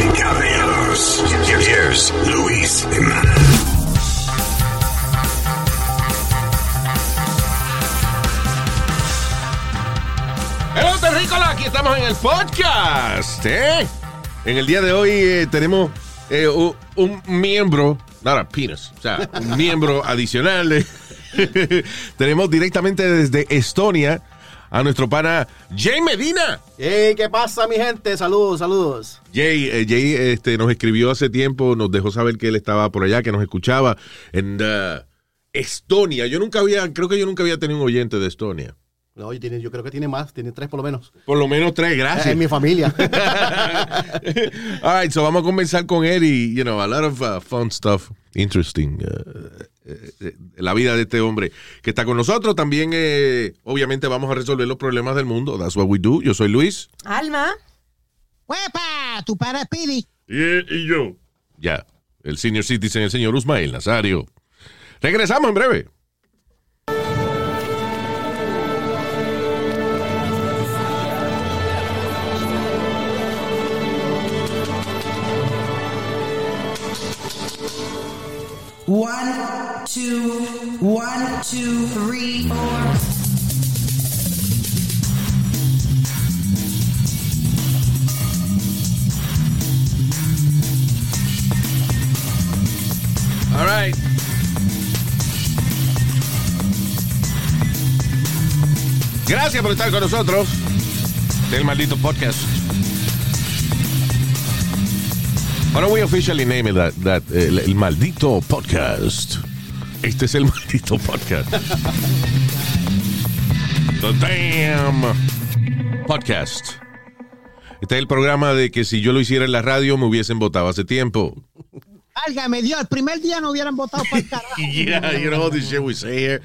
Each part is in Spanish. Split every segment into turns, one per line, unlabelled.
y caballeros, here's Luis Jiménez.
¡Hello, Terrícola! Aquí estamos en el podcast. ¿eh? En el día de hoy eh, tenemos eh, u- un, miembro, not a penis, o sea, un miembro adicional. eh. tenemos directamente desde Estonia a nuestro pana Jay Medina.
Hey, ¿qué pasa, mi gente? Saludos, saludos.
Jay, eh, Jay este, nos escribió hace tiempo, nos dejó saber que él estaba por allá, que nos escuchaba en uh, Estonia. Yo nunca había, creo que yo nunca había tenido un oyente de Estonia.
No, yo, tiene, yo creo que tiene más, tiene tres por lo menos.
Por lo menos tres,
Ah,
Es
gracias.
Eh, mi familia.
All right, so vamos a comenzar con él y, you know, a lot of uh, fun stuff, interesting. uh, eh, eh, la vida de este hombre que está con nosotros. También, eh, obviamente, vamos a resolver los problemas del mundo. That's what we do. Yo soy Luis.
Alma.
¡Huepa! Tu para Pidi.
y yo. Ya, el senior citizen, el señor Usmael Nazario. Regresamos en breve.
One, two, one, two, three, four.
All right. Gracias por estar con nosotros del maldito podcast. Why don't we officially name it that, that, eh, el, el maldito podcast? Este es el maldito podcast. The damn podcast. Este es el programa de que si yo lo hiciera en la radio me hubiesen votado hace tiempo.
Válgame Dios, el primer día no hubieran votado para el carajo.
Yeah, you know all this shit we say here.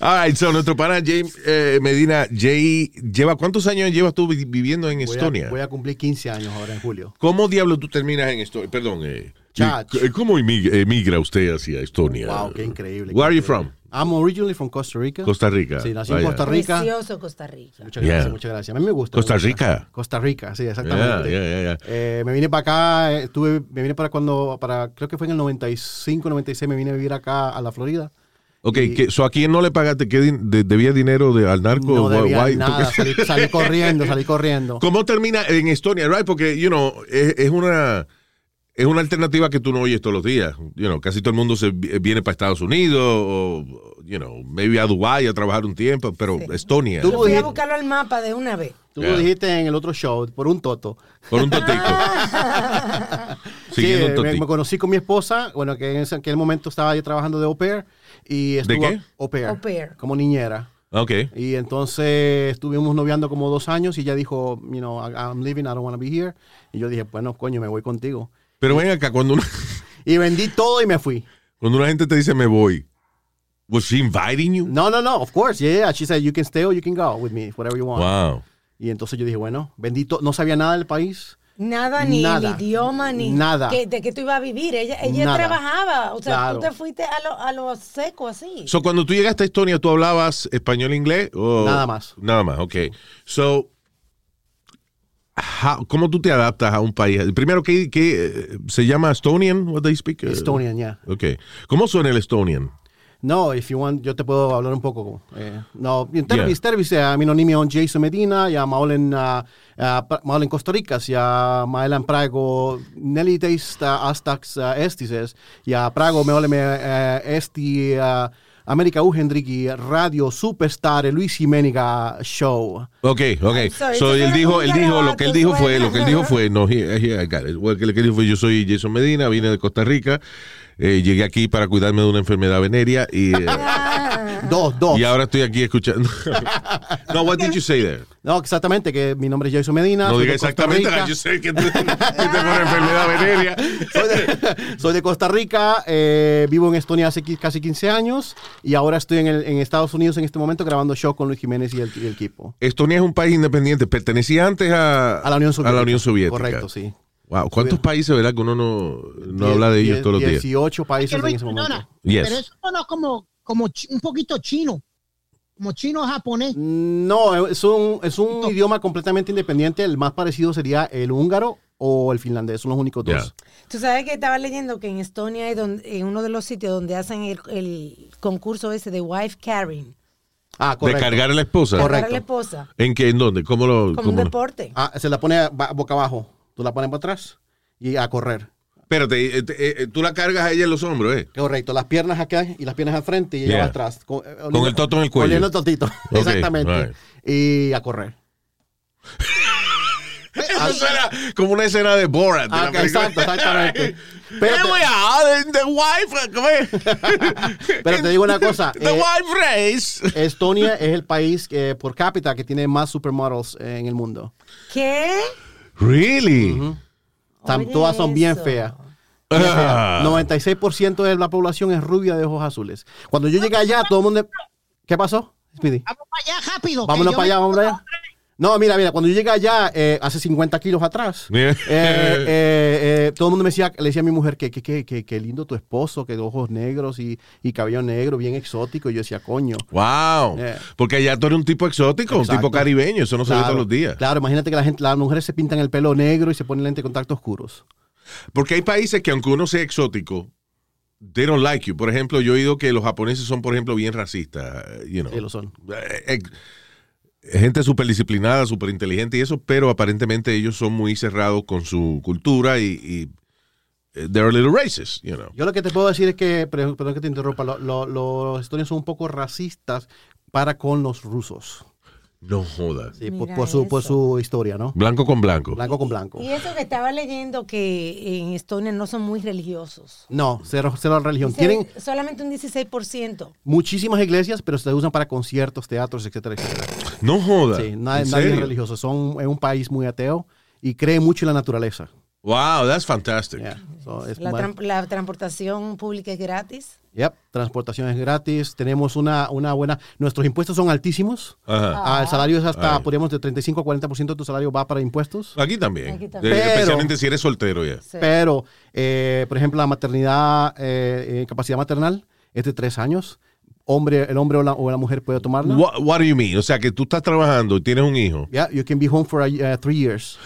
All right, so nuestro pana Jay eh, Medina, Jay, lleva ¿cuántos años llevas tú vi- viviendo en
Voy a-
Estonia?
Voy a, cumplir 15 años ahora en julio.
¿Cómo diablo tú terminas en Estonia? Perdón, eh,
Chach.
eh, ¿cómo emigra, emigra usted hacia Estonia?
Wow, qué increíble.
Where are
qué
you
increíble.
from?
I'm originally from Costa Rica.
Costa Rica.
Sí, nací en
Vaya.
Costa Rica.
Precioso Costa Rica.
Muchas gracias,
Yeah.
muchas gracias. A mí me gusta.
Costa
me gusta.
Rica.
Costa Rica, sí,
Yeah,
exactamente.
yeah, yeah, yeah.
Eh, me vine para acá, eh, estuve, me vine para cuando, para, creo que fue en el 95, 96, me vine a vivir acá a la Florida.
Ok,
y-
que, so, ¿a quién no le pagaste? ¿Qué din- de- ¿Debía dinero de- al narco?
No
Why-
debía
why-
nada,
porque-
salí, salí corriendo, salí corriendo.
¿Cómo termina en Estonia, right? Porque, you know, es, es una es una alternativa que tú no oyes todos los días. You know, casi todo el mundo se vi- eh, viene para Estados Unidos o, you know, maybe a Dubái a trabajar un tiempo, pero Estonia.
Tú-
Yo fui a buscarlo al mapa de una vez.
Tú
Yeah.
lo dijiste en el otro show, por un toto.
Por un totico.
Sí,
Siguiendo un
eh, me, me
totico.
conocí con mi esposa, bueno, que en ese- aquel momento estaba yo trabajando de au pair. Y estuvo,
qué?
Au pair,
Au pair.
Como niñera.
Ok.
Y entonces estuvimos noviando como dos años y ella dijo, you know, I- I'm leaving, I don't want to be here. Y yo dije, bueno, coño, me voy contigo.
Pero ven acá, cuando una,
Y vendí todo y me fui.
cuando una gente te dice me voy, ¿was she inviting you?
No, no, no, of course, yeah, yeah. She said, you can stay or you can go with me, whatever you want.
Wow.
Y entonces yo dije, bueno, vendí todo, no sabía nada del país.
Nada, ni
Nada.
el idioma, ni
Nada.
Que, de que tú ibas a vivir. Ella, ella
Nada.
trabajaba. O sea,
Claro.
tú te fuiste a lo, a lo seco así.
So, cuando tú llegaste a Estonia, ¿tú hablabas español e inglés? o-
Nada más.
Nada más, ok. So, how- ¿cómo tú te adaptas a un país? Primero, ¿qué, qué, eh, se llama Estonian? What they speak? Eh,
Estonian, yeah.
Ok. ¿Cómo suena el Estonian?
No, if you want, yo te puedo hablar un poco. Eh, no, in
Yeah.
tervis, tervis, eh, minu nimi on Jason Medina ja ma olen, äh, äh, pra- ma olen Costa Ricas ja ma elan praegu neliteist aastaks äh, Eestises ja praegu me oleme äh, Eesti äh, Ameerika Ühendriigi raadio superstaar Luis Imeniga show.
Ok, ok.
I'm sorry,
So,
tú
él
eres
dijo,
un
él dijo, lo que él
garabato,
dijo fue,
suena.
lo que él dijo fue, no, here, here I got it. Lo que él dijo fue, yo soy Jason Medina, vine de Costa Rica, eh, llegué aquí para cuidarme de una enfermedad venérea y, eh,
Ah.
Dos, dos.
y ahora estoy aquí escuchando. no, what did you say there?
No, exactamente, que mi nombre es Jason Medina.
No
soy
diga
de Costa
exactamente,
Rica.
yo sé que tú que tengo una enfermedad venérea.
Soy de, soy de Costa Rica, eh, vivo en Estonia hace qui- casi 15 años y ahora estoy en, el- en Estados Unidos en este momento grabando show con Luis Jiménez y el, y el equipo.
Estonia es un país independiente, pertenecía antes a,
A la Unión Soviética.
a la Unión Soviética.
Correcto, sí.
Wow, ¿cuántos países, verdad, que uno no, no habla de ellos
Diez-
todos los días?
18 países
Pero,
en ese
perdona,
momento.
Yes.
pero eso no es como, como chi- un poquito chino, como chino japonés.
No, es un, es un idioma completamente independiente. El más parecido sería el húngaro o el finlandés. Son los únicos dos.
Ya.
Tú sabes que estaba leyendo que en Estonia es donde, en uno de los sitios donde hacen el, el concurso ese de wife carrying,
Ah,
De
correcto.
cargar a la esposa.
Correcto.
para la esposa,
¿En qué? ¿En dónde? ¿Cómo lo.?
como un
cómo lo-
deporte.
Ah, se la pone a- ba- boca abajo. Tú la pones para atrás y a correr.
Espérate, eh, te- eh, tú la cargas a ella en los hombros, ¿eh?
Correcto, las piernas acá y las piernas al frente y ella
Yeah.
va atrás. Con, eh,
Con el toto en el cuello.
Oliendo el totito,
Ok,
exactamente.
right.
Y a correr.
Eso suena como una escena de Borat. De
Eh, Ah,
la película.
exacto, exactamente. Pero
Here we
te,
are in the wife. ¿cómo es?
pero te digo una cosa.
The
eh,
wife race.
Estonia es el país eh, por cápita que tiene más supermodels eh, en el mundo.
¿Qué?
Really?
Tam-
Oye,
todas son bien
eso.
feas. Bien feas.
Ah.
96% de la población es rubia de ojos azules. Cuando yo llegué allá, todo el mundo... ¿Qué pasó, Speedy?
Ah,
Vamos para allá rápido. que
Vámonos
yo
para
me-
allá, vamos para allá. No, mira, mira, cuando yo llegué allá, eh, hace 50 kilos atrás,
Yeah.
eh, eh, eh, todo el mundo me decía, le decía a mi mujer que, que, que, que- que lindo tu esposo, que ojos negros y, y cabello negro, bien exótico. Y yo decía, coño.
Wow.
Yeah.
Porque allá tú eres un tipo exótico, un
Eh. Exacto.
tipo caribeño. Eso no se ve todos los días.
Claro, imagínate que la gente, las mujeres se pintan el pelo negro y se ponen lentes de contacto oscuros.
Porque hay países que aunque uno sea exótico, they don't like you. Por ejemplo, yo he oído que los japoneses son, por ejemplo, bien racistas. You know.
Sí, lo son.
Eh, eh, gente súper disciplinada, súper inteligente y eso, pero aparentemente ellos son muy cerrados con su cultura y, y, eh, they're a little racist, you know.
Yo lo que te puedo decir es que, pero- perdón que te interrumpa, lo- lo- los estonios son un poco racistas para con los rusos.
No jodas.
Sí, por,
Mira
por su, por
eso.
su historia, ¿no?
Blanco con blanco.
Blanco con blanco.
Y eso que estaba leyendo que en Estonia no son muy religiosos.
No, cero, cero religión.
Dice,
Tienen
solamente un 16%.
muchísimas iglesias, pero se usan para conciertos, teatros, etcétera, etcétera.
No jodas.
Sí,
¿En
nadie, nadie es
serio?
religioso. Son, es un país muy ateo y cree mucho en la naturaleza.
Wow, that's fantastic.
Yeah. So, es
La,
más-
tran- la transportación pública es gratis.
Yep, transportación es gratis, tenemos una, una buena... Nuestros impuestos son altísimos.
Ajá.
Ah, el salario es hasta,
Ay.
podríamos, de 35 a 40% de tu salario va para impuestos.
Aquí también.
Aquí también.
Eh,
Pero-
especialmente si eres soltero ya.
Sí.
Pero, eh, por ejemplo, la maternidad, eh, eh, capacidad maternal es de tres años. Hombre, el hombre o la, o la mujer puede tomarla.
What, what do you mean? O sea, que tú estás trabajando y tienes un hijo.
Yeah, you can be home for uh, three years.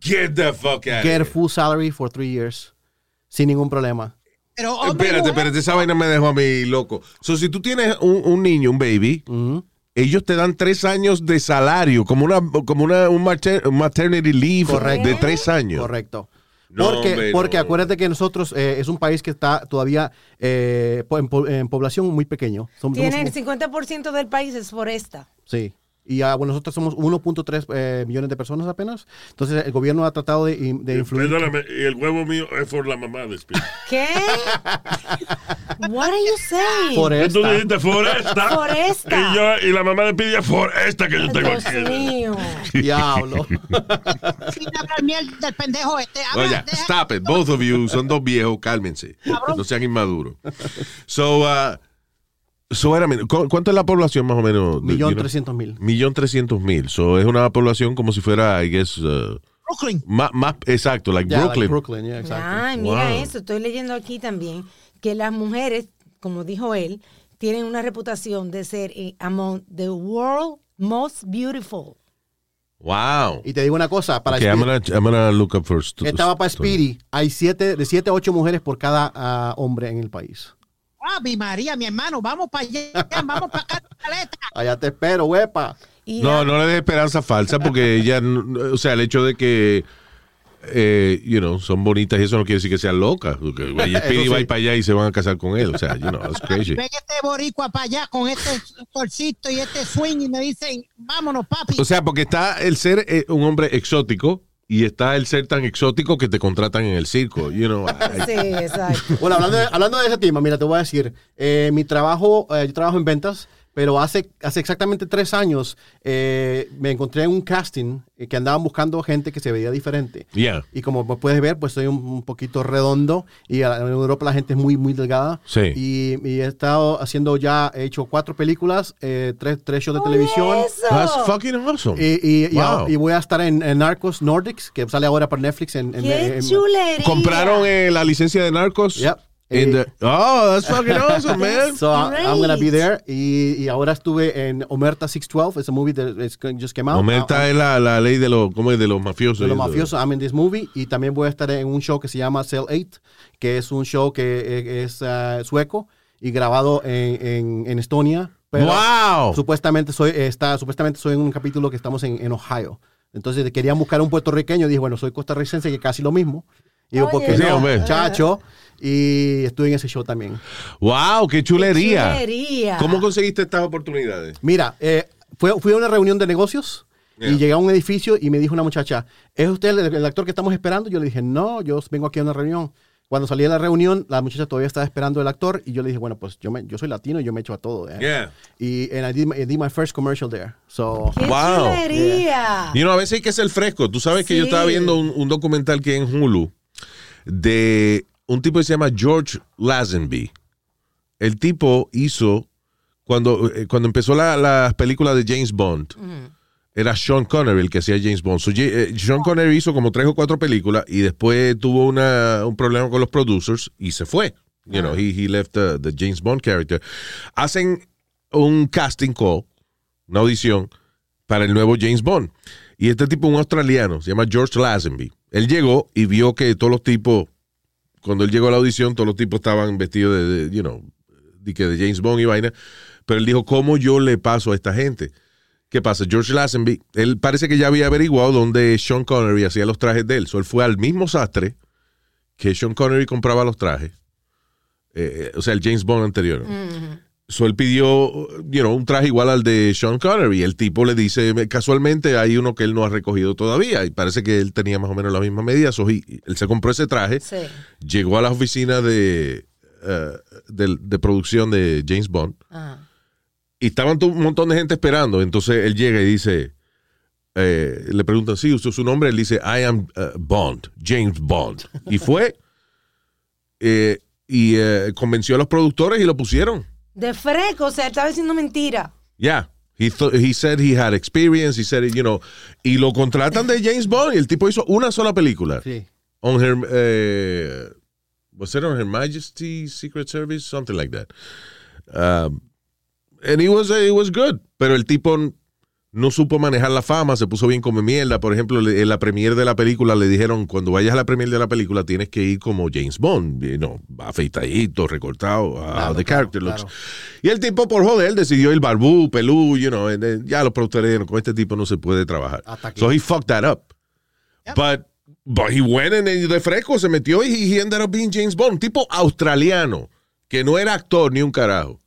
Get the fuck out
Get full salary for three years. Sin ningún problema.
Pero hombre y
Espérate,
mujer,
espérate, esa vaina me dejó a mí loco. So, si tú tienes un, un niño, un baby, ellos te dan tres años de salario, como una, como una un mater- un maternity leave
Correcto.
de tres años.
Correcto.
No,
porque
hombre,
porque
no.
acuérdate que nosotros eh, es un país que está todavía eh, po- en, po- en población muy pequeño. Som- somos-
Tiene el 50% del país es foresta.
sí. Y ah, bueno, nosotros somos 1.3 eh, millones de personas apenas. Entonces el gobierno ha tratado de, in- de influir.
Perdóname, y el huevo mío es por la mamá de Speedy.
¿Qué? What are you saying?
Por e-,
Tú
esta.
dijiste foresta.
Foresta.
Ah, Y, yo, y la mamá de Speedy es foresta que yo tengo
Dios
aquí.
mío.
Diablo.
sin hablar miel del pendejo este. Habla,
Oye,
deja-
stop it, both of you, son dos viejos, cálmense. No sean inmaduros. So, uh, so era men- ¿cu- ¿cuánto es la población más o menos?
Millón
You know?
trescientos mil.
Millón trescientos mil. So, es una población como si fuera, I guess, uh,
Brooklyn.
más, más exacto, like
Yeah, like
Brooklyn.
Brooklyn, yeah, exacto.
Ay, mira
Wow.
eso. Estoy leyendo aquí también que las mujeres, como dijo él, tienen una reputación de ser eh, among the world most beautiful.
Wow.
Y te digo una cosa, para
Okay,
Speedy-
I'm gonna, I'm gonna look up first.
estaba para Speedy, hay siete, de 7 a 8 mujeres por cada ah, hombre en el país.
Ave María, mi hermano, vamos para allá, vamos para acá, caleta.
Allá te espero, huepa.
Y
No,
la-
no le des esperanza falsa porque ella, no- o sea, el hecho de que, eh, you know, son bonitas y eso no quiere decir que sean locas. Porque güey,
Eso
Speedy
sí.
va a ir para allá y se van a casar con él. O sea, you know, that's crazy.
Ven este boricua para allá con este torcito y este swing y me dicen, vámonos, papi.
Pues,
O sea, porque está el ser eh, un hombre exótico, y está el ser tan exótico que te contratan en el circo. You know, I-
Sí, exacto.
Bueno, hablando de, hablando de ese tema, mira, te voy a decir, eh, mi trabajo, eh, yo trabajo en ventas, pero hace, hace exactamente tres años eh, me encontré en un casting eh, que andaban buscando gente que se veía diferente.
yeah.
Y como puedes ver, pues soy un, un poquito redondo y a- en Europa la gente es muy, muy delgada.
Sí.
Y, y he estado haciendo ya, he hecho cuatro películas, eh, tres, tres shows de televisión.
Eso.
That's fucking awesome.
Y, y- y
Wow.
ahora- y voy a estar en, en Narcos Nordics, que sale ahora por Netflix. En, en-
Qué
en-
chulería.
Compraron eh, la licencia de Narcos.
Yep.
in
Eh,
the- oh, that's fucking awesome, man.
So I- I'm gonna be
Great.
there. Y, y ahora estuve en Omerta 612. It's a movie that it's just came out.
Aumenta
Ah,
es la, la ley de los, ¿cómo es? De los mafiosos.
de los mafiosos. I'm in this movie. Y también voy a estar en un show que se llama Cell 8, que es un show que eh, es ah, sueco y grabado en, en- en Estonia. Pero
wow.
Supuestamente soy, está, supuestamente soy en un capítulo que estamos en, en Ohio. Entonces querían buscar un puertorriqueño. Dije, bueno, soy costarricense, que casi lo mismo. Y digo,
Oye.
¿por qué
Sí,
no?
hombre.
Chacho. Y estuve en ese show también.
Wow, qué
Chulería.
chulería. ¿Cómo conseguiste estas oportunidades?
Mira, eh, fue- fui a una reunión de negocios
Yeah.
y llegué a un edificio y me dijo una muchacha, ¿es usted el, el actor que estamos esperando? Yo le dije, no, yo vengo aquí a una reunión. Cuando salí de la reunión, la muchacha todavía estaba esperando el actor y yo le dije, bueno, pues yo, me- yo soy latino y yo me echo a todo. eh".
Yeah.
Y and I did, my- I did my first commercial there. So,
Qué
Wow.
chulería.
Y no, a veces hay que ser fresco. Tú sabes que yo
Ah. Sí.
estaba viendo un, un documental que hay en Hulu de un tipo que se llama George Lazenby. El tipo hizo, cuando, eh, cuando empezó la, las películas de James Bond, era Sean Connery el que hacía James Bond. So, Ye- eh, Sean Connery hizo como tres o cuatro películas y después tuvo una, un problema con los producers y se fue. You know, he, he left the, the James Bond character. Hacen un casting call, una audición, para el nuevo James Bond. Y este tipo, un australiano, se llama George Lazenby. Él llegó y vio que todos los tipos, cuando él llegó a la audición, todos los tipos estaban vestidos de, de, you know, de, que de James Bond y vaina. Pero él dijo, ¿cómo yo le paso a esta gente? ¿Qué pasa? George Lazenby, él parece que ya había averiguado dónde Sean Connery hacía los trajes de él. So, él fue al mismo sastre que Sean Connery compraba los trajes. Eh, eh, o sea, el James Bond anterior. So él pidió, you know, un traje igual al de Sean Connery. El tipo le dice, "Me- casualmente hay uno que él no ha recogido todavía. Y parece que él tenía más o menos la misma medida. So he- él se compró ese traje,
Sí.
llegó a las oficinas de, eh, del- de producción de James Bond.
Ajá.
Y estaban tu- un montón de gente esperando. Entonces él llega y dice, eh, le preguntan, sí, usted su nombre. Él dice, I am eh, Bond, James Bond. Y fue eh, y eh, convenció a los productores y lo pusieron.
De fresco, o sea, estaba diciendo mentira.
Yeah. He, tho- he said he had experience, he said, you know, y lo contratan de James Bond y el tipo hizo una sola película.
sí.
On her, eh, was it on Her Majesty's Secret Service? Something like that. Um, and it was, it was good, pero el tipo n- no supo manejar la fama, se puso bien como mierda. Por ejemplo, le- en la premiere de la película le dijeron, cuando vayas a la premiere de la película tienes que ir como James Bond, you know, afeitadito, recortado, how
Claro,
the character
claro,
looks. Y el tipo, por joder, decidió el barbú, pelú, you know, and then, ya los productores dijeron, con este tipo no se puede trabajar.
Hasta aquí.
So he fucked that up. But, but he went and he- de fresco se metió y he ended up being James Bond, un tipo australiano, que no era actor ni un carajo.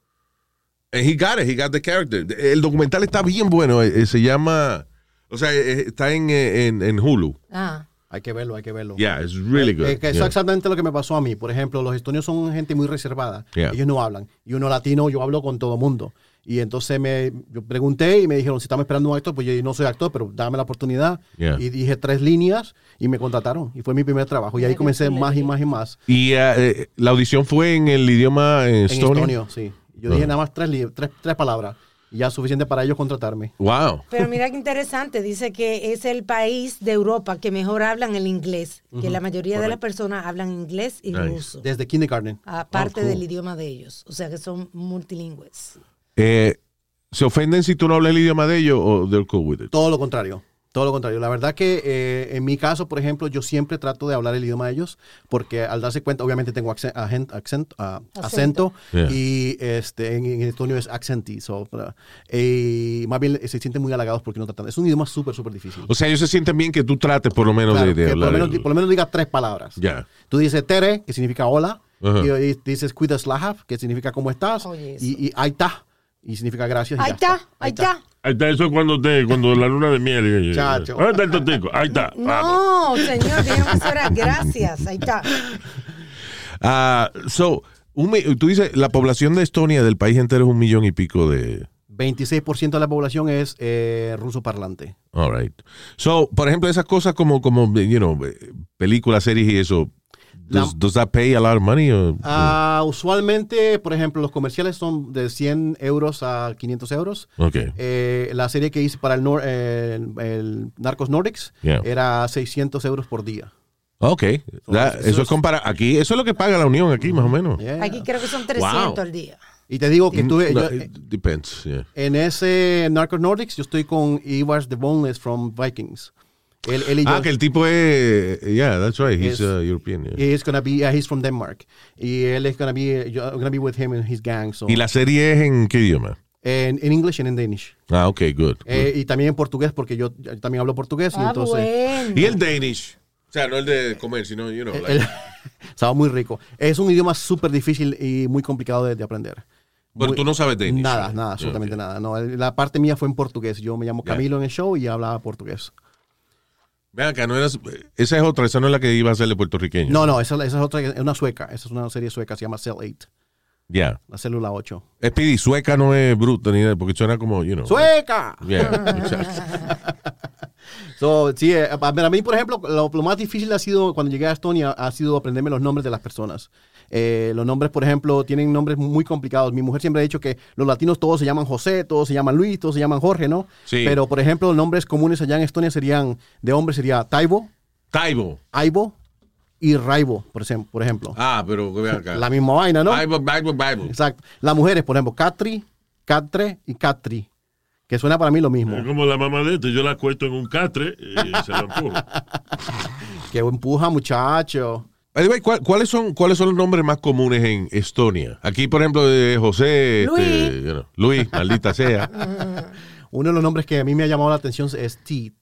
And he got it, he got the character. El documental está bien bueno, eh, eh, se llama, o sea, eh, está en, eh, en, en Hulu.
Ah.
Hay que verlo, hay que verlo.
Yeah, it's really good.
Eh, que eso
Yeah.
es exactamente lo que me pasó a mí. Por ejemplo, los estonios son gente muy reservada.
Yeah.
Ellos no hablan. Y uno latino, yo hablo con todo mundo. Y entonces me yo pregunté y me dijeron, si estamos esperando un actor, pues yo no soy actor, pero dame la oportunidad.
Yeah.
Y dije tres líneas y me contrataron. Y fue mi primer trabajo. Y ahí comencé más y más y más.
Y eh, eh, la audición fue en el idioma eh,
En
estonio.
estonio, sí. Yo
Uh-huh.
dije nada más tres, li- tres, tres palabras. Y ya suficiente para ellos contratarme.
Wow.
Pero mira qué interesante, dice que es el país de Europa que mejor hablan el inglés, que la mayoría de las personas hablan inglés y
Nice.
ruso,
Desde kindergarten.
aparte
Oh, cool.
del idioma de ellos, o sea que son multilingües.
Eh, ¿Se ofenden si tú no hablas el idioma de ellos o they're cool with it?
Todo lo contrario. Todo lo contrario. La verdad que eh, en mi caso, por ejemplo, yo siempre trato de hablar el idioma de ellos porque al darse cuenta, obviamente tengo accen- agen- accent- ah, acento,
Acento.
Yeah.
y este, en, en estonio es accenti. so, pero, eh, más bien eh, se sienten muy halagados porque no tratan. Es un idioma súper, súper difícil.
O sea, ellos se sienten bien que tú trates por lo menos
Claro,
de, de
que por,
hablar.
lo menos,
el-
por lo menos diga tres palabras.
Ya.
Tú dices Tere, que significa hola,
Ajá.
y, y dices Cuida Slahav, que significa cómo estás,
Oye, eso.
y, y Aita, Y significa gracias. y
Ahí
ya
está, ahí está.
Ahí está, eso es cuando, te, cuando la luna de miel.
Chacho.
¿Dónde está el totico? Ahí está. vamos.
No, señor, tiene que ser gracias. Ahí está.
Ah, so, un mi- tú dices, la población de Estonia del país entero es un millón y pico de...
26% de la población es eh, ruso parlante.
All right. So, por ejemplo, esas cosas como, como you know, eh, películas, series y eso, does,
La-
does that pay a lot of money? or- Mm.
Ah, usualmente, por ejemplo, los comerciales son de 100 euros a 500 euros.
okay.
Eh, la serie que hice para el, nor- eh, el Narcos Nordics
Yeah.
era 600 euros por día.
Ok. That- eso, es compara aquí, eso es lo que paga la Unión aquí, más o menos.
Yeah.
Aquí creo que son 300 al día.
Y te digo que tuve...
No, eh,
yo- eh,
it depends, yeah.
en ese Narcos Nordics yo estoy con Ivar the Boneless from Vikings. Él, él y yo-
Ah, que el tipo es. Yeah, that's right. He's
Yes.
uh, European. yeah.
He's gonna be, yeah, he's from Denmark. Y él es gonna be, yo- I'm gonna be with him and his gang. So.
¿Y la serie es en qué idioma?
En en English and in Danish.
Ah, ok, good.
Eh, y también en portugués, porque yo, yo también hablo portugués. y
Ah,
entonces,
good.
bueno.
¿Y el Danish? O sea, no el de comer, sino, you know, like-
el- sabe muy rico. Es un idioma súper difícil y muy complicado de, de aprender.
Pero
Muy-
tú no sabes Danish.
Nada,
right?
nada, absolutamente nada. No, el- la parte mía fue en portugués. Yo me llamo
Ya.
Camilo en el show y hablaba portugués.
Ven acá, no eras, esa es otra, esa no es la que iba a ser de puertorriqueño.
No, no, esa, esa es otra, es una sueca. Esa es una serie sueca, se llama Cell 8,
Ya.
la célula 8.
Es Speedy, sueca no es bruto ni nada, porque suena como, you know.
¡Sueca!
Yeah, exacto.
So, sí, eh, pa- para mí, por ejemplo, lo, lo más difícil ha sido cuando llegué a Estonia, ha sido aprenderme los nombres de las personas. Eh, los nombres, por ejemplo, tienen nombres muy complicados. Mi mujer siempre ha dicho que los latinos todos se llaman José, todos se llaman Luis, todos se llaman Jorge, ¿no?
Sí.
Pero, por ejemplo, nombres comunes allá en Estonia serían, de hombres sería Taibo,
Taibo.
Aibo y Raibo, por, ejem- por ejemplo.
Ah, pero ven acá.
La misma vaina, ¿no?
Bible, Bible, Bible.
Exacto. Las mujeres, por ejemplo, Katri, Catre y Katri, que suena para mí lo mismo.
Es como la mamá de este, yo la cuesto en un catre y se la empujo.
Que empuja, muchacho.
By the way, ¿cuál- ¿cuáles, son, ¿cuáles son los nombres más comunes en Estonia? Aquí, por ejemplo, de José, este,
Luis.
you know, Luis, maldita sea.
Uno de los nombres que a mí me ha llamado la atención es Teat.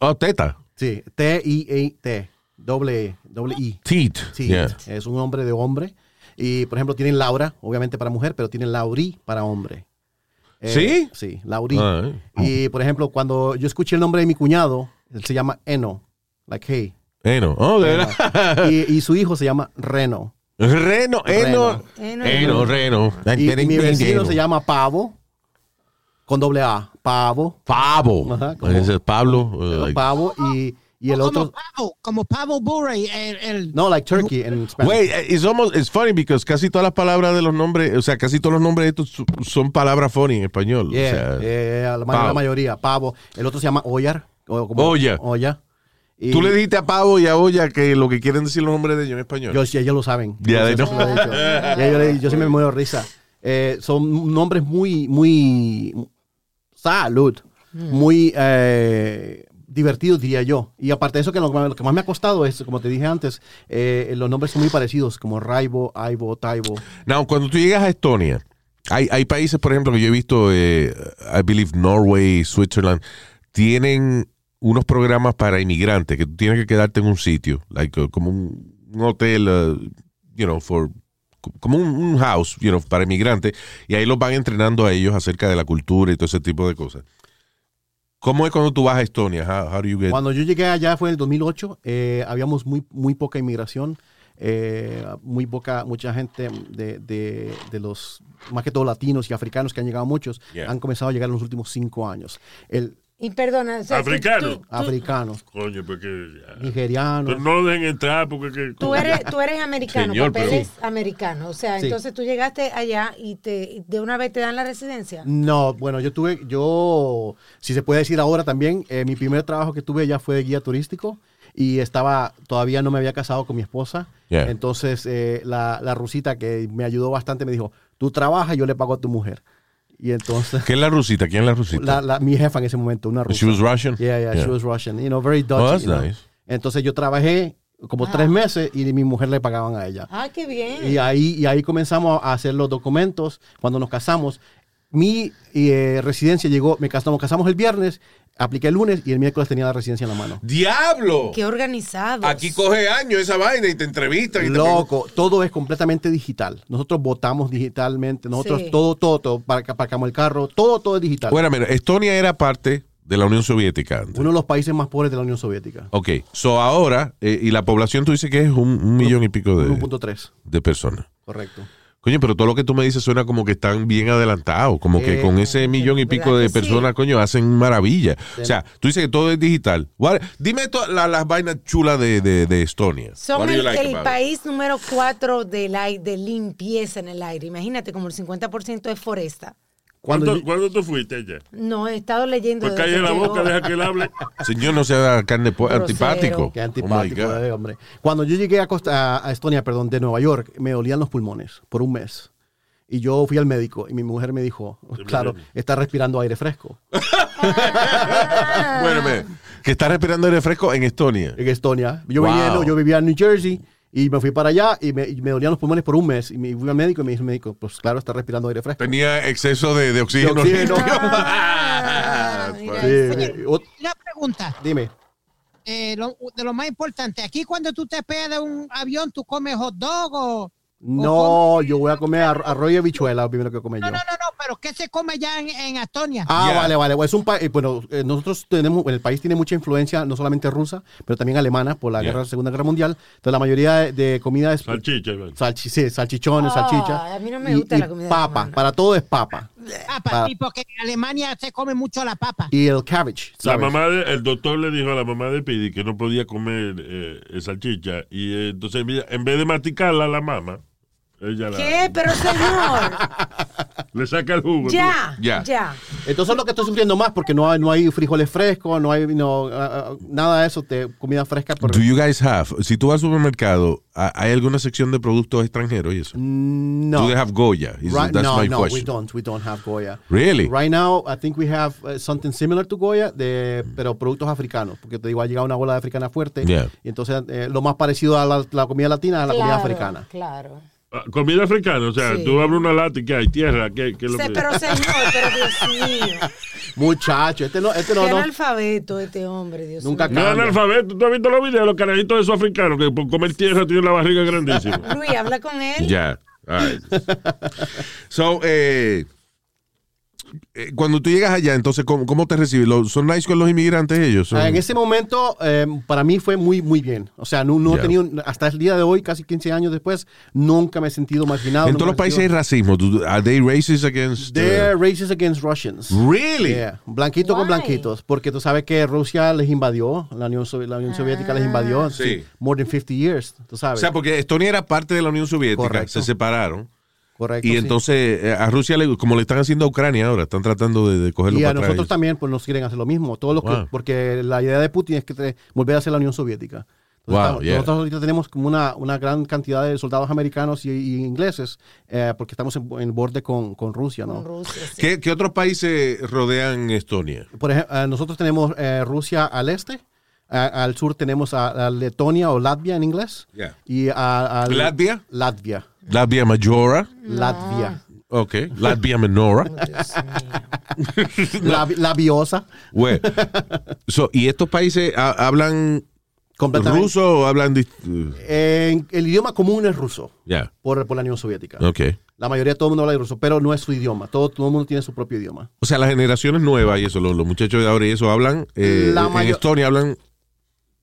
Oh, Teta.
Sí, T-I-E-T. Doble, E, doble I.
Teat.
Teat.
Yeah.
Es un nombre de hombre. Y, por ejemplo, tienen Laura, obviamente para mujer, pero tienen Lauri para hombre. Eh,
¿Sí?
Sí, Lauri.
Ah,
Y, por ejemplo, cuando yo escuché el nombre de mi cuñado, él se llama Eno. Like, hey.
Eno. Oh, de verdad.
Y, y su hijo se llama Reno.
Reno, Eno.
Eno.
Eno, Reno.
Y, mi vecino se llama Pavo, con doble A. Pavo.
Pablo.
Ajá, como-
Ese es Pablo. uh, like-
Pavo y, y el
como
otro...
Pavo, como Pavo Bure, el, el-
No, like turkey en español.
Güey, eh, it's almost, it's funny because casi todas las palabras de los nombres, o sea, casi todos los nombres de estos su- son palabras funny en español.
Yeah,
o sea,
yeah, la, ma-
pavo.
la mayoría, pavo. El otro se llama Oyar. o como-
Olla.
Olla. Y
Tú le dijiste a Pavo y a Olla que lo que quieren decir los nombres de ellos en español.
Yo, sí, ellos lo saben.
Ya,
Yo
they
sí
know.
lo he dicho. Ya, yo, le- yo sí me muero de risa. Eh, son nombres muy, muy. Salud. Muy eh, divertidos, diría yo. Y aparte de eso, que lo, lo que más me ha costado es, como te dije antes, eh, los nombres son muy parecidos, como Raibo, Aibo, Taibo.
Now, cuando tú llegas a Estonia, hay, hay países, por ejemplo, que yo he visto, eh, I believe Norway, Switzerland, tienen unos programas para inmigrantes que tú tienes que quedarte en un sitio, like, uh, como un, un hotel, uh, you know, for como un, un house, you know, para inmigrantes, y ahí los van entrenando a ellos acerca de la cultura y todo ese tipo de cosas. ¿Cómo es cuando tú vas a Estonia? How, how do
Eh,
you get-
Cuando yo llegué allá fue en el 2008, eh, habíamos muy, muy poca inmigración, eh, muy poca, mucha gente de, de- de los, más que todo latinos y africanos que han llegado muchos,
Yeah.
han comenzado a llegar en los últimos cinco años. El
Y perdona. o sea, tú-
Africano.
tú- tú-
africano,
Coño, porque. ya.
nigeriano,
Pero no lo dejen entrar porque. que-
Tú eres, tú eres americano,
Señor, pero-
papeles americanos. O sea,
Sí.
entonces tú llegaste allá y te y de una vez te dan la residencia.
No, bueno, yo tuve, yo, si se puede decir ahora también, eh, mi primer trabajo que tuve ya fue de guía turístico y estaba, todavía no me había casado con mi esposa.
Yeah.
Entonces, eh, la, la rusita que me ayudó bastante me dijo, tú trabajas, yo le pago a tu mujer. Y entonces,
¿Qué es la rusita? ¿Quién es la rusita?
la, la- mi jefa en ese momento, una rusa.
She was Russian?
Yeah, yeah, she was Russian. You know, very Dutch.
that's
you know.
nice.
Entonces, yo trabajé como tres meses y mi mujer le pagaban a ella.
Ah, qué bien.
Y ahí, y ahí comenzamos a hacer los documentos cuando nos casamos. mi eh, residencia llegó, me casamos, nos casamos el viernes, apliqué el lunes y el miércoles tenía la residencia en la mano.
¡Diablo!
Qué organizado.
Aquí coge años esa vaina y te entrevistan. Y te-
Loco, todo es completamente digital. Nosotros votamos digitalmente, nosotros
Sí.
todo, todo, todo, para que aparcamos el carro, todo, todo es digital.
Bueno, mira, Estonia era parte de la Unión Soviética antes.
Uno de los países más pobres de la Unión Soviética.
Ok, so ahora, eh, y la población tú dices que es un, un millón y pico de,
1.3,
de personas.
correcto.
Coño, pero todo lo que tú me dices suena como que están bien adelantados, como que
Eh,
con ese millón y
¿verdad
pico de
que sí?
personas, coño, hacen maravilla. O sea, tú dices que todo es digital. What- dime to- la- las vainas chulas de, de- de Estonia. What
Son
do
el,
you like
el
about it?
país número cuatro del ai- de limpieza en el aire. Imagínate, como el 50% es foresta.
Cuando
¿Cuándo,
yo-
cuándo tú fuiste allá?
No, he estado leyendo.
Pues
desde
calle la
que
boca,
llegó.
deja que él hable.
Señor, no sea carne po-
Grosero.
antipático.
Qué
Oh my
antipático,
God.
eh, hombre. Cuando yo llegué a, Costa- a Estonia, perdón, de Nueva York, me dolían los pulmones por un mes. Y yo fui al médico y mi mujer me dijo, claro, está respirando aire fresco.
Bueno, ve, que está respirando aire fresco en Estonia.
En Estonia. Yo,
Wow.
vivía, en- yo vivía en New Jersey y me fui para allá y me, y me dolían los pulmones por un mes. Y me fui al médico y me dijo el médico, pues claro, está respirando aire fresco.
Tenía exceso de, de oxígeno.
De oxígeno.
limpio.
Ah, mira
Sí,
eso.
eh, ot-
Una pregunta.
dime.
eh, lo- de lo más importante, aquí cuando tú te pegas de un avión, tú comes hot dog o...
No, yo voy a comer ar- arroz y habichuela, primero que comer yo.
No, no, no, no, pero ¿qué se come ya en, en Estonia?
Ah,
Ya.
vale, vale. Bueno, Es un país, bueno, eh, nosotros tenemos, bueno, el país tiene mucha influencia, no solamente rusa, pero también alemana por la
Ya.
guerra, Segunda Guerra Mundial. Entonces la mayoría de, de comida es
Salchicha, Iván.
salchi- sí, salchichones,
Ay,
salchicha.
a mí no me gusta la comida
Papa,
alemana.
para todo es papa.
Ah, pa-
pa-
sí, porque en Alemania se come mucho la papa.
Y el cabbage.
La
¿sabes?
mamá de- el doctor le dijo a la mamá de Pidi que no podía comer eh, eh, salchicha. Y eh, entonces, mira, en vez de masticarla la mamá, ella la-
¿Qué? Pero señor,
le saca el jugo.
ya,
Ya.
ya.
Entonces lo que estoy sufriendo más porque no hay, no hay frijoles frescos, no hay no, ah, ah, nada de eso, te, comida fresca. por-
Do you guys have, si tú vas al supermercado, ¿ha- ¿hay alguna sección de productos extranjeros y eso?
no.
Do they have Goya? Is-
Right-
that's
no,
my
no, we
question.
don't. We don't have Goya.
Really?
Right now, I think we have uh, something similar to Goya, de, pero productos africanos, porque te digo, ha llegado una bola de africana fuerte.
Yeah.
Y entonces, eh, lo más parecido a la, la comida latina es la comida
Claro,
africana.
Claro.
Ah, Comida africana, o sea,
Sí.
tú abres una lata y que hay tierra, que, que lo
Se-
que-
pero señor, pero Dios mío.
Muchacho, este no, este no,
Qué
no. alfabeto
analfabeto este hombre, Dios
Nunca
mío.
No, analfabeto, tú has visto los videos de los carajitos esos africanos que por comer tierra tienen la barriga grandísima.
Luis, habla con él.
Ya. All right. so, eh, eh, cuando tú llegas allá, entonces, ¿cómo, cómo te reciben? ¿Lo- ¿Son nice con los inmigrantes ellos? Son-
Ah, En ese momento, eh, para mí fue muy, muy bien. O sea, no, no
Yeah.
he tenido, hasta el día de hoy, casi 15 años después, nunca me he sentido marginado.
en
nunca
todos los
me he
países hay
sentido-
racismo. Do- ¿Are they racist against? uh,
They're racist against Russians.
really?
Yeah, Blanquito con
Why?
blanquitos, porque tú sabes que Rusia les invadió, la Unión, Sovi- la Unión Soviética les invadió,
Sí.
sí, more than 50 years, tú
O
sabes.
sea, porque Estonia era parte de la Unión Soviética,
Correcto.
se separaron.
Correcto.
Y
sí.
entonces eh, a Rusia, le, como le están haciendo a Ucrania ahora, están tratando de, de cogerlo
y a
para atrás
nosotros
ellos.
también pues nos quieren hacer lo mismo, todos los que-
Wow.
porque la idea de Putin es que te- volver a ser la Unión Soviética. Entonces,
Wow,
estamos-
yeah.
Nosotros ahorita tenemos como una, una gran cantidad de soldados americanos y, y ingleses eh, porque estamos en, en borde con, con Rusia, ¿no?
Con Rusia, sí.
¿Qué, qué otros países rodean Estonia?
Por ejemplo, nosotros tenemos eh, Rusia al este, a- al sur tenemos a, a Letonia o Latvia en inglés.
Yeah.
Y a, al-
¿Latvia?
Latvia.
Latvia Majora.
Latvia.
Ok. Latvia Menora.
Dios mío.
La, labiosa.
Güey. So, ¿Y estos países ha- hablan
Completamente.
ruso o hablan.? dis- uh,
En- el idioma común es ruso
Ya.
por, por la Unión Soviética.
Ok.
La mayoría de todo el mundo habla de ruso, pero no es su idioma. Todo, todo el mundo tiene su propio idioma.
O sea, las generaciones nuevas y eso, los, los muchachos de ahora y eso hablan. eh,
La
en
mayo-
Estonia hablan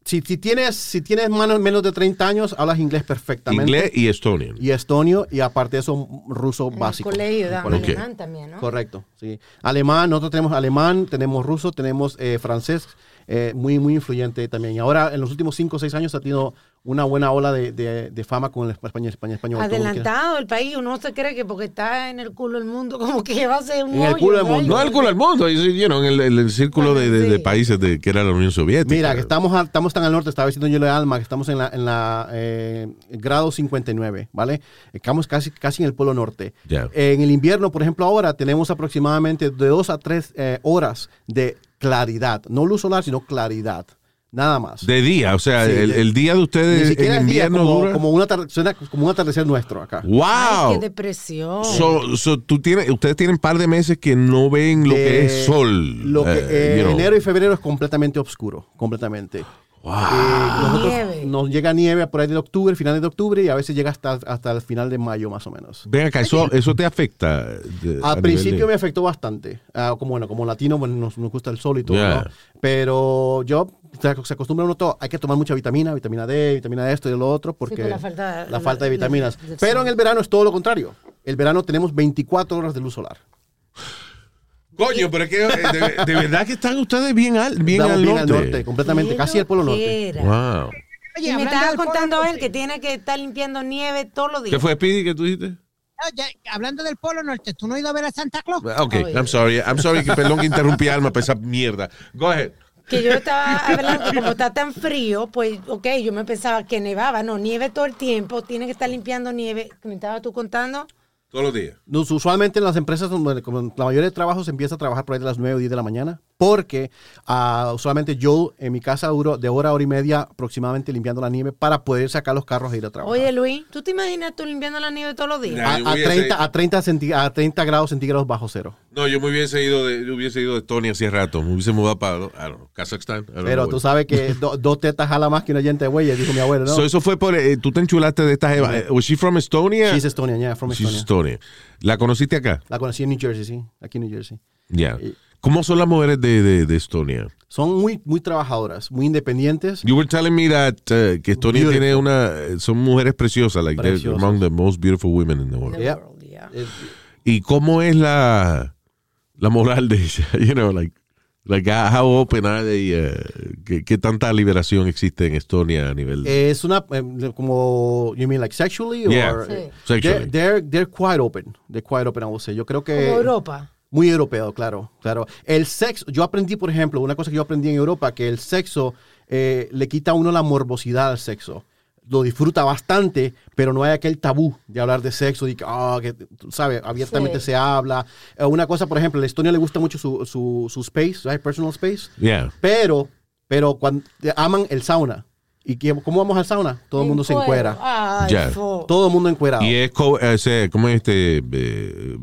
Si, si tienes, si tienes manos menos de 30 años, hablas inglés perfectamente.
inglés y estonian.
Y estonio, y aparte de eso, ruso
En
básico.
el colegio dan
colegio.
alemán también, ¿no?
Correcto, sí. Alemán, nosotros tenemos alemán, tenemos ruso, tenemos eh, francés, eh, muy, muy influyente también. Y ahora, en los últimos 5 o 6 años, ha tenido una buena ola de, de- de fama con el español, español, español. Todo el mundo quiere-
Adelantado el país, uno se cree que porque está en el culo del mundo, como que va a ser un
En el
hoyo,
culo del
un
mundo.
No
hoyo.
al culo del mundo, y, you know, en el, el- el círculo de, de- de
Sí.
países de, que era la Unión Soviética.
Mira, que estamos, al- estamos tan al norte, estaba diciendo yo de Alma, que estamos en la, en la eh, grado 59, ¿vale? Estamos casi, casi en el polo norte.
Ya.
En el invierno, por ejemplo, ahora tenemos eh, aproximadamente de 2 a 3 horas de claridad, no luz solar, sino claridad. Nada más.
De día, o sea,
Sí,
el,
de-
el día de
Ni
ustedes en
siquiera es día,
invierno
como,
dura.
como, una tar- suena como un atardecer nuestro acá.
Ay,
¡Wow!
qué depresión.
So- so tú tienes, ustedes tienen un par de meses que no ven lo que
Eh,
es sol.
Lo que,
eh,
eh,
you know.
enero y febrero es completamente oscuro, completamente. Eh, nosotros-
Nieve.
Nos llega nieve por ahí de octubre, finales de octubre, y a veces llega hasta, hasta el final de mayo más o menos.
Ven acá, eso, eso te afecta. de- a
Al
nivel
principio
de-
me afectó bastante. Ah, como bueno, como latino, bueno, nos, nos gusta el sol y todo,
Yeah.
¿no? Pero yo se ac- se acostumbra uno todo. Hay que tomar mucha vitamina, vitamina D, vitamina de esto y de lo otro, porque
por la falta-
la falta de
la-
vitaminas.
del
Pero
sol.
en el verano es todo lo contrario. El verano tenemos 24 horas de luz solar.
Coño, pero es que eh, de, de verdad que están ustedes bien al, bien
Estamos
al
bien
norte.
al norte, completamente,
Qué
casi el polo norte.
loquera.
Wow.
Y me
hablando
estaba
del Polo
contando él
Norte,
que tiene que estar limpiando nieve todos los
¿Qué
días.
fue, Speedy, que tú dijiste?
no, ya- hablando del Polo Norte, ¿tú no has ido a ver a Santa Claus?
Ok, I'm sorry, I'm sorry, que perdón que interrumpí alma para esa mierda. Go ahead.
Que yo estaba hablando que como está tan frío, pues, ok, yo me pensaba que nevaba. No, nieve todo el tiempo. Tiene que estar limpiando nieve. ¿Me estabas tú contando?
Todos los días.
Nos- usualmente en las empresas, donde como la mayoría de trabajos se empieza a trabajar por ahí de las 9 o 10 de la mañana, porque ah, usualmente yo en mi casa duro de hora a hora y media aproximadamente limpiando la nieve para poder sacar los carros e ir a trabajar.
Oye, Luis, ¿tú te imaginas tú limpiando la nieve todos los días?
a,
Yo
a
hubiese-
30, a, 30 centi- a 30 grados centígrados bajo cero.
No, yo me hubiese ido de, yo hubiese ido de Tony hace rato. Me hubiese mudado para I don't know, Kazajstán. I don't
Pero
know.
tú sabes que do- dos tetas jala más que una gente de güeyes, dijo mi abuelo, ¿no?
So, eso fue por. eh, tú te enchulaste de esta Eva. ¿Was she from Estonia?
She's Estonian, yeah, from
She's
Estonia.
Estonia. ¿La conociste acá?
La conocí en New Jersey, sí, aquí en New Jersey.
Ya.
Eh,
¿Cómo son las mujeres de, de, de Estonia?
Son muy, muy trabajadoras, muy independientes.
You were telling me that uh, que Estonia
Beautiful.
tiene una. Son mujeres preciosas, like they're
Preciosas.
among the most beautiful women in the world.
The
Yeah.
world, yeah.
Eh,
¿Y cómo es la, la moral de ella? You know, like, like how how open are they? uh, ¿qué, qué tanta liberación existe en Estonia a nivel de...
Es una eh, como you mean like sexually or
Yeah,
Sí.
sexually.
They're, they're they're quite open. They're quite open, I would say. Yo creo que
Como Europa.
muy europeo, claro, claro. El sexo, yo aprendí, por ejemplo, una cosa que yo aprendí en Europa, que el sexo eh, le quita a uno la morbosidad al sexo. Lo disfruta bastante, pero no hay aquel tabú de hablar de sexo, de que, ah, que, tú ¿sabes? Abiertamente
Sí.
se habla. Eh, Una cosa, por ejemplo, a Estonia le gusta mucho su, su, su space, ¿sabes? personal space.
Yeah.
Pero, pero cuando aman el sauna. ¿Y qué- cómo vamos al sauna? Todo el mundo se encuera.
Ay,
Ya.
fo.
Todo el mundo encuerado.
Y es, co- eh, se- ¿cómo es este? eh,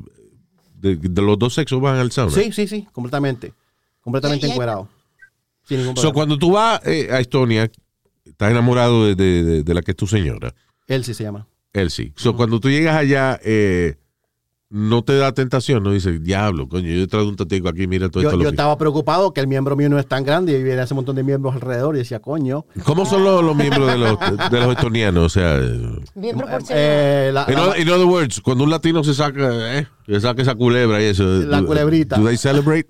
de, de los dos sexos van al sauna.
Sí, sí, sí, completamente. Completamente
Y- y hay-
encuerado. Sin ningún
So,
problema.
cuando tú vas eh, a Estonia, estás enamorado de, de- de- de la que es tu señora,
Él sí se llama.
Elsie. So, cuando tú llegas allá, eh, no te da tentación, no dices, diablo, coño, yo traigo un tatico aquí, mira todo
Yo,
esto.
yo
lo que-".
estaba preocupado que el miembro mío no es tan grande y viene ese montón de miembros alrededor y decía, coño.
¿Cómo son los, los miembros de los, de los estonianos? O sea, eh,
Bien proporcionado.
Eh, la,
In,
la-
other- in other words, cuando un latino se saca, eh, se saca esa culebra y eso.
La
do-
culebrita.
Do they celebrate?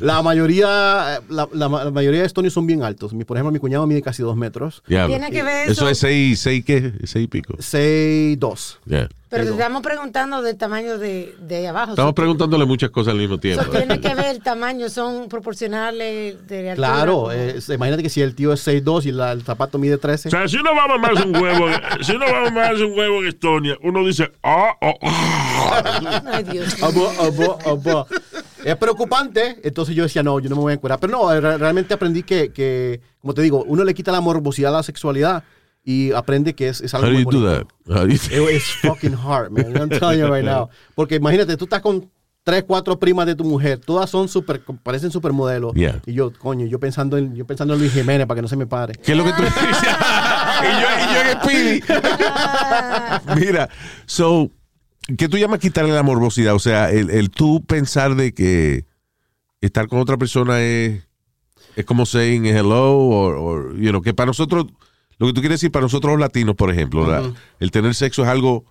la mayoría la, la- la mayoría de estonios son bien altos. Mi- por ejemplo, mi cuñado mide casi dos metros.
Diablo.
Tiene que ver
Eso
eso.
es seis, seis qué, seis y pico.
6'2".
Yeah.
Pero te estamos preguntando del tamaño de, de abajo.
Estamos preguntándole muchas cosas al mismo tiempo.
Eso tiene que ver el tamaño, son proporcionales de altura.
Claro, eh, imagínate que si el tío es 6'2 y la- el zapato mide 13.
O sea, si uno va a mamarse un huevo, en- si uno va a mamarse un huevo en Estonia, uno dice, ah, ah, ah.
Ay, Dios. mío.
Abo, abo, abo. Es preocupante, entonces yo decía, no, yo no me voy a encuerar. Pero no, eh, re- realmente aprendí que, que, como te digo, uno le quita la morbosidad a la sexualidad y aprende que es, es
How
algo
do
muy
you do
bonito.
that? How do you-
It- It's fucking hard, man. I'm telling you right now. Porque imagínate, tú estás con tres, cuatro primas de tu mujer, todas son super, parecen supermodelos.
Yeah.
Y yo, coño, yo pensando en, yo pensando en Luis Jiménez para que no se me pare.
¿Qué es lo que tú dices?
Ah.
y yo, y yo en Speedy. Mira, so, ¿qué tú llamas quitarle la morbosidad? O sea, el, el tú pensar de que estar con otra persona es, es como saying hello, o, you know, que para nosotros, lo que tú quieres decir para nosotros los latinos, por ejemplo, la- el tener sexo es algo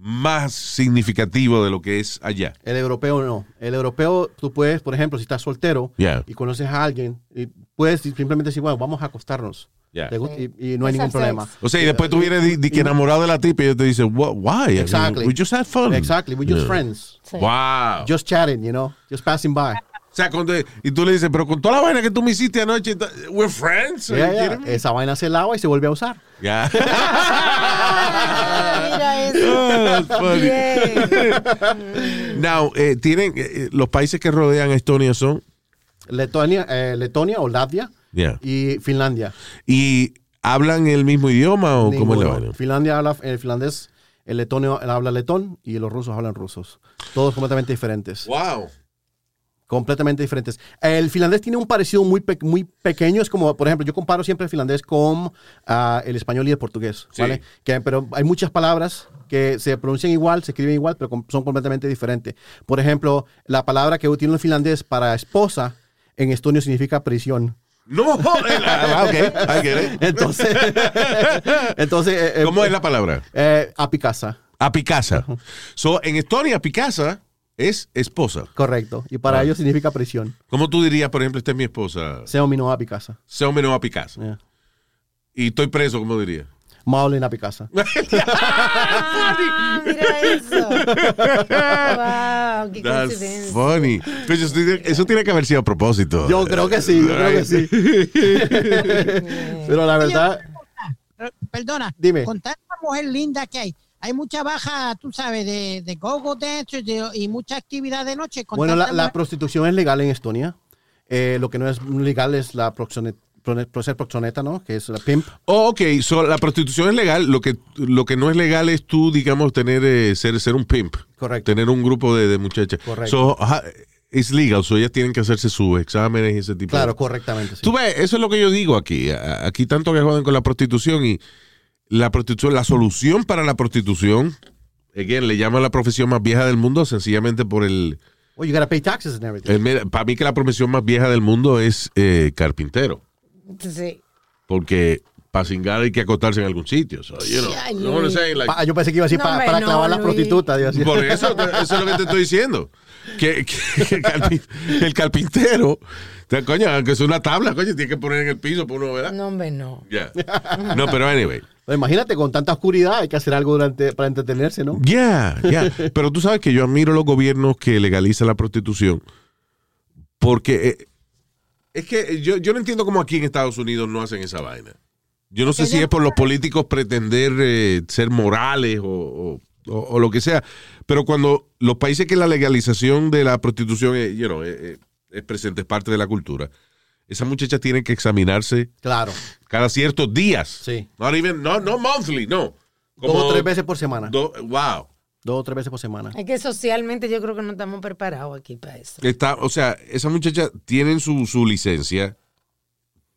más significativo de lo que es allá.
El europeo no. El europeo, tú puedes, por ejemplo, si estás soltero
Yeah.
y conoces a alguien, y puedes simplemente decir, bueno, vamos a acostarnos.
Yeah.
Te gusta- y, y no hay
Es
ningún
el
problema.
sex.
O sea, y después tú vienes di- di que enamorado de la tipa y ella te dice, What, why? I mean,
Exactly.
We just had fun.
Exactly, we're just
Yeah.
friends.
Sí.
Wow.
Just chatting, you know, just passing by.
O sea, cuando, y tú le dices, pero con toda la vaina que tú me hiciste anoche, ta- we're friends.
Yeah,
Are you
yeah.
kidding me?
Esa vaina se lava y se vuelve a usar.
Yeah.
Ah, mira eso.
Oh, that's funny.
Bien.
Now, eh, tienen, eh, eh, los países que rodean a Estonia son
Letonia, eh, Letonia o Latvia
Yeah.
y Finlandia.
¿Y hablan el mismo idioma o cómo es la
Ninguno.
vaina?
Finlandia habla el finlandés, el letonio habla letón y los rusos hablan rusos. Todos completamente diferentes.
Wow.
Completamente diferentes. El finlandés tiene un parecido muy, pe- muy pequeño. Es como, por ejemplo, yo comparo siempre el finlandés con ah, el español y el portugués.
Sí.
¿vale? Que, pero hay muchas palabras que se pronuncian igual, se escriben igual, pero com- son completamente diferentes. Por ejemplo, la palabra que tiene el finlandés para esposa en estonio significa prisión.
No, ah, ok, I get it.
Entonces, entonces eh, eh,
¿Cómo es la palabra?
eh, apicasa.
A Picasa. So, en Estonia, Picasa es esposa.
Correcto. Y
Ah.
para ellos significa prisión.
¿Cómo tú dirías, por ejemplo, esta es mi esposa?
Se ominó a Picasa.
Seo menos a Picasa.
Yeah.
Y estoy preso, ¿cómo diría?
Maulin a Picasa.
Ah, mira eso. wow, qué
That's
coincidencia.
funny. Pero eso tiene- eso tiene que haber sido a propósito.
Yo creo que sí, yo creo que sí. Pero la verdad,
Pero, Perdona,
Dime.
con tanta mujer linda que hay, hay mucha baja, tú sabes, de, de go-go dancers de- y mucha actividad de noche. Con
bueno, la,
tanta
la
mujer-
prostitución es legal en Estonia. Eh, lo que no es legal es la proxoneta, ser proxoneta, ¿no? Que es la pimp.
Oh, ok, so, la prostitución es legal. Lo que, lo que no es legal es tú, digamos, tener eh, ser, ser un pimp.
Correcto.
Tener un grupo de, de muchachas.
Correcto.
So, ajá, es legal, so ellas tienen que hacerse sus exámenes y ese tipo de
Claro, correctamente. sí.
Tú ves, eso es lo que yo digo aquí. A- Aquí tanto que joden con la prostitución y la prostitución, la solución para la prostitución, again, le llaman la profesión más vieja del mundo sencillamente por el...
Well, you gotta pay taxes and everything.
para Eh, mí que la profesión más vieja del mundo es eh, carpintero,
Sí.
porque para cingar hay que acostarse en algún sitio. so, you know,
Ay,
you know what I'm saying, like,
Pa- yo pensé que iba a decir
No,
pa-
hombre,
para
no,
clavar las
Luis.
prostitutas. Dios mío.
Por eso, eso es lo que te estoy diciendo. Que, que- que el, carpi- el carpintero, o sea, coño, aunque es una tabla, coño, tiene que poner en el piso por uno, ¿verdad?
No, hombre, no.
Yeah. No, pero anyway.
Pero imagínate, con tanta oscuridad hay que hacer algo durante, para entretenerse, ¿no?
Ya, ya. Pero tú sabes que yo admiro los gobiernos que legalizan la prostitución. Porque eh, es que yo, yo no entiendo cómo aquí en Estados Unidos no hacen esa vaina. Yo no sé si es por los políticos pretender eh, ser morales o, o- o- o lo que sea. Pero cuando los países que la legalización de la prostitución eh, you know, eh, eh, es presente, es parte de la cultura, esas muchachas tienen que examinarse
Claro.
cada ciertos días.
Sí.
Not even, no, no monthly, no.
Dos o tres veces por semana.
do- wow.
Dos o tres veces por semana.
Es que socialmente yo creo que no estamos preparados aquí para eso.
Está, o sea, esas muchachas tienen su, su licencia,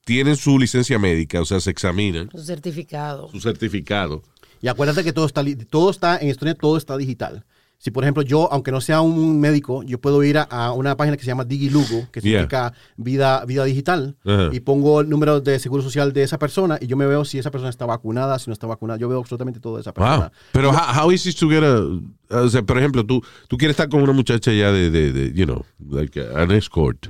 tienen su licencia médica, o sea, se examinan,
Un certificado.
su certificado.
Y acuérdate que todo está, li- todo está en Estonia, todo está digital. Si, por ejemplo, yo, aunque no sea un médico, yo puedo ir a, a una página que se llama DigiLugo, que
Yeah.
significa vida, vida digital,
Ajá.
y pongo el número de seguro social de esa persona y yo me veo si esa persona está vacunada, si no está vacunada. Yo veo absolutamente todo de esa persona.
Pero how, how is it to get a, o sea, por ejemplo, tú, tú quieres estar con una muchacha ya de, de, de, you know, like an escort.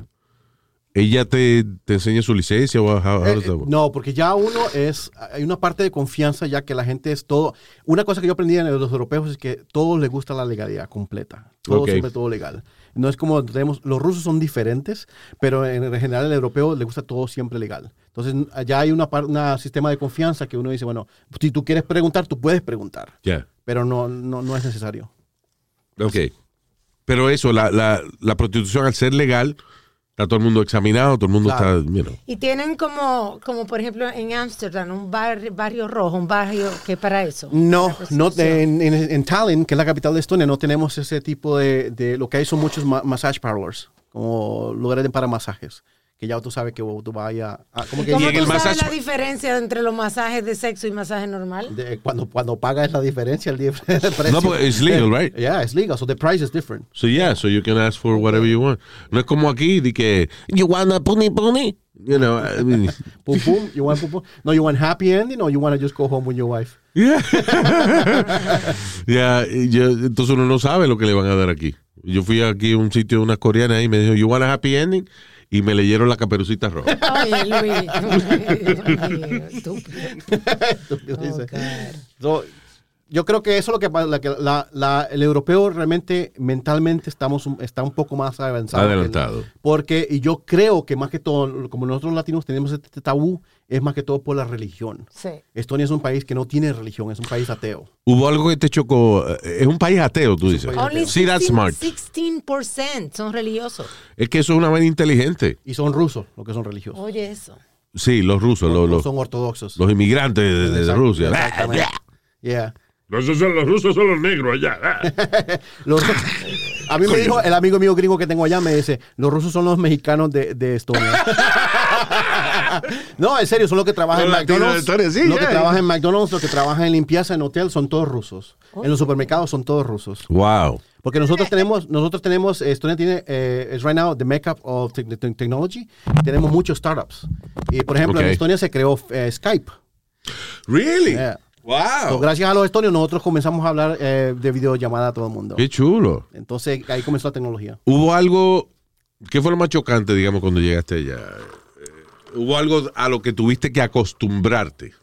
Ella te, te enseña su licencia o how, how
Eh,
does that work?
No, porque ya uno es, hay una parte de confianza ya que la gente es todo. Una cosa que yo aprendí en los europeos es que todos les gusta la legalidad completa. Todo
Ok.
siempre todo legal. No es como tenemos, los rusos son diferentes, pero en general el europeo le gusta todo siempre legal. Entonces ya hay una par- una sistema de confianza que uno dice, bueno, si tú quieres preguntar, tú puedes preguntar,
Ya.
pero no, no, no es necesario.
Ok. Pero eso, la, la, la prostitución al ser legal, está todo el mundo examinado, todo el mundo
Claro.
está, you know.
Y tienen como, como por ejemplo en Ámsterdam, un bar- barrio rojo, un barrio que es para eso.
No,
Para
no en,
prostitución.
en, en Tallinn, que es la capital de Estonia, no tenemos ese tipo de, de- lo que hay son muchos ma- massage parlors, como lugares de- para masajes, que ya tú sabes que tú vayas a, como que
¿Cómo
Y en
tú
el
sabes
masaje-
la diferencia entre los masajes de sexo y masaje normal?
de- cuando cuando pagas la diferencia el, dif- el precio.
No, porque it's legal, right?
Yeah, it's legal, so the price is different.
So yeah, so you can ask for whatever you want. No es como aquí de que you wanna pony pony, you know. I mean,
Pum pum, you want pum pum. No, you want happy ending or you want to just go home with your wife.
yeah. Yeah, y yo- entonces uno no sabe lo que le van a dar aquí. Yo fui aquí a un sitio una coreana y me dijo, "You want a happy ending?" y me leyeron la caperucita roja.
Oye, Luis. Oye, estúpido.
Tú dices.
Oh, God.
So, yo creo que eso es lo que pasa, la, que la- la- el europeo realmente mentalmente estamos un- está un poco más avanzado. que el-
Adelantado.
porque y yo creo que más que todo, como nosotros latinos tenemos este tabú, es más que todo por la religión.
Sí.
Estonia es un país que no tiene religión, es un país ateo.
Hubo algo que te chocó. eh, Es un país ateo, tú dices.
Only
Sí, that's
16,
smart.
16% son religiosos.
Es que eso es una vaina inteligente.
Y son rusos, los que son religiosos.
Oye, eso.
Sí, los rusos,
No-
los,
no
los,
son ortodoxos.
los inmigrantes de, de
Exact-
Rusia.
exactamente. Yeah.
Los, son- los rusos son los negros allá. Ah.
Los- a mí me dijo el amigo mío gringo que tengo allá, me dice, los rusos son los mexicanos de, de Estonia. no, en serio, son los que trabajan en
Los latinos
McDonald's.
de Estonia, sí,
los que
yeah.
trabajan en McDonald's, los que trabajan en limpieza, en hotel, son todos rusos. En
Oh.
los supermercados son todos rusos.
Wow.
Porque nosotros tenemos, nosotros tenemos, eh, Estonia tiene, eh, es right now the makeup of te- te- technology. Tenemos muchos startups. Y por ejemplo,
Ok.
en Estonia se creó eh, Skype.
Really?
Yeah. So,
Wow.
gracias a los estonios, nosotros comenzamos a hablar eh, de videollamada a todo el mundo.
Qué chulo.
Entonces ahí comenzó la tecnología.
Hubo algo. ¿Qué fue lo más chocante, digamos, cuando llegaste allá? Eh, Hubo algo a lo que tuviste que acostumbrarte.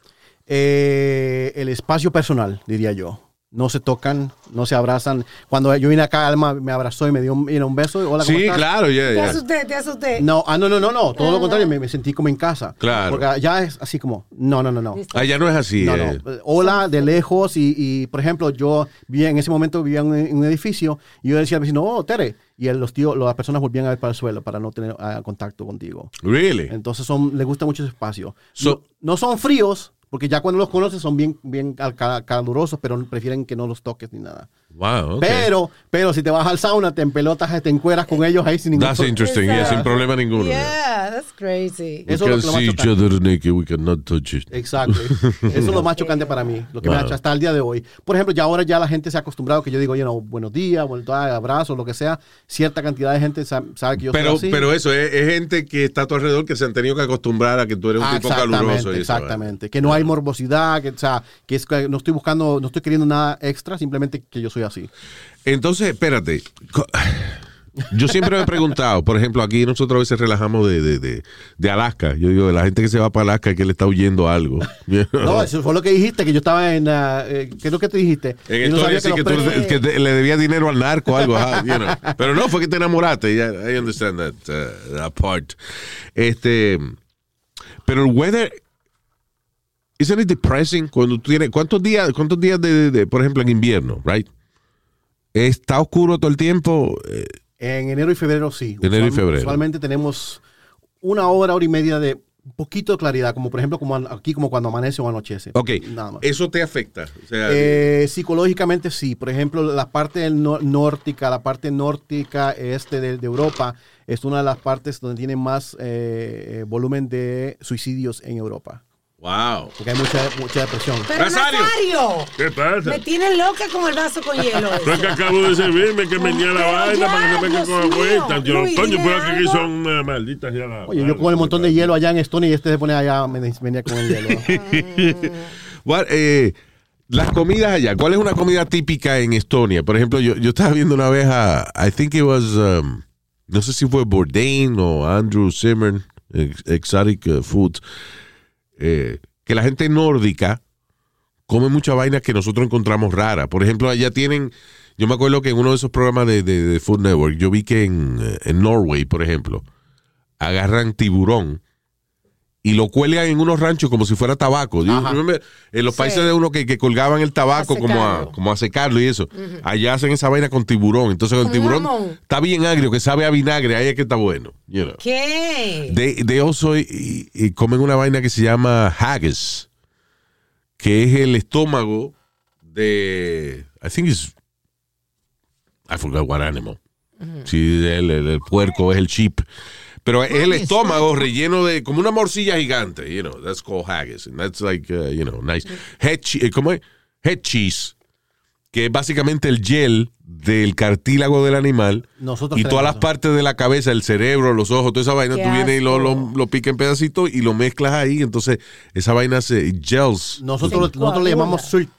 Eh, el espacio personal, diría yo. No se tocan, no se abrazan. Cuando yo vine acá, Alma me abrazó y me dio un, you know, un beso. Hola, ¿cómo
Sí,
estás?
claro, ya,
Te
ya.
asusté, te asusté.
No, ah, no, no, no, no. Todo lo contrario, me, me sentí como en casa.
Claro.
Porque allá es así como, no, no, no, no.
Allá Ah, no es así.
No,
eh.
no. Hola, de lejos. Y, y, por ejemplo, yo vivía en ese momento vivía en un, en un edificio y yo decía al vecino, oh, Tere. Y el- los tíos, las personas volvían a ver para el suelo para no tener ah, contacto contigo.
Really?
Entonces son, les gusta mucho ese espacio.
So-
no, no son fríos, porque ya cuando los conoces son bien, bien al- ca- calurosos, pero prefieren que no los toques ni nada.
Wow. ok.
Pero, pero si te vas al sauna, te empelotas, te encueras con ellos ahí sin ningún
That's
problema.
interesting. Yeah, sin problema ninguno. yeah.
Yeah, that's crazy.
We
Eso es lo
can
que lo más
see each
chocante. Eh,
other naked, we cannot touch it.
Exacto. Eso es lo más chocante para mí, lo que me ha hecho hasta el día de hoy. Por ejemplo, ya ahora ya la gente se ha acostumbrado que yo digo, you know, buenos días, buenos días, abrazos, lo que sea. Cierta cantidad de gente sa- sabe que yo
Pero,
soy así.
pero eso, es, es gente que está a tu alrededor que se han tenido que acostumbrar a que tú eres un
Ah,
tipo caluroso. y eso,
exactamente. Que no hay morbosidad, que, o sea, que, es que no estoy buscando, no estoy queriendo nada extra, simplemente que yo soy así.
¿vale? Entonces, espérate. Co- Yo siempre me he preguntado, por ejemplo, aquí nosotros a veces relajamos de, de, de, de Alaska. Yo digo, la gente que se va para Alaska que le está huyendo a algo.
No, eso fue lo que dijiste, que yo estaba en. ah, eh, ¿Qué es lo que te dijiste?
En
Yo no
Estonia
sabía
sí
los
que, tú
precios-
que te- le debías dinero al narco o algo. ajá, you know. Pero no, fue que te enamoraste. yeah, I understand that, uh, that part. Este, pero el weather, isn't it depressing? Cuando tú tienes, ¿cuántos días, cuántos días de, de- de, por ejemplo, en invierno, right? Está oscuro todo el tiempo. eh,
En enero y febrero sí.
Enero y
Usual-
febrero.
Usualmente tenemos una hora, hora y media de un poquito de claridad, como por ejemplo como an- aquí como cuando amanece o anochece.
ok, Eh,
Nada más.
eso te afecta. o sea,
Eh, psicológicamente sí, por ejemplo, la parte del nor- nórtica, la parte nórtica este de, de Europa es una de las partes donde tiene más eh, eh, volumen de suicidios en Europa,
wow.
porque hay mucha, mucha depresión.
Pero
Nazario.
Nazario,
¿Qué pasa?
me tienes loca con el vaso con hielo.
Pero es que acabo de servirme, que me niega la
Pero
vaina
ya,
para que no me
Dios
quede con
mío.
agüita. Yo,
Luis,
coño,
dime
pero que aquí
algo.
son eh, malditas ya la-
Oye, yo con el montón de hielo allá en Estonia y este se pone allá, me venía con el hielo.
What, eh, las comidas allá, ¿cuál es una comida típica en Estonia? Por ejemplo, yo, yo estaba viendo una vez a, I think it was, um, no sé si fue Bourdain o Andrew Zimmern, ex- Exotic eh, Food, eh, que la gente nórdica come mucha vaina que nosotros encontramos rara. Por ejemplo, allá tienen, yo me acuerdo que en uno de esos programas de, de- de Food Network, yo vi que en, eh, en Norway, por ejemplo, agarran tiburón y lo cuelgan en unos ranchos como si fuera tabaco. Yo- yo me- en los
Sí.
países de uno que, que colgaban el tabaco
A
como a,
secarlo.
como a secarlo y eso. Allá hacen esa vaina con tiburón. Entonces el
Con
tiburón
jamón.
está bien agrio, que sabe a vinagre, ahí es que está bueno. you know.
¿Qué?
De, de oso y, y- y comen una vaina que se llama haggis, que es el estómago de. I think it's. I forgot what animal. Sí, el, el- el puerco es el chip. Pero es el
Haggis.
estómago relleno de. como una morcilla gigante, you know. That's called haggis. And that's like, uh, you know, nice. Head, che- eh, ¿cómo es? Head cheese, que es básicamente el gel del cartílago del animal.
Nosotros
Y todas
tenemos
las
eso.
partes de la cabeza, el cerebro, los ojos, toda esa vaina,
Qué
tú vienes y lo, lo,
asco.
lo picas en pedacitos y lo mezclas ahí, entonces esa vaina se gels.
Nosotros,
Sí.
nosotros le llamamos
Coagula.
sult.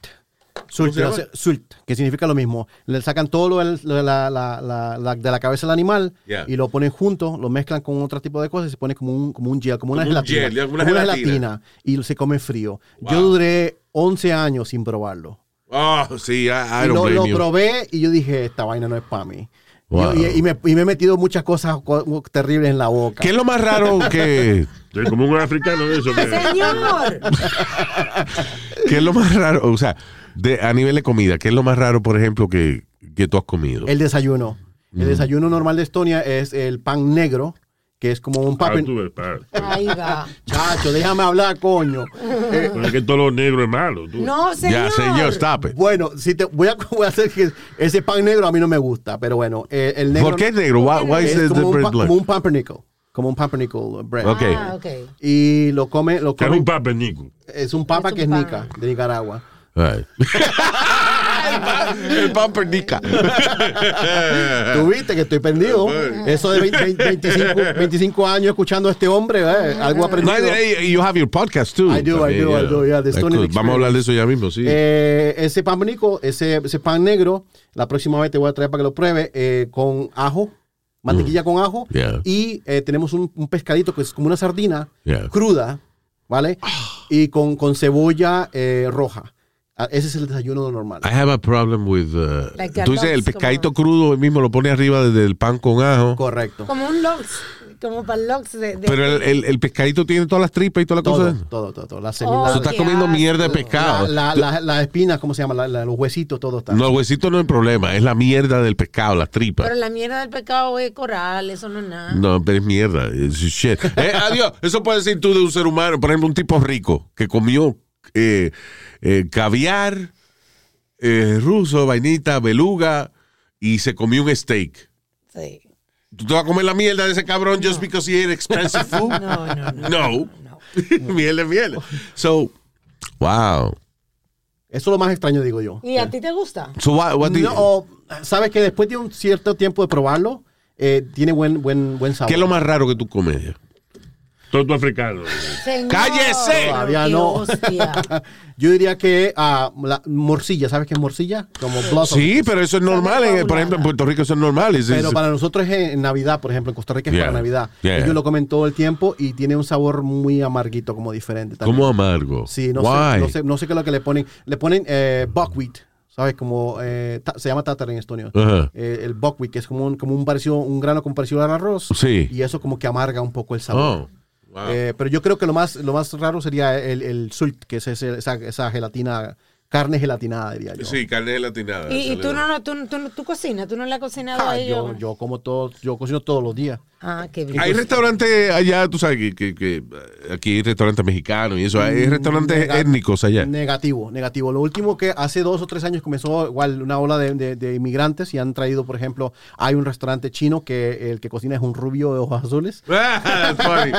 Sult,
se llama?
hace- sult, que significa lo mismo. Le sacan todo lo, del- lo de la, la- la- la- de la cabeza del animal
Yeah.
y lo ponen junto, lo mezclan con otro tipo de cosas y se pone como un, como un gel, como una
Como un
gelatina.
gel, ya, como una
como una
gelatina.
gelatina, Y se come frío.
Wow.
Yo duré 11 años sin probarlo.
Oh, sí, I, I
Y
don't
lo,
blame
lo
you.
probé y yo dije, esta vaina no es para mí.
Wow.
Yo- y, y me, y me he metido muchas cosas co- terribles en la boca.
¿Qué es lo más raro que...
Soy como un africano de eso. que-
Ah, Señor,
¿Qué es lo más raro? O sea, de, a nivel de comida, ¿qué es lo más raro, por ejemplo, que, que tú has comido?
El desayuno.
Mm.
El desayuno normal de Estonia es el pan negro, que es como un
Ah,
papel.
tú ves, pa.
ahí va.
Chacho, déjame hablar, coño. Eh,
Pero es que todo lo negro es malo. tú.
No, señor.
Ya, señor, stop it.
bueno, si te voy a, voy a hacer que ese pan negro a mí no me gusta, pero bueno, eh, el negro
¿Por qué negro? Why, why is
es
the, the
como, un,
bread
pa-
black?
como un pumpernickel, como un pumpernickel bread.
Ok.
Ah, ok.
Y lo come, lo
Que es
come-
un papa, Nico.
es un papa
Es un
que es
pan.
nica de Nicaragua.
All right. el, pan, el pampernica.
Tuviste que estoy perdido. Eso de 20, 25, 25 años escuchando a este hombre, eh, algo
No,
aprendido.
y- y- you have your podcast too.
I do, I
También,
do, I do, yeah, the
That's
Stone
good. Vamos a hablar de eso ya mismo, sí.
Eh, ese pan bonico, ese, ese pan negro, la próxima vez te voy a traer para que lo pruebe eh, con ajo, mantequilla con ajo.
Mm. Yeah.
Y eh, tenemos un, un pescadito que es como una sardina
Yeah. Ah.
cruda, ¿vale? Y con, con cebolla eh, roja. Ah, Ese es el desayuno normal.
I have a problem with. uh,
Like the
tú dices el
adults,
pescadito
como-
crudo, él mismo lo pone arriba desde el pan con ajo.
Correcto.
Como un lox, como para el lox de, de-
Pero el, el- el pescadito tiene todas las tripas y toda la
Todo,
cosa.
todo, todo, todo. La
Oh,
Tú
cebolla,
estás
qué
comiendo
asco.
mierda de pescado.
la- la- la- las espinas, ¿cómo se llama? La- la- los huesitos, todo está.
No, el huesito no es el problema, es la mierda del pescado, las tripas.
Pero la mierda del pecado es coral, eso no es nada.
No, pero es mierda, es shit. Eh, adiós, eso puede decir tú de un ser humano, por ejemplo, un tipo rico que comió eh, eh, caviar eh, ruso, vainita, beluga y se comió un steak.
Sí.
¿Tú te vas a comer la mierda de ese cabrón just because he ate expensive food?
No, no, no.
No. miel es miel. So, wow.
Eso es lo más extraño, digo yo.
¿Y a ti te gusta?
So, what, what do you-
No, o, sabes que después de un cierto tiempo de probarlo, eh, tiene buen, buen, buen sabor.
¿Qué es lo más raro que tú comes?
Todo tu africano.
Señor,
¡Cállese!
pero
Todavía
qué
no.
hostia.
Yo diría que ah, la morcilla, ¿sabes qué es morcilla? Como blossom.
Sí, pero eso es normal. en- por ejemplo, en Puerto Rico eso es normal. Es-
Pero
es-
para nosotros es en Navidad, por ejemplo, en Costa Rica es
Yeah.
para Navidad.
Yeah.
Ellos lo comen todo el tiempo y tiene un sabor muy amarguito, como diferente. también.
¿Cómo amargo?
Sí, no
Why?
sé, no sé, no sé qué es lo que le ponen. Le ponen eh, buckwheat, ¿sabes? Como eh, ta- se llama tatar en Estonia.
Ajá.
Eh, el buckwheat, que es como un, como un parecido, un grano con parecido al arroz.
Sí.
Y eso como que amarga un poco el
Oh.
sabor. Eh, pero yo creo que lo más, lo más raro sería el, el sult, que es ese- esa, esa gelatina, carne gelatinada, diría yo.
Sí, carne gelatinada.
Y, y tú no, no, tú, tú, tú cocinas, tú no le has cocinado
Ah,
a
yo,
ellos.
yo como todo, yo cocino todos los días.
Ah, qué bien.
Hay restaurantes allá, tú sabes que, que- que aquí hay restaurantes mexicanos y eso. Hay restaurantes
Mm, Nega-
étnicos allá.
Negativo, negativo. Lo último que hace dos o tres años comenzó igual una ola de, de- de inmigrantes y han traído, por ejemplo, hay un restaurante chino que el que cocina es un rubio de ojos azules.
Ah, that's funny.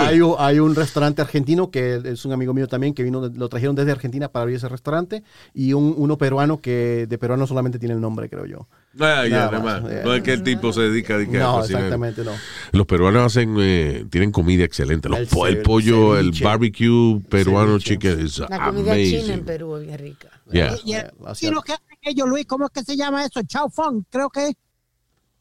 hay, un- hay un restaurante argentino que es un amigo mío también que vino, lo trajeron desde Argentina para abrir ese restaurante y un, uno peruano que de peruano solamente tiene el nombre, creo yo.
Ah, ya,
Nada
nada
más.
más.
Yeah.
No es que el tipo se dedica a dedica a
No,
cocinar.
exactamente no.
Los peruanos hacen, eh, tienen comida excelente. Los
El
po- el,
ce-
pollo,
ceviche.
el barbecue peruano
Ceviche.
chicken is
La comida china en
amazing.
Perú es bien rica.
Yeah.
Y el
o sea-
chino que hacen ellos, Luis, ¿cómo es que se llama eso? Chao Fong, creo que. es.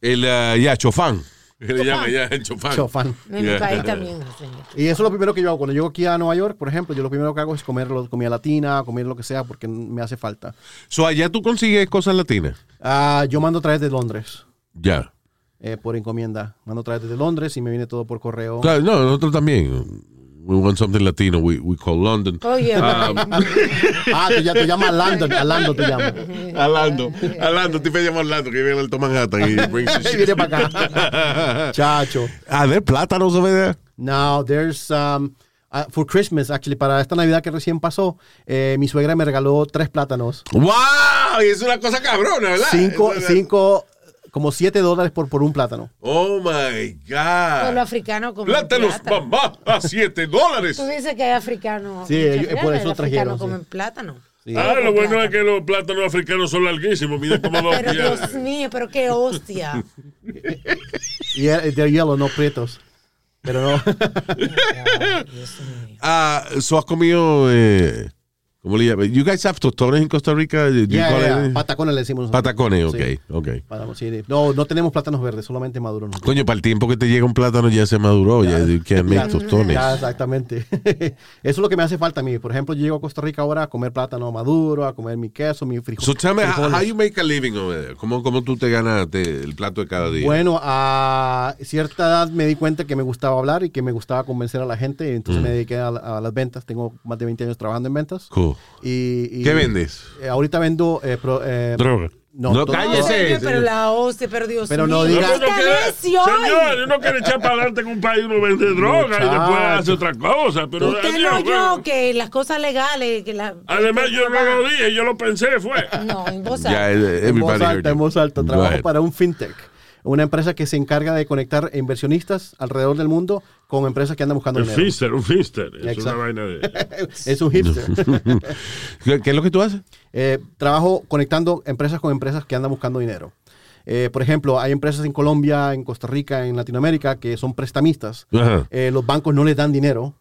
El, ah, ya, chofán. Le llama ya el chofán.
Chofán.
En
Yeah.
mi país también hacen esto.
Y eso es lo primero que yo hago. Cuando llego aquí a Nueva York, por ejemplo, yo lo primero que hago es comer lo- comida latina, comer lo que sea, porque me hace falta.
So, allá tú consigues cosas latinas.
Ah, yo mando a través de Londres,
Ya.
eh, por encomienda. Mando a través de Londres y me viene todo por correo.
Claro, no, nosotros también. We want something latino. We, we call London.
Oye,
Ah, tú ya te llamas a London, a London te llamas.
Alando, Alando, te voy a llamar Alando, que viene al Manhattan y brings the
viene
shit.
para acá. Chacho.
Ah, de plátanos over there.
Now, there's, um, uh, for Christmas, actually, para esta Navidad que recién pasó, eh, mi suegra me regaló tres plátanos.
¡Wow! Y es una cosa cabrona, ¿verdad?
Cinco,
Es una-
cinco, como siete dólares por, por un plátano.
Oh my
todos los
God.
africanos comen
Plátanos,
plátano.
mamá, a 7 dólares.
Tú dices que hay africanos.
Sí,
en
ellos-
Chacrana,
por
el
eso
africano
trajeron, sí.
comen plátano.
Ah,
Todo
lo
con
bueno es
plátano.
que los plátanos africanos son larguísimos. Mira cómo va
Pero Dios mío, pero qué hostia.
Y eh, they're yellow, no prietos. Pero no.
Ah, ¿so has comido eh, ¿Cómo le llaman? You guys have tostones en Costa Rica? Do you
Yeah,
call
yeah,
it- eh?
Patacones le decimos nosotros.
Patacones, ok,
Sí.
ok.
Para- sí, no, no tenemos plátanos verdes, solamente maduros. no.
Coño, para el tiempo que te llega un plátano ya se maduró, ya, you can't make
Ya,
tostones.
ya, exactamente. Eso es lo que me hace falta a mí. Por ejemplo, yo llego a Costa Rica ahora a comer plátano maduro, a comer mi queso, mi frijol.
So ah, tell me, how,
frijoles.
how you make a living over there? ¿Cómo, cómo tú te ganas de- el plato de cada día?
Bueno, a cierta edad me di cuenta que me gustaba hablar y que me gustaba convencer a la gente, entonces me dediqué a, la- a las ventas. Tengo más de 20 años trabajando en ventas.
Mm. Cool.
Y, y-
¿Qué vendes?
eh, ahorita vendo... eh, pro- eh,
Droga.
no,
No,
to-
Oye,
cállese. Ese-
pero la OCE, pero Dios
Pero no
mío.
diga-
¿Qué te necio hoy?
Señor, uno quiere echar para adelante en un país, uno vende droga y después
Muchacho.
hace otra cosa. Pero
Usted
adiós,
no
bueno.
yo, que las cosas legales, que la-
Además, yo no lo dije, yo lo pensé, fue.
No, en voz
Ya,
alta.
eh,
En voz
everybody heard
alta,
you.
en voz alta.
Go
Trabajo
ahead.
para un fintech, una empresa que se encarga de conectar inversionistas alrededor del mundo con empresas que andan buscando
Un
dinero.
fister, un fister. Es una
Exacto.
vaina de.
es un hipster.
¿Qué, qué es lo que tú haces?
Eh, trabajo conectando empresas con empresas que andan buscando dinero. Eh, por ejemplo, hay empresas en Colombia, en Costa Rica, en Latinoamérica que son prestamistas.
Ajá.
Eh, los bancos no les dan dinero,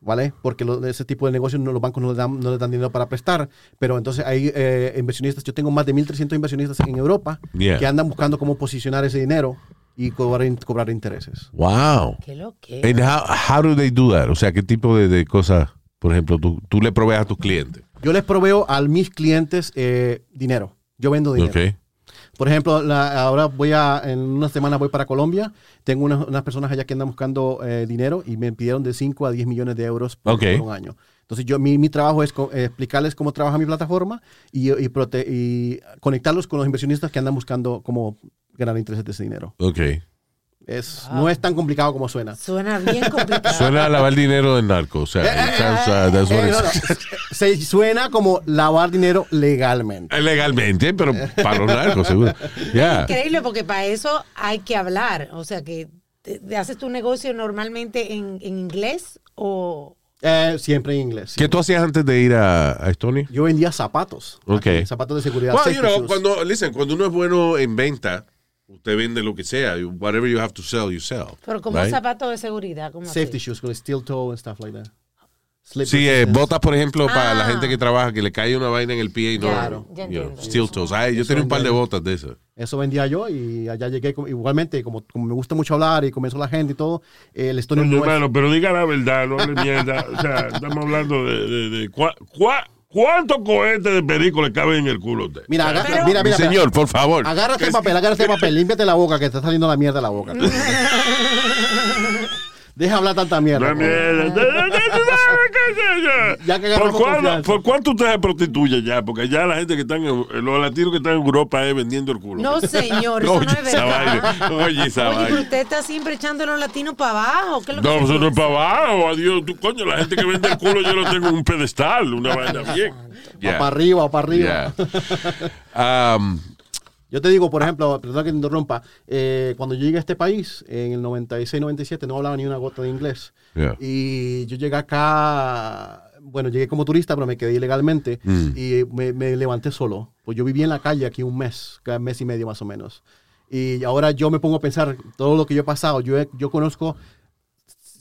¿vale? Porque lo- ese tipo de negocios no, los bancos no les, dan, no les dan dinero para prestar. Pero entonces hay eh, inversionistas, yo tengo más de 1.300 inversionistas en Europa
Yeah.
que andan buscando cómo posicionar ese dinero y cobrar, in- cobrar intereses.
Wow.
¿Qué lo que?
And how, how do they do that? O sea, ¿qué tipo de, de cosas, por ejemplo, tú, tú le provees a tus clientes?
Yo les proveo a mis clientes eh, dinero. Yo vendo dinero.
Ok.
Por ejemplo, la- ahora voy a, en una semana voy para Colombia. Tengo unas, unas personas allá que andan buscando eh, dinero y me pidieron de 5 a 10 millones de euros por,
Ok.
por un año. Entonces, yo, mi, mi trabajo es co- eh, explicarles cómo trabaja mi plataforma y, y prote- y conectarlos con los inversionistas que andan buscando cómo ganar intereses de ese dinero.
Ok.
Es,
Ah.
No es tan complicado como suena.
Suena bien complicado.
Suena a lavar dinero del narco. O sea,
Eh,
it sounds, uh, that's what
Eh,
it
no, no,
sounds.
se suena como lavar dinero legalmente.
Legalmente, pero para los narcos, seguro. Ya.
Increíble, porque para eso hay que hablar. O sea, que te- te haces tu negocio normalmente en, en inglés o...
Eh, siempre en inglés.
¿Qué tú hacías antes de ir a, a Estonia?
Yo vendía zapatos.
Ok.
aquí, zapatos de seguridad.
Well,
safety
you know,
shoes.
cuando, listen, cuando uno es bueno en venta, usted vende lo que sea. You- Whatever you have to sell, you sell.
Pero como
right?
un zapato de seguridad. Como
safety
así.
shoes con steel toe and stuff like that. Slip
Sí, eh,
resistance.
botas, por ejemplo, para
Ah.
la gente que trabaja, que le cae una vaina en el pie y no.
Claro, ya
you know,
entiendo.
steel toes. Ay, yo tenía un par de botas de esas.
Eso vendía yo y allá llegué con- igualmente, como, como me gusta mucho hablar y comenzó la gente y todo, eh, el estonio
Coño,
no es-
hermano, pero diga la verdad, no hable mierda. O sea, estamos hablando de. de, de cua- cua- ¿Cuántos cohetes de perico le caben en el culo a usted?
Mira, agarra-
Pero-
mira,
Mi
mira,
señor, por favor.
mira, agárrate el papel, agárrate el papel, límpiate la boca que te está saliendo la mierda de la boca. Deja hablar tanta mierda.
La
coño.
mierda.
Ya que
¿Por,
agarramos
cuándo-
confianza.
¿Por cuánto usted se prostituye ya? Porque ya la gente que están, en- eh, los latinos que están en Europa es vendiendo el culo.
No, señor, eso no
Oye,
es
esa
verdad.
vaina. Oye, esa
Oye, pero
vaina.
usted está siempre echando a los latinos para abajo. ¿Qué es lo que
No,
se
eso no es
piensa?
para abajo. Adiós, tú, coño, la gente que vende el culo yo lo tengo en un pedestal, una vaina bien.
Yeah,
Para arriba, para arriba.
yeah. Um,
Yo te digo, por ejemplo, perdón que te interrumpa, eh, cuando yo llegué a este país, en el 96-97, no hablaba ni una gota de inglés.
Yeah.
Y yo llegué acá, bueno, llegué como turista, pero me quedé ilegalmente y me, me levanté solo. Pues yo viví en la calle aquí un mes, cada mes y medio más o menos. Y ahora yo me pongo a pensar todo lo que yo he pasado. Yo, he- yo conozco,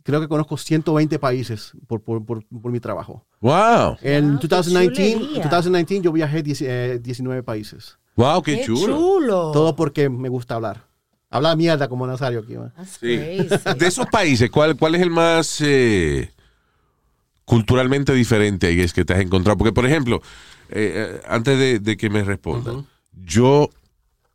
creo que conozco 120 países por, por, por, por mi trabajo.
wow.
En
Wow, qué
2019,
chulería.
2019 yo viajé 10, eh, 19 países.
Wow, qué,
Qué
chulo.
chulo.
Todo porque me gusta hablar. Habla mierda como Nazario aquí. ¿va?
That's
Sí.
crazy.
De esos países, ¿cuál, cuál es el más eh, culturalmente diferente y es que te has encontrado? Porque, por ejemplo, eh, eh, antes de, de que me respondan, yo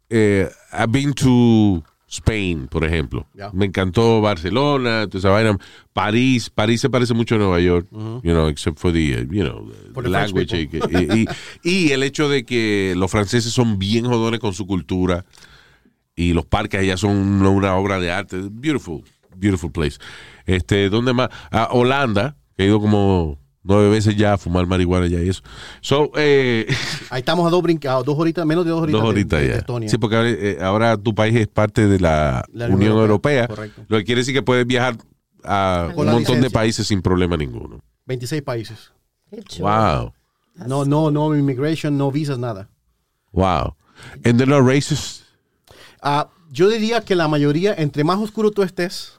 eh, I've been to Spain, por ejemplo.
Ya.
Me encantó Barcelona, toda esa vaina. París, París se parece mucho a Nueva York, you know, except for the, eh, you know, the
For the French
language. Y, que- y- y- y el hecho de que los franceses son bien jodones con su cultura y los parques allá son una, una obra de arte. Beautiful, beautiful place. Este, ¿dónde más? A Holanda, he ido como nueve veces ya a fumar marihuana ya y eso. So, eh,
Ahí estamos a dos brincados, dos horitas, menos de dos horitas.
dos
de-
horitas
de
ya.
Estonia.
Sí, porque ahora, eh, ahora tu país es parte de la,
La
Unión
Unión
Europea,
Europea, correcto.
lo que quiere decir que puedes viajar a
Con
un
la
montón de
licencia.
países sin problema ninguno.
26 países.
Qué chulo.
Wow,
No, no, no immigration, no visas, nada.
wow. And they're not racist.
Ah, yo diría que la mayoría, entre más oscuro tú estés,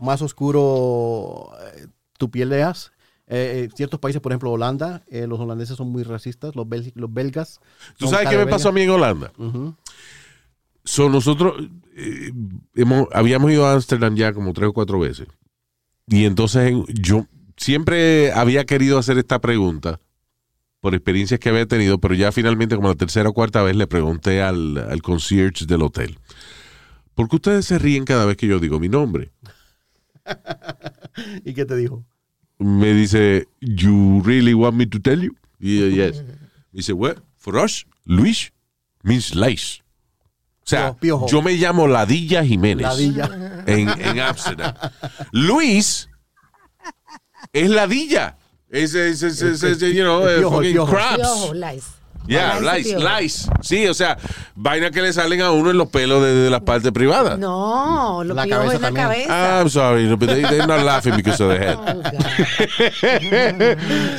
más oscuro eh, tu piel leas, eh, eh, ciertos países, por ejemplo Holanda, eh, los holandeses son muy racistas, los, bel- los belgas.
¿Tú sabes qué me pasó a mí en Holanda? So, nosotros eh, hemos- habíamos ido a Ámsterdam ya como tres o cuatro veces. Y entonces en- yo siempre había querido hacer esta pregunta por experiencias que había tenido, pero ya finalmente como la tercera o cuarta vez le pregunté al, al concierge del hotel. ¿Por qué ustedes se ríen cada vez que yo digo mi nombre?
¿Y qué te dijo?
me dice, you really want me to tell you? Y yo, yes. Me dice, well, for us, Luis means lice. O sea,
Piojo.
yo me llamo Ladilla Jiménez
Ladilla.
en en Ámsterdam. Luis es Ladilla. Es, es, es, es- es, you know,
El
eh,
piojo, el
fucking
piojo.
crabs.
Piojo, lice.
Yeah, lice,
lice, piojo.
lice. Sí, o sea, vaina que le salen a uno en los pelos de, de las partes privadas.
No, los
La
piojos
cabeza
en la
también.
cabeza.
I'm sorry, but they, they're not laughing because of the head.
Oh, God.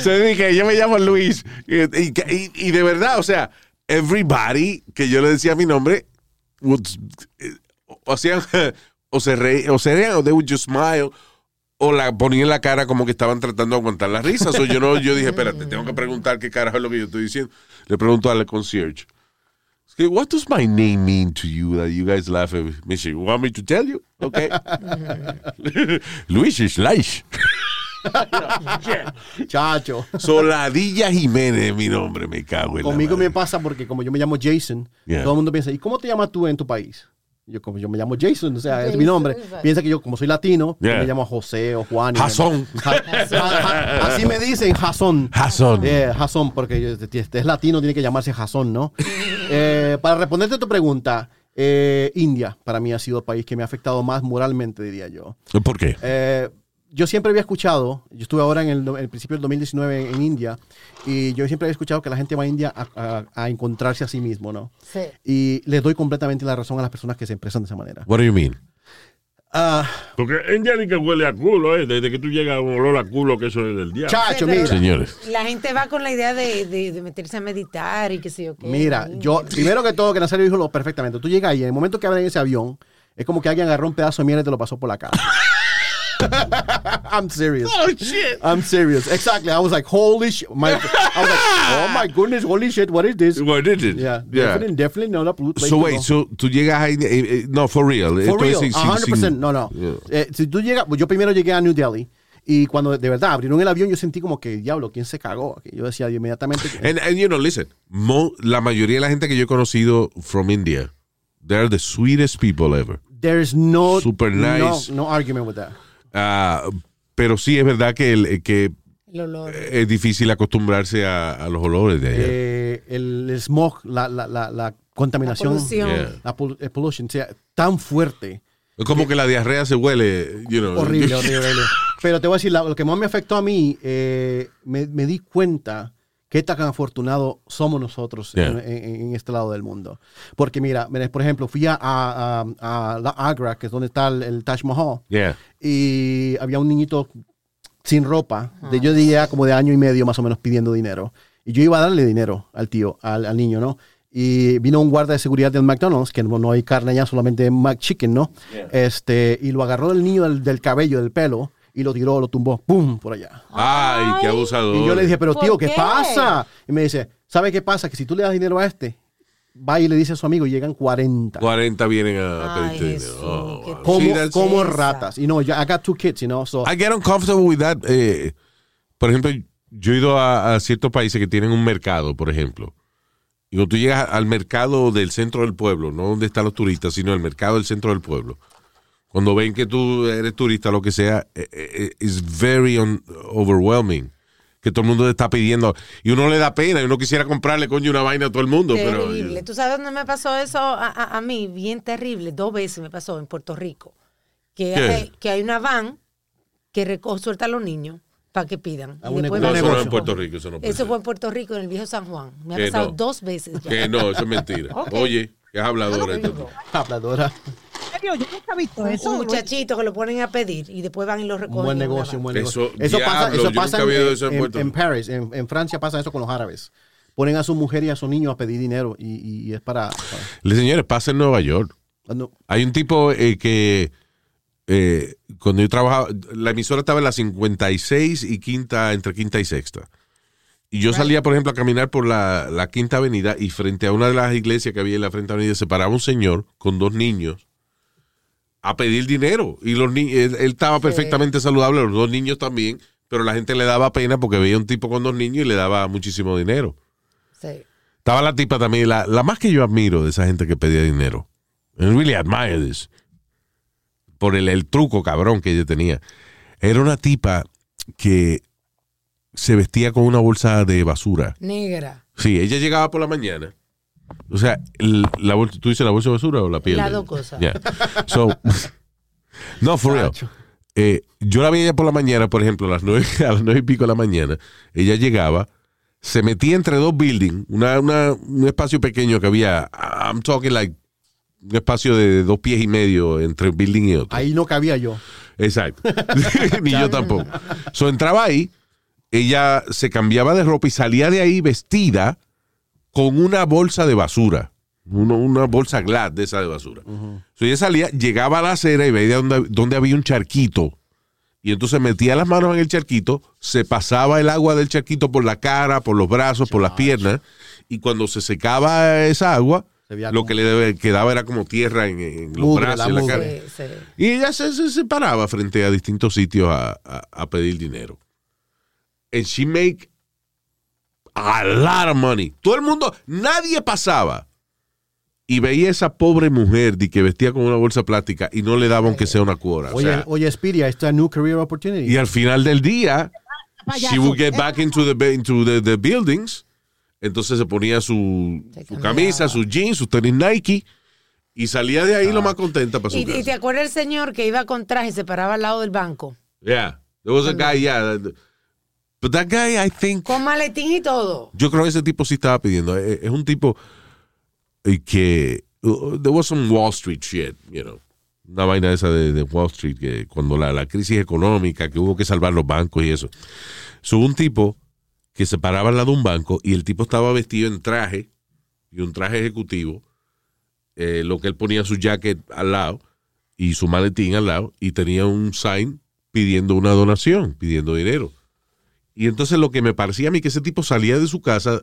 Se dije, yo me llamo Luis. Y, y- y- y de verdad, o sea, everybody que yo le decía mi nombre, would- eh, o hacían, o se reían, o se reían, o they would just smile, o la ponían la cara como que estaban tratando de aguantar la risa. So, yo, no, yo dije, espérate, tengo que preguntar qué carajo es lo que yo estoy diciendo. Le pregunto al concierge. "Es que, What does my name mean to you that you guys laugh at me? Me dice, "You want me to tell you? Okay. Luis is Luis.
Chacho.
Soladilla Jiménez, mi nombre, me cago en la
Conmigo
madre.
me pasa porque como yo me llamo Jason,
Yeah.
todo el mundo piensa, ¿y cómo te llamas tú en tu país? Yo como yo me llamo Jason, o sea, es mi
Jason,
nombre.
exacto.
Piensa que yo como soy latino,
Yeah.
me llamo José o Juan. y-
Jason.
Ja- ja- ja- así me dicen Jason.
Jason.
Eh, Jason, porque yo- este este es latino, tiene que llamarse Jason, ¿no? Eh, para responderte a tu pregunta, eh, India para mí ha sido el país que me ha afectado más moralmente, diría yo.
¿Por qué?
Eh, yo siempre había escuchado, yo estuve ahora en el, do- el principio del 2019 en India, y yo siempre había escuchado que la gente va a India a, a- a encontrarse a sí mismo, ¿no?
Sí.
Y les doy completamente la razón a las personas que se expresan de esa manera.
What do you mean?
Ah,
Porque en Yánica huele a culo, ¿eh? Desde que tú llegas a un olor a culo, que eso es del diablo.
chacho, mira.
Señores.
La gente va con la idea de, de- de meterse a meditar y qué sé yo qué.
Mira, yo, primero que todo, que Nazario dijo lo perfectamente. Tú llegas ahí, en el momento que abren ese avión, es como que alguien agarró un pedazo de miel y te lo pasó por la cara. I'm serious. Oh, shit. I'm serious. Exactly. I was like, holy shit. My, I was like, oh my goodness, holy shit, what is this?
What is it?
Yeah,
Yeah.
Definitely, definitely pues, not a blue plate
So
to
wait,
go.
so tú llegas ahí, eh, eh, no, for real.
For
Esto es
real,
sin- sin-
100%,
sin-
no, no.
Yeah.
Eh, si tú llegas, pues yo primero llegué a New Delhi y cuando de verdad abrieron el avión yo sentí como que, diablo, ¿quién se cagó? Que Yo decía inmediatamente, que-
And, and you know, listen, mo- la mayoría de la gente que yo he conocido from India, they're the sweetest people ever.
there's no,
Super nice.
no, no argument with that.
Ah, pero sí es verdad que, el- que
El olor.
es difícil acostumbrarse a, a los olores de allá.
Eh, el smog, la, la, la, la contaminación,
La polución.
Yeah.
la pol- eh, pollution, o sea, tan fuerte.
Es como que la diarrea se huele, you know.
Horrible, horrible, horrible. Pero te voy a decir, la- lo que más me afectó a mí, eh, me, me di cuenta qué tan afortunados somos nosotros
Yeah.
en, en- en este lado del mundo. Porque mira, mira, por ejemplo, fui a, a- a- a la Agra, que es donde está el, el Taj Mahal,
Yeah.
y había un niñito sin ropa, de
Ah.
yo diría como de año y medio más o menos pidiendo dinero. Y yo iba a darle dinero al tío, al, al niño, ¿no? Y vino un guarda de seguridad del McDonald's, que no, no hay carne allá, solamente McChicken, ¿no? Este, y lo agarró del niño del, del cabello, del pelo, y lo tiró, lo tumbó, ¡pum! por allá.
Ay, qué
Ay.
abusador.
Y yo le dije, pero
¿Por
tío, ¿qué,
qué?
pasa? Y me dice, ¿sabe qué pasa? Que si tú le das dinero a este, va y le dice a su amigo, y llegan 40.
40 vienen a
Ay,
pedirte
Jesús,
dinero. Oh, wow.
qué triste.
Sí,
Como,
that's-
como
Esa.
ratas. Y no, ya- I got two kids, you know, so...
I get uncomfortable with that. eh, por ejemplo, yo he ido a, a ciertos países que tienen un mercado, por ejemplo. Y cuando tú llegas al mercado del centro del pueblo, no donde están los turistas, sino el mercado del centro del pueblo. Cuando ven que tú eres turista, lo que sea, eh, es very un- overwhelming. Que todo el mundo te está pidiendo. Y uno le da pena, y uno quisiera comprarle, coño, una vaina a todo el mundo. Pero,
terrible. ¿Tú sabes dónde me pasó eso a, a- a mí? Bien terrible. Dos veces me pasó en Puerto Rico. Que,
¿Qué?
hay, que hay una van que recoge, suelta a los niños para que pidan.
A
Y
un
después
No,
van-
eso no es en
negocio.
Puerto Rico, eso no puede
Eso
ser.
fue en Puerto Rico, en el viejo San Juan. Me ha
Que
pasado
no.
dos veces ya.
Que no, eso es mentira.
Ok.
Oye, que es habladora. entonces.
Habladora.
¿En serio? Yo nunca he visto eso.
Un
Luis.
muchachito que lo ponen a pedir y después van y lo recogen.
Un buen
en una
negocio, un buen
Eso,
negocio. Eso
diablo,
pasa,
yo
eso
nunca
pasa
había oído
en,
eso en
en-
Puerto
en
Rico.
París, en, en Francia pasa eso con los árabes. Ponen a su mujer y a su niño a pedir dinero y, y- y es para... para-
Le- Señores, pasa en Nueva York.
no,
Hay un tipo eh, que eh, cuando yo trabajaba, la emisora estaba en la 56 y quinta, entre quinta y sexta. Y yo salía, por ejemplo, a caminar por la, la quinta avenida y frente a una de las iglesias que había en la frente avenida se paraba un señor con dos niños a pedir dinero. Y los ni- él, él estaba perfectamente saludable, los dos niños también, pero la gente le daba pena porque veía un tipo con dos niños y le daba muchísimo dinero.
Sí.
Estaba la tipa también, la, la más que yo admiro de esa gente que pedía dinero. I really admire this. Por el, el truco cabrón que ella tenía. Era una tipa que se vestía con una bolsa de basura.
Negra.
Sí, ella llegaba por la mañana. O sea, el- la bolsa, ¿tú dices la bolsa de basura o la piel?
Las
de-
dos cosas.
Yeah. So, no, for real. Eh, yo la veía por la mañana, por ejemplo, a las nueve, a las nueve y pico de la mañana. Ella llegaba, se metía entre dos buildings, una, una- un espacio pequeño que había. I'm talking like un espacio de dos pies y medio entre un building y otro.
Ahí no cabía yo.
Exacto. Ni yo tampoco. So entraba ahí, ella se cambiaba de ropa y salía de ahí vestida con una bolsa de basura. Uno- una bolsa glad de esa de basura. So ella salía, llegaba a la acera y veía donde, donde había un charquito. Y entonces metía las manos en el charquito, se pasaba el agua del charquito por la cara, por los brazos, por las piernas. Y cuando se secaba esa agua,
Se veía
lo
como-
que le quedaba era como tierra en, en los
Mugre,
brazos
la
y la
mugre.
cara.
Sí, sí.
Y ella se, se separaba frente a distintos sitios a, a- a pedir dinero. And she make a lot of money. Todo el mundo, nadie pasaba. Y veía esa pobre mujer de que vestía con una bolsa plástica y no le daba aunque sea una cuora. O
Oye,
sea,
oye Spiria, esta new career opportunity.
y al final del día,
Payaso.
she would get back into the, ba- into the, the buildings. Entonces se ponía su,
Se
su camisa,
cambiaba.
sus jeans, sus tenis Nike y salía de ahí lo más contenta para su
¿Y,
casa.
y te acuerdas el señor que iba con traje y se paraba al lado del banco?
Yeah. There was a guy, yeah. that- But that guy, I think.
Con maletín y todo.
Yo creo que ese tipo sí estaba pidiendo. Eh, Es un tipo eh, que. uh, There was some Wall Street shit, you know. Una vaina esa de, de Wall Street, que cuando la, la crisis económica, que hubo que salvar los bancos y eso. So, un tipo que se paraba al lado de un banco y el tipo estaba vestido en traje, y un traje ejecutivo, eh, lo que él ponía su jacket al lado y su maletín al lado, y tenía un sign pidiendo una donación, pidiendo dinero. Y entonces lo que me parecía a mí que ese tipo salía de su casa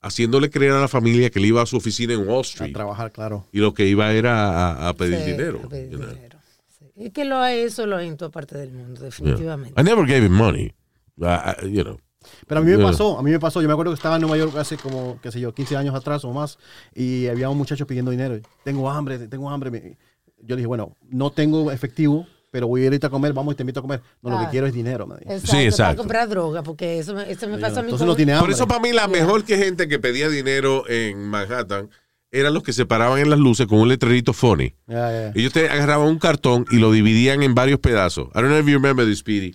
haciéndole creer a la familia que él iba a su oficina en Wall
a
Street
trabajar, claro.
y lo que iba era a, a pedir
Sí,
dinero.
a pedir
you know.
dinero. Sí. Es que lo hay, eso lo hay en toda parte del mundo,
Yeah.
definitivamente.
I never gave him money. I- I- you know.
Pero a mí me
Yeah.
pasó, a mí me pasó. Yo me acuerdo que estaba en Nueva York hace como, qué sé yo, 15 años atrás o más, y había un muchacho pidiendo dinero. Tengo hambre, tengo hambre. Me- Yo le dije, bueno, no tengo efectivo, pero voy a ir ahorita a comer, vamos y te invito a comer. No, lo que
Ah.
quiero es dinero, me dijo.
Exacto, Para
exacto.
comprar droga, porque eso me, eso me pasó a mí.
Entonces
con-
no tiene
Por
hambre.
eso para mí la mejor que gente que pedía dinero en Manhattan eran los que se paraban en las luces con un letrerito funny.
Ya, ya, ya.
Ellos te agarraban un cartón y lo dividían en varios pedazos. I don't know if you remember this, Speedy.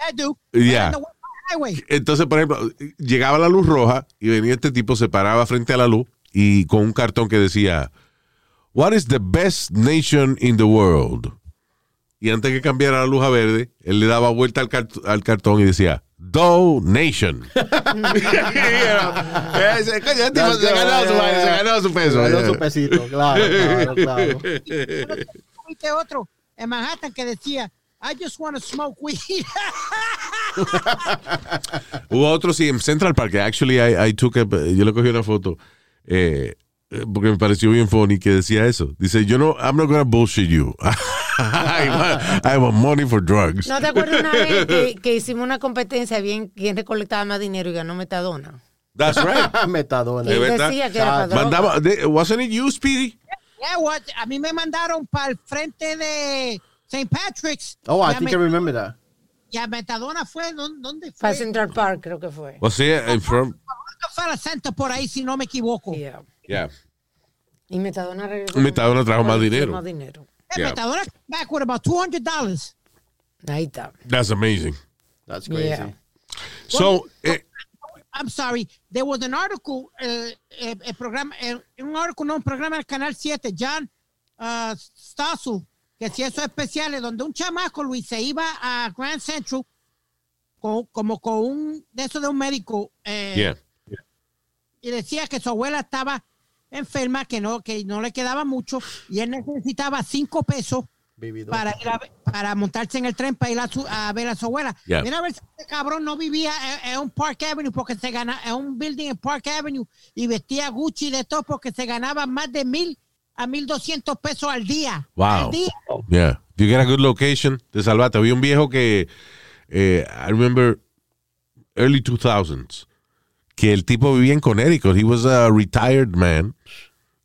I do.
Yeah.
On the highway.
Entonces, por ejemplo, llegaba la luz roja y venía este tipo, se paraba frente a la luz y con un cartón que decía, What is the best nation in the world? Y antes que cambiara la luz a verde, él le daba vuelta al, cart- al cartón y decía, Do Nation. Y era- ese- coño, este tipo se ganó su vaina, se ganó su peso.
Ganó su pesito, claro, claro, claro.
Viste otro en Manhattan que decía, I just want to smoke weed.
Hubo otro, sí, en Central Park. que Actually, I, I took a- yo le cogí una foto eh, eh, porque me pareció bien funny que decía eso. Dice, yo no, I'm not gonna bullshit you. I, want, I want money for drugs.
¿No te acuerdas una vez que, que hicimos una competencia bien quién recolectaba más dinero y ganó Metadona?
That's right.
Metadona.
Y
De verdad.
decía que era para droga.
Mandaba, de- wasn't it you, Speedy?
Yeah, what? A mí me mandaron para el frente de St. Patrick's.
Oh, I
Ya
think I
me-
remember that.
Ya Metadona fue, ¿dó- ¿dónde fue?
Para Central Park, creo que fue.
Was it eh, in front?
Rockefeller Center por ahí, si no me equivoco. Eh,
Yeah.
Yeah.
Y Metadona regresó.
Metadona trajo más dinero.
Más dinero.
Yeah.
Metadona came back with about $200.
Ahí está.
That's amazing.
That's crazy.
Yeah.
So, eh,
I'm sorry, there was an article, eh, eh, eh, programa, eh, un artículo, no, un programa del Canal 7, John uh, Stossel, que si eso especiales, donde un chamaco, Luis, se iba a Grand Central con- como con un, de eso de un médico, eh,
yeah.
y decía que su abuela estaba enferma, que no, que no le quedaba mucho, y él necesitaba cinco pesos
vividor.
para ir a, ve- para montarse en el tren para ir a, su- a ver a su abuela.
Yeah.
Mira a ver si este cabrón no vivía en, en un Park Avenue porque se ganaba en un building en Park Avenue y vestía Gucci de todo porque se ganaba más de mil a mil doscientos pesos al día.
Wow.
Al día.
Yeah. You get a good location, te salvaste. Había un viejo que, eh, I remember early 2000s, que el tipo vivía en Connecticut. He was a retired man.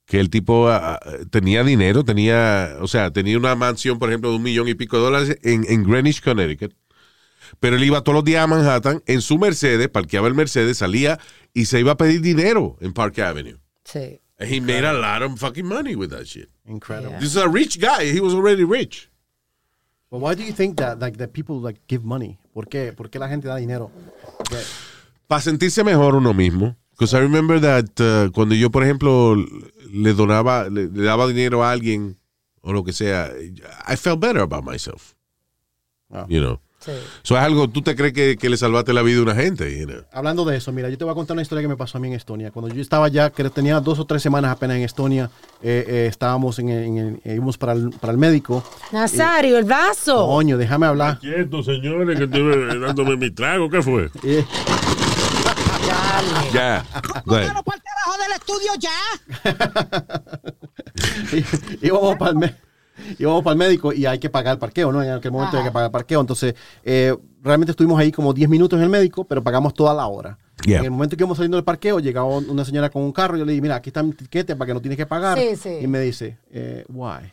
Que el tipo ah, ah, tenía dinero, tenía, o sea, tenía una mansión, por ejemplo, de un millón y pico de dólares en, en Greenwich, Connecticut. Pero él iba todos los días a Manhattan en su Mercedes, parqueaba el Mercedes, salía y se iba a pedir dinero en Park Avenue.
Sí.
And he made a lot of fucking money with that shit.
Incredible.
Yeah.
This is a rich guy. He was already rich.
But why do you think that like that people like give money? ¿Por qué? ¿Por qué la gente da dinero? Yeah.
para sentirse mejor uno mismo. Because I remember that uh, cuando yo, por ejemplo, le donaba, le, le daba dinero a alguien o lo que sea, I felt better about myself.
Ah.
You know.
Sí.
So es algo, tú te crees que, que le salvaste la vida a una gente, you know.
Hablando de eso, mira, yo te voy a contar una historia que me pasó a mí en Estonia. Cuando yo estaba ya, que tenía dos o tres semanas apenas en Estonia, eh, eh, estábamos en, en- en- eh, íbamos para el, para el médico.
Nazario, el vaso.
Coño, déjame hablar.
Quieto, señores, que estoy dándome mi trago. ¿Qué fue?
Eh,
Dale.
Ya. Right.
Claro, para el trabajo del estudio ya.
y- íbamos para el me- íbamos para el médico y hay que pagar el parqueo, ¿no? En aquel momento hay que pagar el parqueo. Entonces, eh, realmente estuvimos ahí como 10 minutos en el médico, pero pagamos toda la hora.
Yeah.
En el momento que íbamos saliendo del parqueo, llegaba una señora con un carro y yo le dije, mira, aquí está mi tiquete para que no tienes que pagar.
Sí, sí.
Y me dice, eh, why?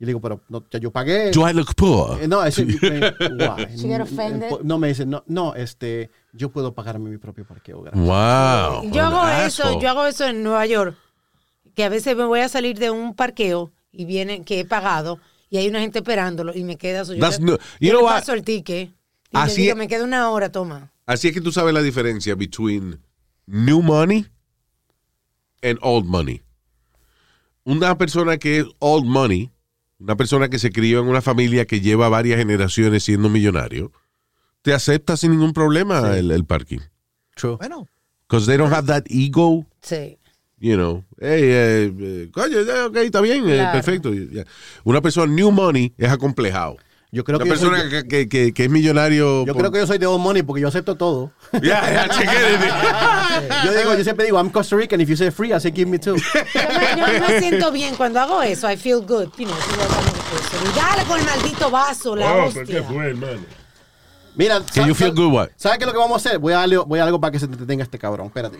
Y le digo, pero no, ya yo pagué.
Do I look poor?
Eh, No, es guay.
She got offended.
Pues, No, me dice, no, no, este, yo puedo pagarme mi propio parqueo. gracias.
Wow.
Yo hago
An
eso,
asshole.
yo hago eso en Nueva York, que a veces me voy a salir de un parqueo y viene que he pagado y hay una gente esperándolo y me queda eso. Yo,
That's
le-
no-
yo
you know
le
what?
paso el ticket y
Así
le digo,
es.
me queda una hora, toma.
Así es que tú sabes la diferencia between new money and old money. Una persona que es old money, una persona que se crió en una familia que lleva varias generaciones siendo millonario, te acepta sin ningún problema el, el parking.
True.
Bueno,
Because they don't have that ego,
Sí.
you know. Hey, eh, eh, coño, ya, ok, está bien, eh,
Claro.
perfecto. ya. Una persona new money es acomplejado.
Yo creo
una
que yo, soy,
persona
yo,
que, que- que- que es millonario.
creo que yo soy de old money porque yo acepto todo.
Ya, ya, chequé.
Yo digo, yo siempre digo, I'm Costa Rican, if you say free, I say give me two.
Yo me, yo me siento bien cuando hago eso, I feel good. you know, feel like I'm good. Y dale con el maldito vaso, la
Oh, pero ¿Qué
hostia.
fue, hermano?
Mira,
Can
sa-
you feel
sa-
good, what?
¿sabes qué es lo que vamos a hacer? Voy a darle voy a algo para que se te detenga este cabrón, espérate.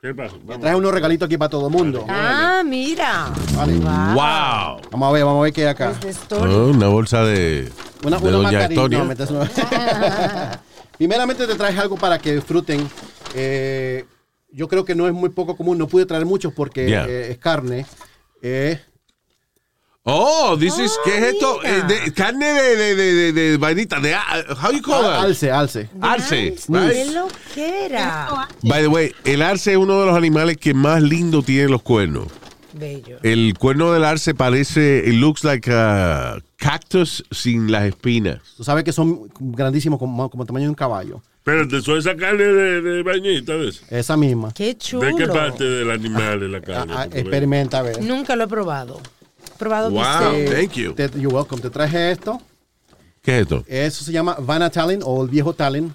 ¿Qué pasó?
Traje unos regalitos aquí para todo el mundo.
Ah, mira.
Vale.
Wow.
Vamos a ver, vamos a ver qué hay acá.
Desde
Ah,
Story.
una bolsa de,
Una,
de
una
Doña
mascarilla.
Antonia.
No, metes una- Primeramente te traje algo para que disfruten. Eh, yo creo que no es muy poco común. No pude traer muchos porque
Yeah.
eh, es carne. Eh,
oh, this is, ¿qué
Ah,
es esto?
mira.
Eh, de- carne de, de, de, de, de vainita, de, a- how you call
Ah,
that?
al- alce, alce.
Arce.
Qué
right?
loquera.
By the way, el arce es uno de los animales que más lindo tiene los cuernos.
Bello.
El cuerno del arce parece, it looks like a cactus sin las espinas.
Tú sabes que son grandísimos como, como tamaño de un caballo.
Espérate, soy esa carne de, de bañita, ¿ves?
Esa misma.
Qué chulo.
¿De qué parte del animal es la carne?
Ah,
Porque,
experimenta a
¿Eh?
ver.
Nunca lo he probado. He probado
Wow,
bistec.
thank you.
Te- you're welcome. Te traje esto.
¿Qué es esto?
Eso se llama Vana Talin o el viejo Talin.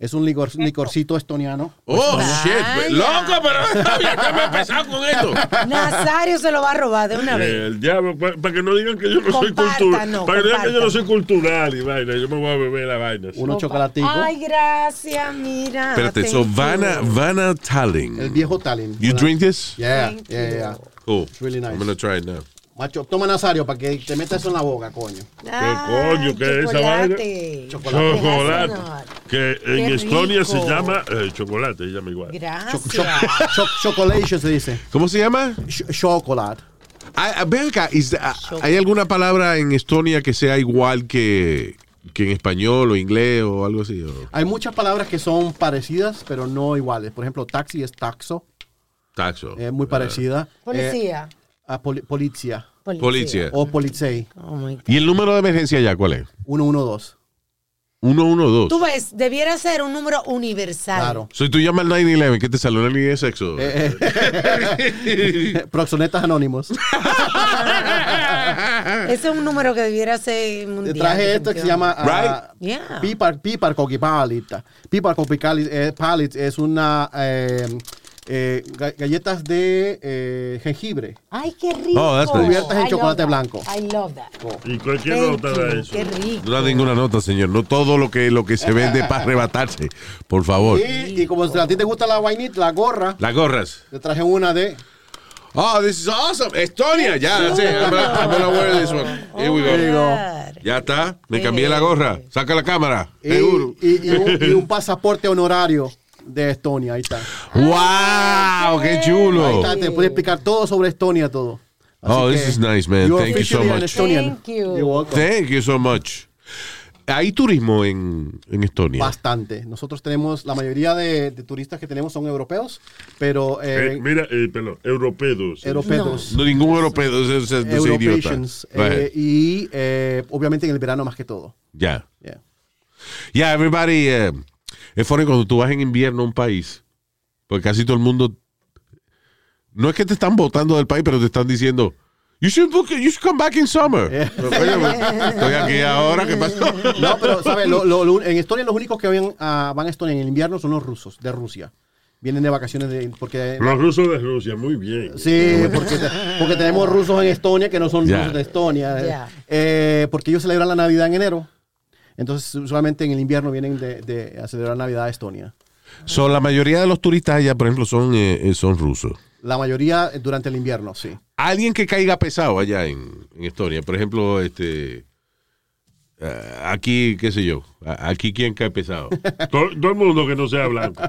Es un licor- licorcito estoniano.
Oh,
Vaya.
shit. pe- Loco, pero está bien que me he empezado con esto.
Nazario se lo va a robar de una
eh,
vez.
el diablo, para que no digan que yo no soy
Compártanos,
cultural. Para que no digan que yo no
compártanos.
soy cultural y vaina. Yo me voy a beber la vaina. sí.
Unos chocolaticos.
Ay, gracias, mira.
Espérate, so
Thank
Vanna,
you.
Vanna Talling.
El viejo Talin.
You drink this?
Yeah,
Thank
yeah,
you.
yeah.
Cool.
really nice.
I'm gonna try it now.
Macho, toma Nazario para que te metas eso en la boca, coño.
Ay,
coño, qué es esa
Ah, chocolate.
Chocolate.
Chocolate.
Que en
Qué
Estonia se
rico.
llama eh, chocolate, se llama igual.
Choc-
Gracias.
choc- choc- chocolation se dice.
¿Cómo se llama?
Ch- chocolate.
Ah, ah, ven acá, is the- ah, ¿hay alguna palabra en Estonia que sea igual que, que en español o inglés o algo así? o?
Hay muchas palabras que son parecidas, pero no iguales. Por ejemplo, taxi es taxo,
Taxo.
es muy parecida. Eh,
Policía.
a poli- policía
Policía.
o policía,
Oh my God.
¿Y el número de emergencia ya cuál es?
112.
112.
Tú ves, debiera ser un número universal.
Claro.
Soy tú llamas al 911, ¿qué te salió la línea de sexo? eh.
Proxonetas anónimos.
Ah. Ese es un número que debiera ser
Te
mundial.
traje esto que se llama ah,
Right? Yeah.
Pipar Coquipalit. Pipar Coquipalit eh, Palit es una eh, eh, ga- galletas de eh, jengibre.
Ay, qué rico.
Oh, that's nice.
Cubiertas en
I love
chocolate
that.
blanco.
I love that.
¿Y cualquier
Thank
nota
you.
de eso?
Qué rico.
No da ninguna nota, señor. No todo lo que, lo que se vende para arrebatarse. Por favor.
Y, y como a ti te gusta la vainita, la gorra,
Las gorras.
te traje una de
Oh, this is awesome. Estonia. Ya, that's it. I'm gonna, I'm gonna wear this one. Here we
Here you
go.
go.
Oh. Ya está. Me cambié la gorra. Saca la cámara.
y,
Seguro.
y- y un, y un pasaporte honorario de Estonia. Ahí está.
¡Wow! ¡Qué
Ahí
chulo!
está, te puede explicar todo sobre Estonia, todo.
Oh, this is nice, man.
You're
Thank you so
officially an
much.
Estonian.
Thank you.
You're welcome.
Thank you so much. ¿Hay turismo en, en Estonia?
Bastante. Nosotros tenemos, la mayoría de, de turistas que tenemos son europeos, pero eh,
Eh, mira, eh, perdón, europeos.
europeos.
No, ningún europeo. o sea, o sea, no sea idiota.
Europeans.
Go ahead.
eh, y eh, obviamente en el verano más que todo.
Ya.
Yeah.
Yeah, everybody. eh, es funny cuando tú vas en invierno a un país, porque casi todo el mundo. No es que te están votando del país, pero te están diciendo. You should, book, you should come back in summer.
Yeah.
Pero, coño, pues, Estoy aquí ahora, ¿qué pasó?
No, pero, ¿sabes? Lo- lo- lo- en Estonia los únicos que van a, van a Estonia en el invierno son los rusos, de Rusia. Vienen de vacaciones de, porque...
Los rusos de Rusia, muy bien.
Sí, porque, porque tenemos rusos en Estonia que no son
Ya.
rusos de Estonia.
Ya.
Eh, porque ellos celebran la Navidad en enero. Entonces, usualmente en el invierno vienen de, de a celebrar Navidad a Estonia.
So, la mayoría de los turistas allá, por ejemplo, son, eh, eh, son rusos.
La mayoría eh, durante el invierno, sí.
Alguien que caiga pesado allá en, en Estonia, por ejemplo, este. eh, aquí, qué sé yo. a- Aquí, ¿quién cae pesado?
todo, todo el mundo que no sea blanco.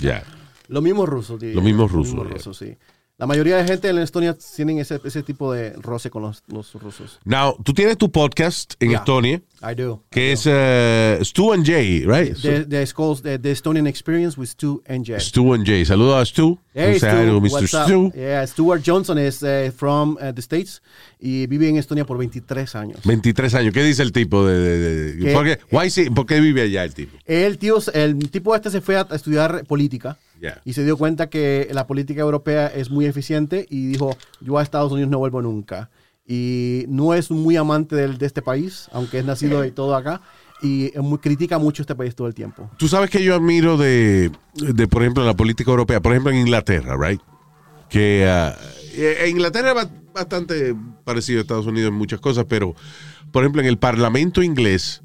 Ya.
Los mismos rusos. diría.
Los mismos rusos, ya.
sí. La mayoría de gente en Estonia tienen ese, ese tipo de roce con los, los rusos.
Now, tú tienes tu podcast en
Ya.
Estonia,
I do.
que es eh, Stu and Jay, right?
The, the, Skulls- the, the Estonian Experience with Stu and Jay.
Stu and Jay. Saludos a Stu. Un
Hey, Stu,
saludo, Mr.
what's up?
Stu.
Yeah, Stuart Johnson is eh, from eh, the States y vive en Estonia por 23 años.
23 años. ¿Qué dice el tipo? De, de- de-
Que-
¿por, qué, why is he- por qué vive allá el tipo?
El tío, el tipo este se fue a, a estudiar política
Yeah.
y se dio cuenta que la política europea es muy eficiente y dijo, yo a Estados Unidos no vuelvo nunca. Y no es muy amante del- de este país, aunque es nacido y todo acá, y es muy, critica mucho este país todo el tiempo.
Tú sabes que yo admiro de, de, por ejemplo, la política europea, por ejemplo, en Inglaterra, right? Que ah, eh, en Inglaterra es ba- bastante parecido a Estados Unidos en muchas cosas, pero, por ejemplo, en el Parlamento inglés,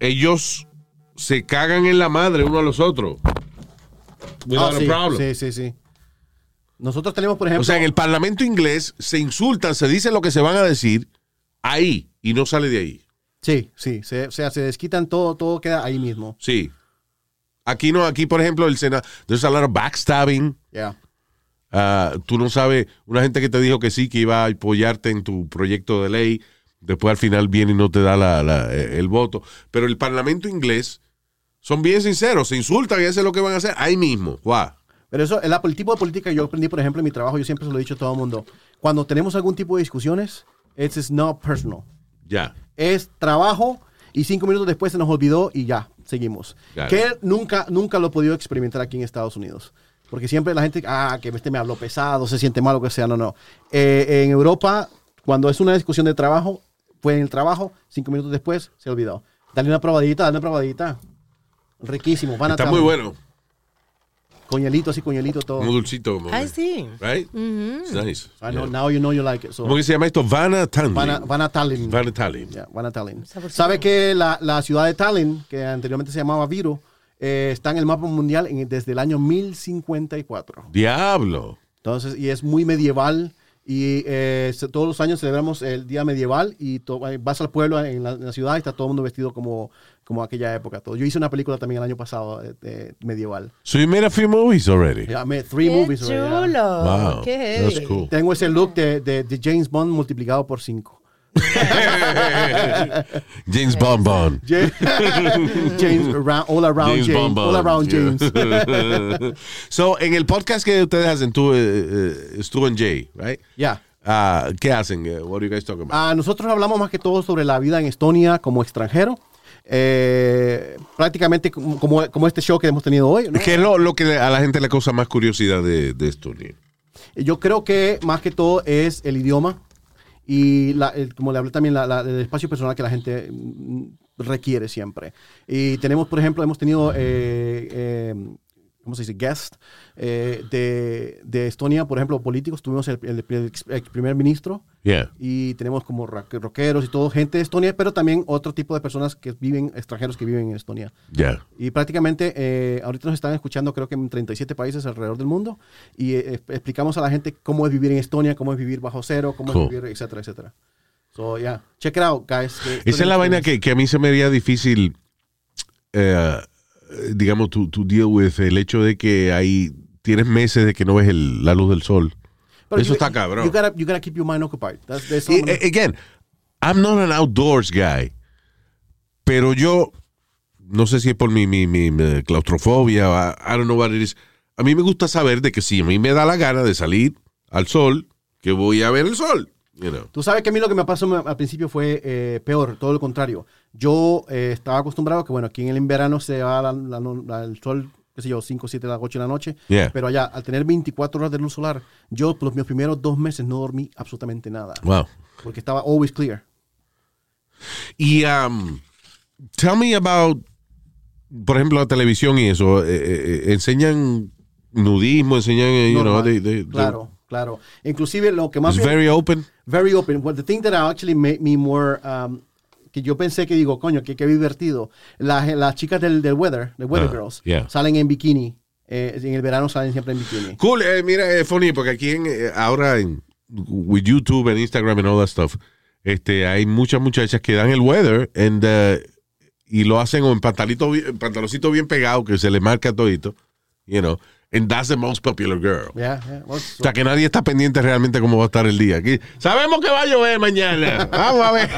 ellos se cagan en la madre uno a los otros. Without
Ah,
a
sí,
problem.
sí, sí, sí. Nosotros tenemos, por ejemplo...
O sea, en el Parlamento inglés se insultan, se dicen lo que se van a decir ahí y no sale de ahí.
Sí, sí, se, o sea, se desquitan todo, todo queda ahí mismo.
Sí. Aquí no, aquí por ejemplo el Senado, there's a lot of backstabbing.
Yeah.
Ah, tú no sabes, una gente que te dijo que sí, que iba a apoyarte en tu proyecto de ley, después al final viene y no te da la- la- eh, el voto. Pero el Parlamento inglés son bien sinceros, se insultan y hacen lo que van a hacer ahí mismo. Guau.
Pero eso, el, el tipo de política que yo aprendí, por ejemplo, en mi trabajo, yo siempre se lo he dicho a todo el mundo. Cuando tenemos algún tipo de discusiones, it's not personal.
Ya.
Es trabajo y cinco minutos después se nos olvidó y ya, seguimos.
Claro.
Que nunca, nunca lo he podido experimentar aquí en Estados Unidos. Porque siempre la gente, ah, que este me habló pesado, se siente mal, lo que sea. No, no. Eh, en Europa, cuando es una discusión de trabajo, fue en el trabajo, cinco minutos después se olvidó. Dale una probadita, dale una probadita. Riquísimo. Van a
Está muy bueno,
Coñelito, así, coñelito, todo.
muy dulcito. como-
Ay, sí.
Right? It's nice.
I know,
Yeah.
Now you know you like it. So,
¿Cómo que se llama esto? Vanna Tallinn.
Van, a, van a Tallinn.
Vanna Tallinn.
Yeah, van a Tallinn.
Saborcito.
¿Sabe que la, la ciudad de Tallinn, que anteriormente se llamaba Viro, eh, está en el mapa mundial en- desde el año 1054?
Diablo.
Entonces, y es muy medieval. Y eh, se- todos los años celebramos el Día Medieval y to- eh, vas al pueblo en la, en la ciudad y está todo el mundo vestido como, como aquella época. Todo. Yo hice una película también el año pasado eh, de medieval.
So you made a few movies already.
Yeah, I made three
Qué
movies already, yeah.
chulo.
Wow.
Qué
That's
heavy.
cool.
Tengo ese look de, de- de James Bond multiplicado por cinco.
James Bonbon.
James, James around, all around James, all around James.
James. so, en el podcast que ustedes hacen, tú, eh, eh, Stu and Jay, right?
Yeah.
Ah, ¿Qué hacen? Eh, what are you guys talking about?
Ah, nosotros hablamos más que todo sobre la vida en Estonia como extranjero. eh, prácticamente como, como- como este show que hemos tenido hoy. ¿no?
¿Qué es lo, lo que a la gente le causa más curiosidad de, de esto? Lin?
Yo creo que más que todo es el idioma y, la- el- como le hablé también, la- la- el espacio personal que la gente mm, requiere siempre. Y tenemos, por ejemplo, hemos tenido, eh, eh, ¿cómo se dice? Guest eh, de, de Estonia, por ejemplo, políticos. Tuvimos el, el- el ex- ex primer ministro
Yeah.
y tenemos como rock- rockeros y todo, gente de Estonia, pero también otro tipo de personas que viven, extranjeros que viven en Estonia.
Yeah.
Y prácticamente eh, ahorita nos están escuchando creo que en 37 países alrededor del mundo y eh, exp- explicamos a la gente cómo es vivir en Estonia, cómo es vivir bajo cero, cómo
Cool.
es vivir, etcétera, etcétera. So, yeah, check it out, guys.
Esa es la vaina que, que a mí se me haría difícil, eh, digamos, to, to deal with el hecho de que hay, tienes meses de que no ves el- la luz del sol.
Pero
Eso
you-
está cabrón.
You gotta, you gotta keep your mind occupied. That's, that's
Y,
all-
eh, again, I'm not an outdoors guy, pero yo, no sé si es por mi, mi, mi- mi claustrofobia, o I, I don't know what it is. A mí me gusta saber de que si a mí me da la gana de salir al sol, que voy a ver el sol. You know.
Tú sabes que a mí lo que me pasó me- al principio fue eh, peor, todo lo contrario. Yo eh, estaba acostumbrado que, bueno, aquí en el verano se va la- la- la- el sol, qué sé yo, 5, 7, 8 de la noche.
Yeah.
Pero allá, al tener 24 horas de luz solar, yo por los mis primeros dos meses no dormí absolutamente nada.
Wow.
Porque estaba always clear.
Y um, tell me about, por ejemplo, la televisión y eso. eh, eh, eh, enseñan nudismo, enseñan, eh, you know,
Normal.
they- they- they-
claro, claro. Inclusive lo que más...
It's
me-
very open.
very open. Well, the thing that actually made me more, um, que yo pensé que digo, coño, que qué divertido. Las, las chicas del, del weather, de weather
Ah,
girls,
yeah.
salen en bikini. Eh, en el verano salen siempre en bikini.
Cool, eh, mira, es funny porque aquí en, eh, ahora en with YouTube and Instagram and all that stuff, este, hay muchas muchachas que dan el weather and, uh, y lo hacen o en pantalito, bi- en pantaloncito bien pegado que se le marca todito, you know, and that's the most popular girl.
Yeah, yeah. Well,
O
so-
sea que nadie está pendiente realmente cómo va a estar el día. Aquí, sabemos que va a llover mañana. Vamos a ver.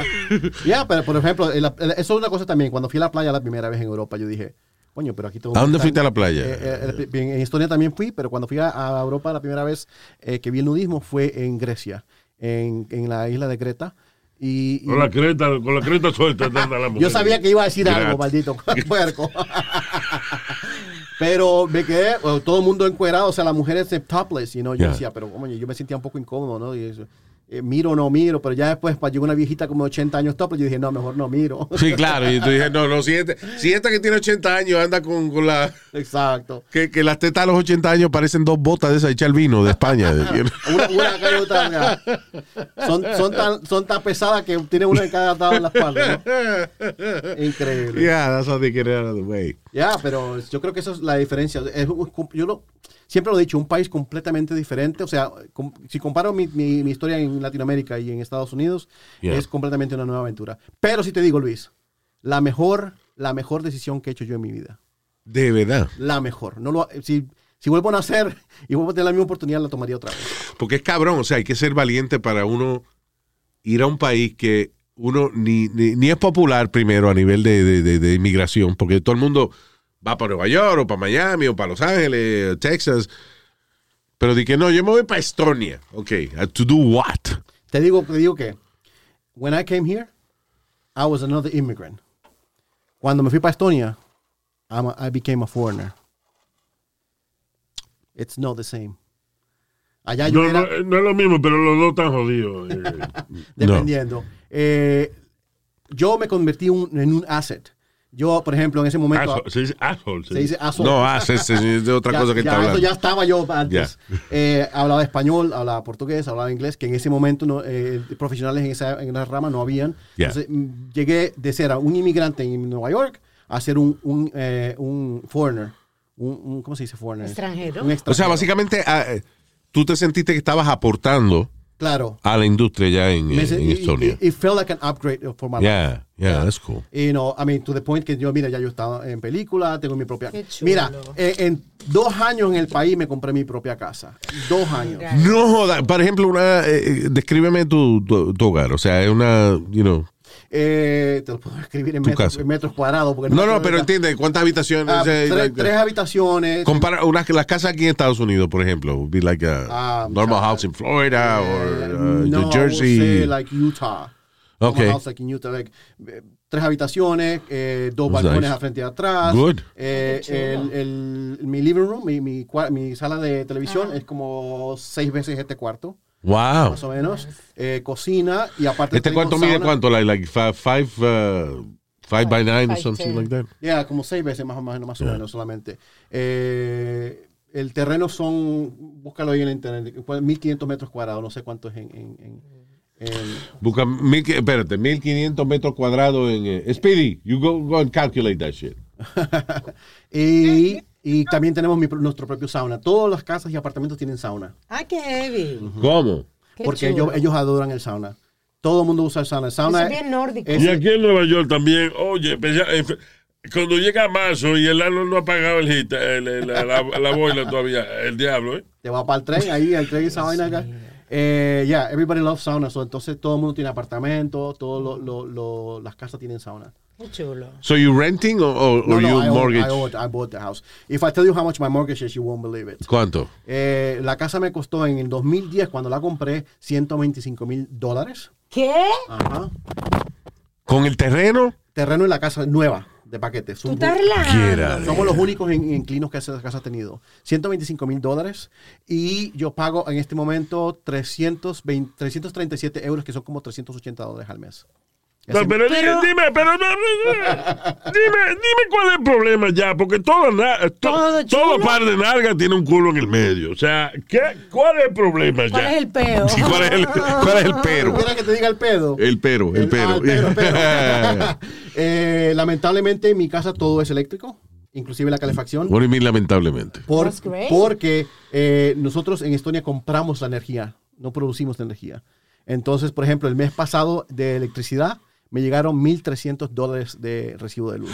yeah, pero por ejemplo, el- el- eso es una cosa también. Cuando fui a la playa la primera vez en Europa, yo dije, coño, pero aquí tengo
¿A dónde
tan-
fuiste a la playa?
Eh, eh, el- bien, en Estonia también fui, pero cuando fui a, a Europa la primera vez eh, que vi el nudismo fue en Grecia, en, en la isla de Creta. Y, y-
Con la creta, con la creta suelta te anda la
Yo
mujer.
sabía que iba a decir algo,
Gratis.
maldito puerco. pero me quedé, bueno, todo el mundo encuerado, o sea, las mujeres en topless, y no, yo
Yeah.
decía, pero coño, yo me sentía un poco incómodo, ¿no? Y eso, eh, miro o no miro, pero ya después pa- llegó una viejita como de 80 años topless, yo dije, no, mejor no miro.
Sí, claro. Y tú dije, no, no, si, este- si esta que tiene 80 años anda con, con la.
Exacto.
Que, que las tetas a los 80 años parecen dos botas de esa hecha al vino de España. de-
Una, una acá y otra acá. Son, son, tan, son tan pesadas que tienen una en cada lado de la espalda, ¿no? Increíble.
yeah, that's how they get out of the way.
Ya, pero yo creo que esa es la diferencia. Es un- yo lo- siempre lo he dicho, un país completamente diferente. O sea, com- si comparo mi, mi- mi historia en Latinoamérica y en Estados Unidos,
Yeah.
es completamente una nueva aventura. Pero si te digo, Luis, la mejor, la mejor decisión que he hecho yo en mi vida.
De verdad.
La mejor. No lo, si, si vuelvo a nacer y vuelvo a tener la misma oportunidad, la tomaría otra vez.
Porque es cabrón. O sea, hay que ser valiente para uno ir a un país que uno ni, ni, ni es popular primero a nivel de, de- de- de inmigración. Porque todo el mundo va para Nueva York o para Miami o para Los Ángeles, Texas. Pero di que no, yo me voy para Estonia. Ok, ¿to do what?
Te digo, te digo que, when I came here, I was another immigrant. Cuando me fui para Estonia, I'm a- I became a foreigner. It's not the same. Allá yo
No,
era,
no, eh, no es lo mismo, pero los dos están jodidos. eh.
dependiendo. Eh, yo me convertí un- en un asset. Yo, por ejemplo, en ese momento
Asshole, se dice asshole.
se dice asset.
No ah, haces es, es de otra
Ya-
cosa que
ya
está hablando.
eso ya estaba yo antes. Eh, hablaba español, hablaba portugués, hablaba inglés, que en ese momento no, eh, profesionales en esa, en esa rama no habían.
Ya.
Entonces mm, llegué de ser a un inmigrante en Nueva York a ser un, un, eh, un foreigner. Un, un- ¿Cómo se dice foreigner?
Extranjero.
Un
O sea, básicamente ah, eh, tú te sentiste que estabas aportando
Claro.
a la industria ya en, eh,
Me
en-
se-
en
it-
Estonia.
It, it felt like an upgrade for my life.
Yeah, yeah, that's cool.
Y no, I mean, to the point que yo, mira, ya yo estaba en película, tengo mi propia.
Qué chulo.
Mira, eh, en dos años en el país me compré mi propia casa. Dos años.
No joda, por ejemplo, una, eh, eh, descríbeme tu, tu- tu hogar, o sea, es una, you know.
Eh, te lo puedo escribir en,
Tu
metros-
casa.
en metros cuadrados. Porque
No,
me
no,
acuerdo
pero
ahorita.
entiende, ¿cuántas habitaciones?
Ah,
eh,
tres,
like,
tres habitaciones.
Compara unas las casas aquí en Estados Unidos, por ejemplo, would be like a
Ah,
normal
muchacha.
house in Florida
Eh,
or uh,
no, I
New
would
Jersey.
say like Utah.
Ok.
Summer house aquí en Utah, like, eh, tres habitaciones, eh, dos
That's
balcones
nice.
a frente y atrás.
Good.
Eh, el- el- mi living room, mi, mi, cua- mi sala de televisión es como seis veces este cuarto,
Wow.
más o menos. Eh, cocina y aparte...
Oh. Este
tengo
cuarto mide
sauna.
cuánto? Like, like fi- five, uh, five by nine or
Five
something
ten.
like that.
Ya, como seis veces más o menos, más o menos solamente. Eh, el terreno son, búscalo ahí en internet, 1500 metros cuadrados, no sé cuánto es en... en- en- en-
Busca mil, qui- espérate, 1500 metros cuadrados en. eh, Speedy, you go, go and calculate that shit.
y, y también tenemos mi pro- nuestro propio sauna. Todas las casas y apartamentos tienen sauna,
Ay, Ah, qué heavy.
¿Cómo?
Qué
porque
chulo.
ellos, ellos adoran el sauna. Todo el mundo usa el sauna. El sauna
Eso es bien nórdico.
es-
Y aquí en Nueva York también, oye, especial- eh, cuando llega marzo y el ano no ha pagado el hit, el- el- la, la, la boila todavía, el diablo, ¿eh?
te va para el tren, ahí el tren esa vaina acá. Eh, ya, everybody loves sauna, so, entonces todo el mundo tiene apartamentos, todas las casas tienen sauna.
Qué chulo.
So you renting or, or, or you
I own-
mortgage?
I, own- I bought the house. If I tell you how much my mortgage is, you won't believe it.
¿Cuánto?
Eh, la casa me costó en el 2010, cuando la compré, 125 mil dólares.
¿Qué?
Ajá.
¿Con el terreno?
Terreno en la casa nueva, de paquete. Es
Tú
un
estás
bu-
relajando.
Somos los únicos in- inquilinos que esa casa ha tenido. 125 mil dólares y yo pago en este momento 320, 337 euros, que son como 380 dólares al mes. Y
No,
así-
pero, dime, dime, pero no, no, no. dime, dime cuál es el problema ya, porque todo, na- to-
Todo chulo.
todo par de nalgas tiene un culo en el medio. O sea, ¿qué, ¿cuál es el problema
¿Cuál
ya?
es el peo?
Sí, ¿Cuál es el, cuál es el pero?
¿Quieres que te diga el pedo?
El pero, el pero.
ah, el pero, el pero. Eh, lamentablemente en mi casa todo es eléctrico, inclusive la calefacción.
What do you mean, lamentablemente?
por-
That's great.
porque eh, nosotros en Estonia compramos la energía, no producimos la energía. Entonces, por ejemplo, el mes pasado de electricidad me llegaron 1.300 dólares de recibo de luz.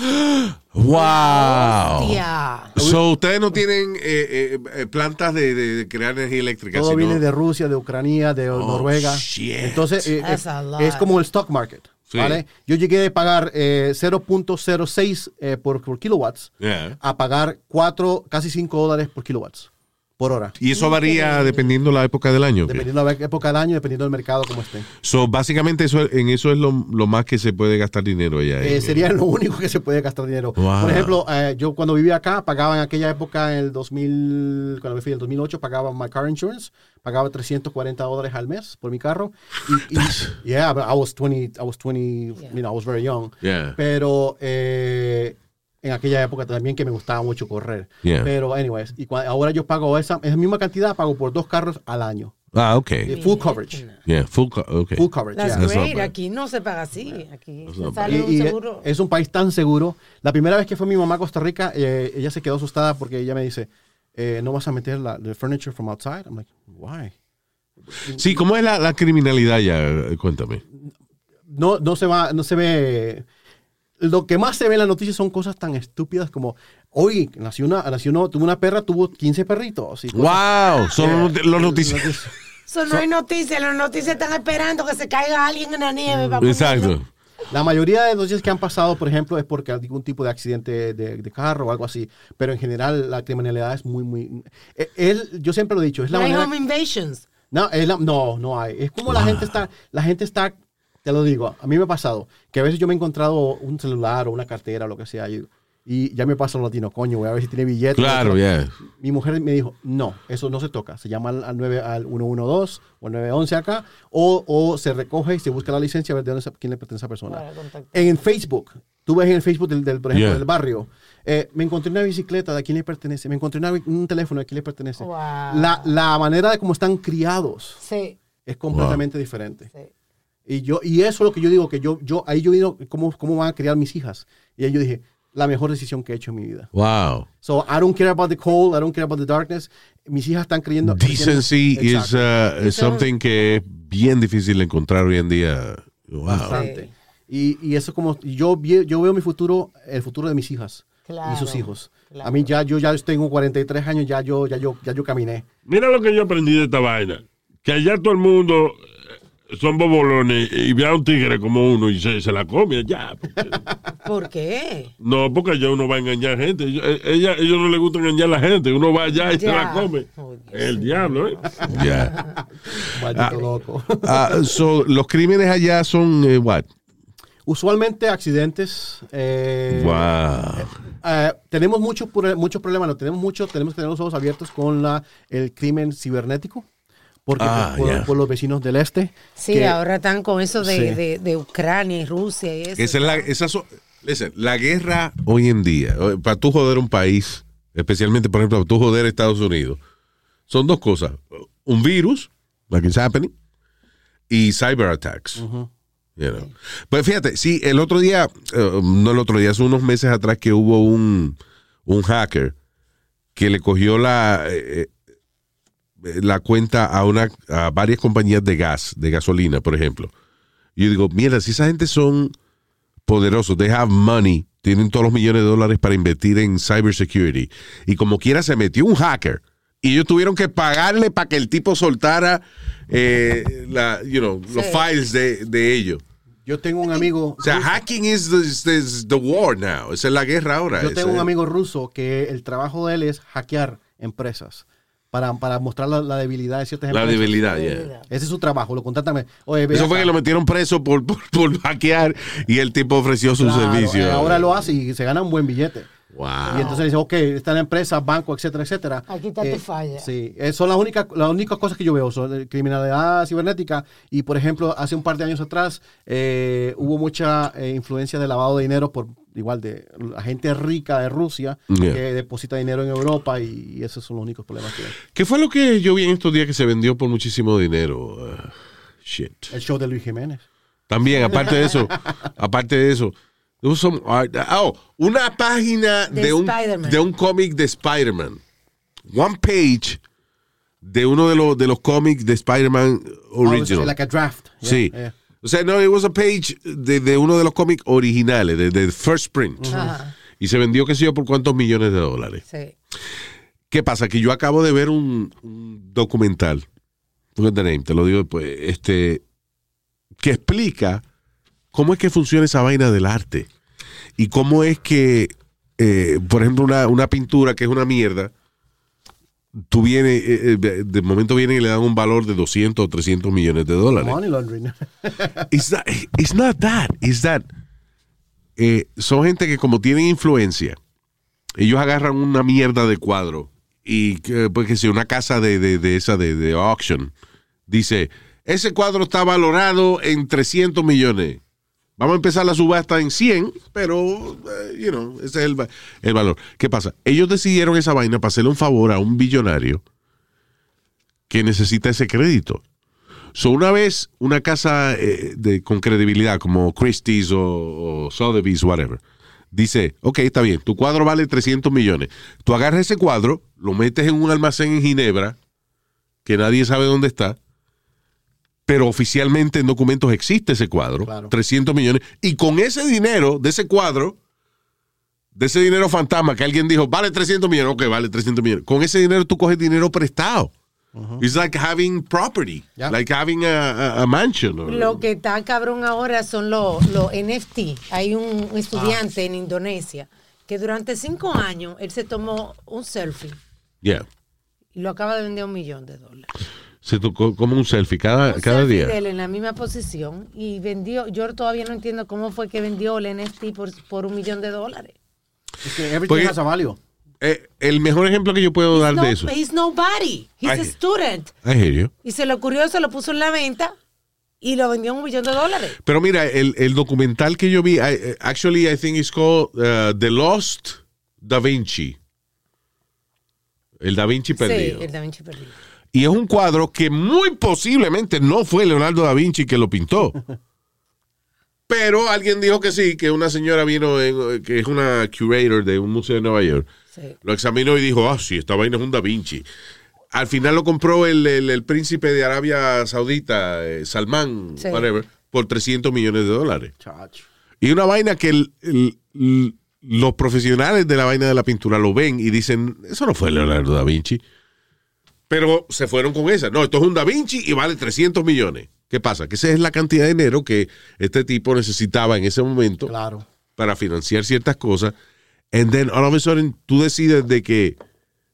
Wow.
Hostia.
So, ustedes no tienen eh, eh, eh, plantas de, de- de crear energía eléctrica.
Todo
sino-
viene de Rusia, de Ucrania, de Noruega.
shit.
Entonces, eh,
That's
es,
a lot.
es como el stock market.
Sí.
¿vale? Yo llegué de pagar eh, 0.06 eh, por, por kilowatts
Yeah.
a pagar 4, casi 5 dólares por kilowatts por hora.
Y eso varía dependiendo la época del año.
Dependiendo de la época del año, dependiendo del mercado como esté.
So, básicamente eso, en eso es lo, lo más que se puede gastar dinero allá.
Eh,
en-
sería lo único que se puede gastar dinero.
Wow.
Por ejemplo, eh, yo cuando vivía acá, pagaba en aquella época, en el 2000, cuando me fui en el 2008, pagaba my car insurance, pagaba 340 dólares al mes por mi carro. Y, y- yeah, but I was 20, I was 20, you know, I was very young.
Yeah.
Pero eh, en aquella época también que me gustaba mucho correr.
Yeah.
Pero, anyways, y cua- ahora yo pago esa, esa misma cantidad, pago por dos carros al año.
Ah, ok.
Eh, Full coverage.
Yeah, full co- okay.
Full coverage,
That's
yeah.
That's not
great.
bad.
Aquí no se paga así. Aquí
not
sale
Y-
un
y
seguro.
es un país tan seguro. La primera vez que fue mi mamá a Costa Rica, eh, ella se quedó asustada porque ella me dice, eh, ¿no vas a meter la the furniture from outside? I'm like, why?
Sí, ¿cómo es la, la criminalidad allá? Cuéntame.
No, no se va, no se ve... Lo que más se ve en las noticias son cosas tan estúpidas como, hoy nació una, nació una, tuvo una perra, tuvo 15 perritos. y eh, cosas-
Wow, son los, los noticias.
Eso no hay noticias. Las noticias están esperando que se caiga alguien en la nieve. para
Exacto.
ponerlo.
La mayoría de noticias que han pasado, por ejemplo, es porque algún tipo de accidente de, de carro o algo así. Pero en general la criminalidad es muy, muy... eh, él, yo siempre lo he dicho, es la
No hay
manera-
home invasions.
No, es la- no, no hay. Es como la
Ah.
gente está, la gente está, te lo digo, a mí me ha pasado que a veces yo me he encontrado un celular o una cartera o lo que sea y, y ya me pasa lo latino, coño, voy a ver si tiene billetes.
Claro, ya.
Mi mujer me dijo, no, eso no se toca. Se llama al, al 9, al 112 o al 911 acá, o, o se recoge y se busca la licencia a ver de dónde, se- quién le pertenece a esa persona.
Para contactar.
En Facebook, tú ves en el Facebook, del, del, por ejemplo,
Yeah.
del barrio, eh, me encontré una bicicleta, ¿de quién le pertenece? Me encontré una- un teléfono, ¿de quién le pertenece?
Wow.
La, la manera de cómo están criados
Sí.
es completamente diferente.
sí.
Y yo y eso es lo que yo digo, que yo, yo ahí yo digo cómo, cómo van a criar mis hijas. Y ahí yo dije, la mejor decisión que he hecho en mi vida.
Wow.
So, I don't care about the cold, I don't care about the darkness. Mis hijas están creyendo...
Decency
creyendo-
is
Exacto,
uh, is something que es bien difícil encontrar hoy en día. Wow.
bastante. Y, y eso como... Yo, vi- yo veo mi futuro, el futuro de mis hijas y sus
Claro,
hijos.
claro.
A mí ya, yo ya tengo 43 años, ya yo, ya yo, ya yo caminé.
Mira lo que yo aprendí de esta vaina. Que allá todo el mundo, eh, son bobolones y ve a un tigre como uno y se, se la come ya. porque-
¿Por qué?
no, porque ya uno va a engañar gente. Ellos, eh, ella- ellos no les gusta engañar a la gente. Uno va allá y se
Ya.
la come.
Oh, Dios
El diablo, ¿eh?
Yeah.
Maldito loco.
Ah, so, los crímenes allá son, eh, what?
Usualmente accidentes. eh,
Wow.
eh, tenemos muchos pro- muchos problemas, no tenemos mucho, tenemos que tener los ojos abiertos con la, el crimen cibernético, porque
Ah,
por,
yeah.
por los vecinos del este.
Sí,
que-
ahora están con eso de,
Sí.
de- de Ucrania y Rusia y eso.
Esa es la, esa so- listen, la guerra hoy en día, o- para tú joder un país, especialmente, por ejemplo, para tú joder Estados Unidos, son dos cosas. Un virus, like it's happening, y cyber attacks. you know. Pero fíjate, sí, el otro día, eh, no el otro día, hace unos meses atrás que hubo un, un hacker que le cogió la, eh, eh, la cuenta a, una, a varias compañías de gas, de gasolina, por ejemplo. Y yo digo, mierda, si esa gente son poderosos, they have money, tienen todos los millones de dólares para invertir en cybersecurity. Y como quiera se metió un hacker. Y ellos tuvieron que pagarle para que el tipo soltara eh, la, you know, los files de, de ellos.
Yo tengo un amigo.
O sea, hacking is the, is the- is the war now. Esa es la guerra ahora.
Yo tengo
Esa-
un amigo ruso que el trabajo de él es hackear empresas para, para mostrar la, la debilidad de ciertas
La
empresas.
debilidad, yeah.
Ese es su trabajo, lo contratan. Oye, ve
Eso
acá.
fue que lo metieron preso por, por, por hackear y el tipo ofreció su
Claro,
servicio.
eh, Ahora lo hace y se gana un buen billete.
Wow.
Y entonces dice, ok, está la empresa, banco, etcétera, etcétera.
Aquí está tu falla.
Sí, eh, son las únicas, las únicas cosas que yo veo, son eh, criminalidad cibernética. Y por ejemplo, hace un par de años atrás eh, hubo mucha eh, influencia de lavado de dinero por igual de la gente rica de Rusia
Yeah.
que deposita dinero en Europa y, y esos son los únicos problemas que hay.
¿Qué fue lo que yo vi en estos días que se vendió por muchísimo dinero? Ah, shit.
El show de Luis Jiménez.
También, aparte de eso, aparte de eso, there was some art- ah, oh, una página de,
De
un,
Spider-Man.
de un cómic de Spider-Man. One page de uno de los, de los cómics de Spider-Man
Oh,
original.
it's Like a draft. Yeah,
sí.
yeah.
O sea, no, it was a page de, de uno de los cómics originales, de, de First Print.
Ajá,
Y se vendió, qué sé yo, por cuántos millones de dólares.
sí.
¿Qué pasa? Que yo acabo de ver un, un documental, look at the name, te lo digo después, este, que explica cómo es que funciona esa vaina del arte y cómo es que, eh, por ejemplo, una, una pintura que es una mierda, tú vienes, eh, eh, de de momento vienen y le dan un valor de 200 o 300 millones de dólares.
Money laundering.
It's not, it's not that. It's that. eh, son gente que como tienen influencia, ellos agarran una mierda de cuadro y que, pues que si una casa de, de- de esa de, de auction dice, ese cuadro está valorado en 300 millones. Vamos a empezar la subasta en 100, pero, eh, you know, ese es el, va- el valor. ¿Qué pasa? Ellos decidieron esa vaina para hacerle un favor a un billonario que necesita ese crédito. So, una vez una casa eh, de, con credibilidad como Christie's o, o Sotheby's, whatever, dice, ok, está bien, tu cuadro vale 300 millones. Tú agarras ese cuadro, lo metes en un almacén en Ginebra, que nadie sabe dónde está, pero oficialmente en documentos existe ese cuadro,
Claro.
300 millones, y con ese dinero de ese cuadro, de ese dinero fantasma que alguien dijo, vale 300 millones, ok, vale 300 millones, con ese dinero tú coges dinero prestado. It's like having property,
Yeah.
like having a, a- a mansion. or-
Lo que está cabrón ahora son los los NFT. Hay un estudiante
Ah.
en Indonesia que durante cinco años él se tomó un selfie
Yeah.
y lo acaba de vender a un millón de dólares.
Se tocó como un selfie cada,
Un
cada
selfie
día.
de él en la misma posición y vendió, yo todavía no entiendo cómo fue que vendió el NFT por, por un millón de dólares.
Es que everything
Porque-
has a value.
Eh, el mejor ejemplo que yo puedo dar
No,
de eso.
he's nobody, he's
Ay.
a student.
I hear you.
Y se le ocurrió, se lo puso en la venta y lo vendió a un millón de dólares.
Pero mira, el, el documental que yo vi, I- eh, actually I think it's called uh, The Lost Da Vinci. El Da Vinci perdido.
Sí, el Da Vinci perdido.
Y es un cuadro que muy posiblemente no fue Leonardo da Vinci que lo pintó. Pero alguien dijo que sí, que una señora vino, en- eh, que es una curator de un museo de Nueva York,
Sí.
lo examinó y dijo, ah, sí, esta vaina es un da Vinci. Al final lo compró el, el- el príncipe de Arabia Saudita, eh, Salmán,
Sí.
whatever, por 300 millones de dólares.
Chacho.
Y una vaina que el- el- l- los profesionales de la vaina de la pintura lo ven y dicen, eso no fue Leonardo da Vinci. Pero se fueron con esa. No, esto es un da Vinci y vale 300 millones. ¿Qué pasa? Que esa es la cantidad de dinero que este tipo necesitaba en ese momento
Claro.
para financiar ciertas cosas. And then all of a sudden tú decides de que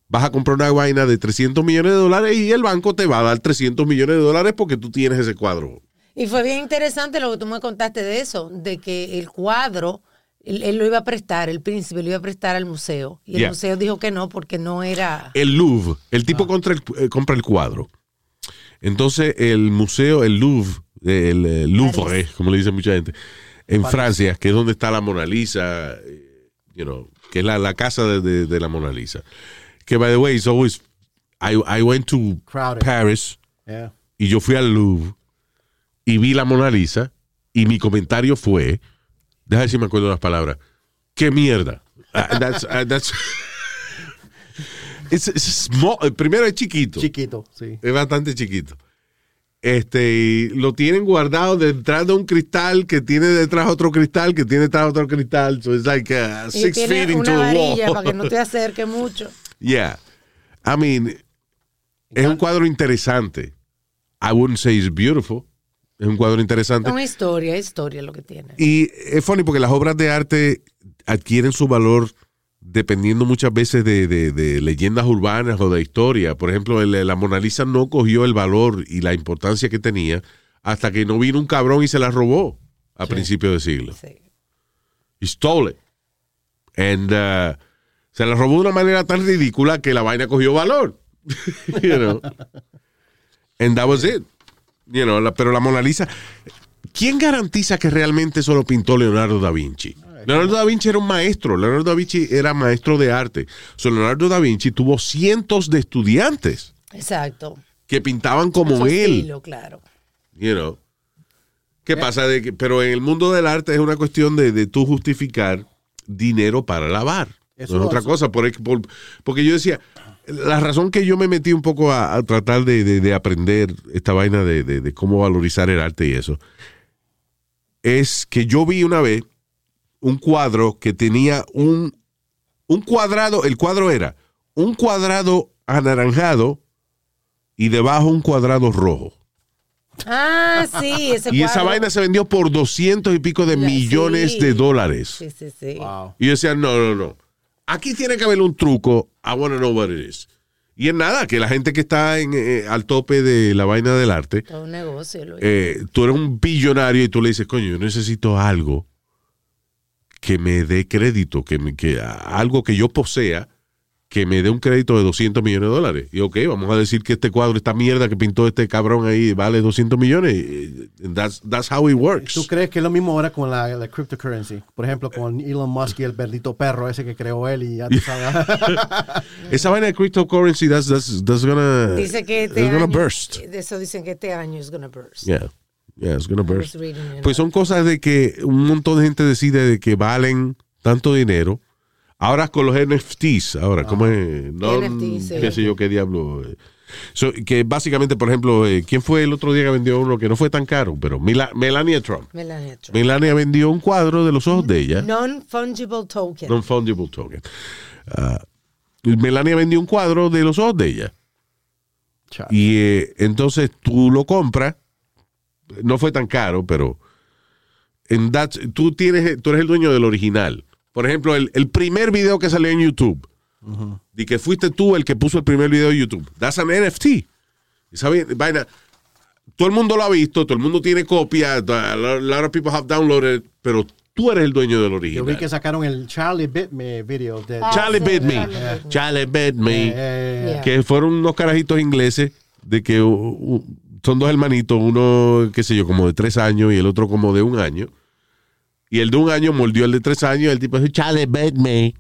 vas a comprar una vaina de 300 millones de dólares y el banco te va a dar 300 millones de dólares porque tú tienes ese cuadro.
Y fue bien interesante lo que tú me contaste de eso, de que el cuadro, él, él lo iba a prestar, el príncipe lo iba a prestar al museo. Y el
Yeah.
museo dijo que no, porque no era...
El Louvre, el tipo contra el- eh, compra el cuadro. Entonces el museo, el Louvre, el, eh, Louvre, como le dice mucha gente, en Francia, que es donde está la Mona Lisa, eh, you know, que es la, la casa de, de- de la Mona Lisa. Que by the way, it's always, I, I went to
Crowded.
Paris.
Yeah.
y yo fui al Louvre y vi la Mona Lisa y mi comentario fue, déjame ver si me acuerdo las palabras, qué mierda. Ah, that's- ah, that's- It's- it's small. El primero es chiquito,
Chiquito, sí.
es bastante chiquito. Este, y lo tienen guardado detrás de un cristal que tiene detrás otro cristal que tiene detrás otro cristal. So it's like uh,
Y
six
tiene
feet
una
into the wall.
varilla para que no te acerque mucho.
Yeah. I mean, es un cuadro interesante. I wouldn't say it's beautiful. Es un cuadro interesante.
Es una historia, es historia lo que tiene.
Y es funny porque las obras de arte adquieren su valor dependiendo muchas veces de, de- de leyendas urbanas o de historia. Por ejemplo, el- la Mona Lisa no cogió el valor y la importancia que tenía hasta que no vino un cabrón y se la robó a principios de siglo.
Sí.
He stole it. And uh, se la robó de una manera tan ridícula que la vaina cogió valor. you know. And that was it. You know, la- pero la Mona Lisa. ¿Quién garantiza que realmente eso lo pintó Leonardo da Vinci? Leonardo da Vinci era un maestro. Leonardo da Vinci era maestro de arte. So, Leonardo da Vinci tuvo cientos de estudiantes
Exacto.
que pintaban como
Su
él
estilo, claro.
you know. ¿Qué pasa? De que- pero en el mundo del arte es una cuestión de, de tú justificar dinero para lavar.
Eso-
no es otra
eso-
cosa. Por, por- porque yo decía, la razón que yo me metí un poco a, a tratar de, de- de aprender esta vaina de, de- de cómo valorizar el arte y eso, es que yo vi una vez un cuadro que tenía un, un cuadrado, el cuadro era un cuadrado anaranjado y debajo un cuadrado rojo.
Ah, sí, ese
Y esa
cuadro.
vaina se vendió por 200 y pico de
La-
millones
sí.
de dólares.
Sí, sí, sí.
Wow.
Y yo decía, no, no, no. Aquí tiene que haber un truco. I want to know what it is. Y es nada, que la gente que está en, eh, al tope de la vaina del arte,
Todo un negocio. Luis.
eh, tú eres un billonario y tú le dices, coño, yo necesito algo que me dé crédito, que, me- que a- algo que yo posea, que me dé un crédito de 200 millones de dólares. Y ok, vamos a decir que este cuadro, esta mierda que pintó este cabrón ahí, vale 200 millones. Eh, That's, that's how it works.
¿Tú crees que es lo mismo ahora con la, la cryptocurrency? Por ejemplo, con Elon Musk y el perrito perro ese que creó él y ya tú sabes.
Esa vaina de cryptocurrency, that's, that's, that's gonna,
Dice que
it's
este
gonna
año,
burst.
de Eso dicen que este año es gonna burst.
Yeah, yeah, it's gonna
I was
burst.
reading it.
Pues son cosas de que un montón de gente decide de que valen tanto dinero. Ahora con los NFTs, ahora, ¿cómo
Ah.
es? No, mm,
NFTs, sí.
qué sé yo, qué diablo. eh. So, que básicamente, por ejemplo, eh, ¿quién fue el otro día que vendió uno que no fue tan caro? Pero Mila- Melania Trump.
Melania Trump.
Melania vendió un cuadro de los ojos de ella.
Non-fungible token.
Non-fungible token. Ah, Melania vendió un cuadro de los ojos de ella.
Chao.
Y eh, entonces tú lo compras. No fue tan caro, pero en that- tú, tienes, tú eres el dueño del original. Por ejemplo, el, el primer video que salió en YouTube. Y que fuiste tú el que puso el primer video de YouTube. That's an NFT. Esa vai- vaina. Todo el mundo lo ha visto, todo el mundo tiene copia, a lot of people have downloaded, it, pero tú eres el dueño del original.
Yo vi que sacaron el Charlie Bit Me video de
Charlie Bit Me. Charlie Bit Me.
Eh,
Yeah.
Que fueron unos carajitos ingleses de que uh, uh, son dos hermanitos, uno, qué sé yo, como de tres años y el otro como de un año. Y el de un año mordió al de tres años y el tipo dice, Charlie Bit Me.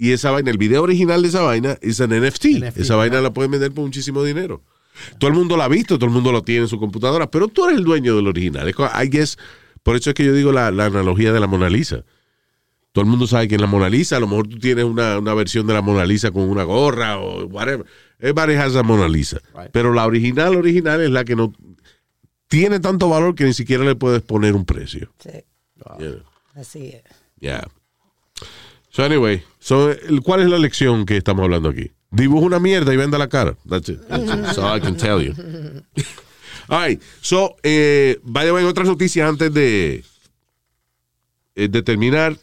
Y esa vaina, el video original de esa vaina es un NFT.
NFT,
Esa vaina la pueden vender por muchísimo dinero. Todo el mundo la ha visto, todo el mundo lo tiene en su computadora, pero tú eres el dueño del original. Es co- I guess, por eso es que yo digo la, la analogía de la Mona Lisa. Todo el mundo sabe que es la Mona Lisa, a lo mejor tú tienes una, una versión de la Mona Lisa con una gorra o whatever. Everybody has a Mona Lisa.
Right.
Pero la original, original es la que no tiene tanto valor que ni siquiera le puedes poner un precio.
Sí,
Yeah.
así es.
Yeah. So anyway, so, el- ¿cuál es la lección que estamos hablando aquí? Dibuja una mierda y venda la cara. That's it. That's it. So I can tell you. All right. So, eh, by the way, otras noticias antes de, eh, de terminar.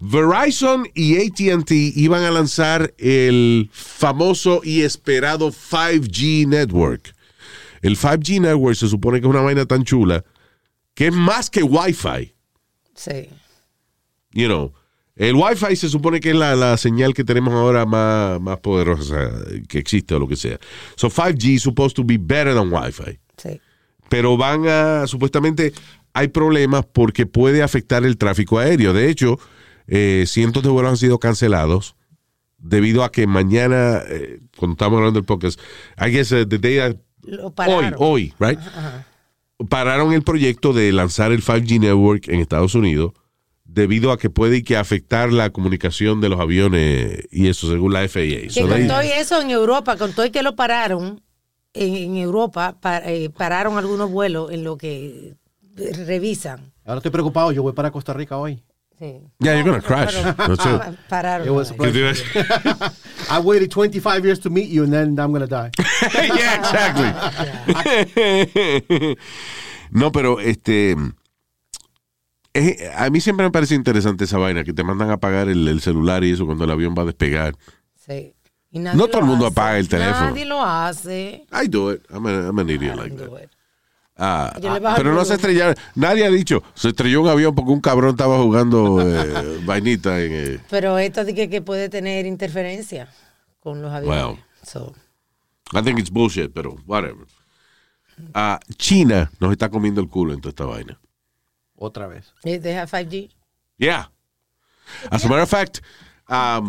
Verizon y ATT iban a lanzar el famoso y esperado 5G Network. El 5G Network se supone que es una vaina tan chula que es más que Wi-Fi.
Sí.
You know. El Wi-Fi se supone que es la, la señal que tenemos ahora más, más poderosa que existe o lo que sea. So 5G is supposed to be better than Wi-Fi
Sí.
pero van a, supuestamente hay problemas porque puede afectar el tráfico aéreo. De hecho, eh, cientos de vuelos han sido cancelados debido a que mañana, eh, cuando estamos hablando del podcast, I guess eh, the day that-
Lo pararon.
hoy, hoy, right? Pararon el proyecto de lanzar el 5G Network en Estados Unidos debido a que puede que afectar la comunicación de los aviones y eso según la FAA.
Que
So
con
they-
todo y eso en Europa, con todo y que lo pararon en, en Europa, pa- eh, pararon algunos vuelos en lo que eh, revisan.
Ahora estoy preocupado, yo voy para Costa Rica hoy.
Sí.
Yeah, you're gonna crash.
Pero-
That's it.
ah, pararon.
It was
Ay.
¿Qué te iba a decir?
I waited 25 years to meet you and then I'm gonna die.
yeah, exactly. no, pero este. es- a mí siempre me parece interesante esa vaina, que te mandan a apagar el, el celular y eso cuando el avión va a despegar.
Sí. Y nadie
No
lo
todo el mundo
hace.
apaga el teléfono.
Nadie lo hace.
I do it. I'm, a- I'm an idiot like that.
Bueno.
Ah,
Yo le
ah,
bajo el
pero no se
volumen.
estrellaron. Nadie ha dicho, se estrelló un avión porque un cabrón estaba jugando eh, vainita en. eh,
Pero esto de que, que puede tener interferencia con los aviones.
Wow.
So,
I think it's bullshit, pero whatever. Ah, China nos está comiendo el culo en toda esta vaina.
Otra vez.
eh, they have 5G.
Yeah. As a matter of fact, um,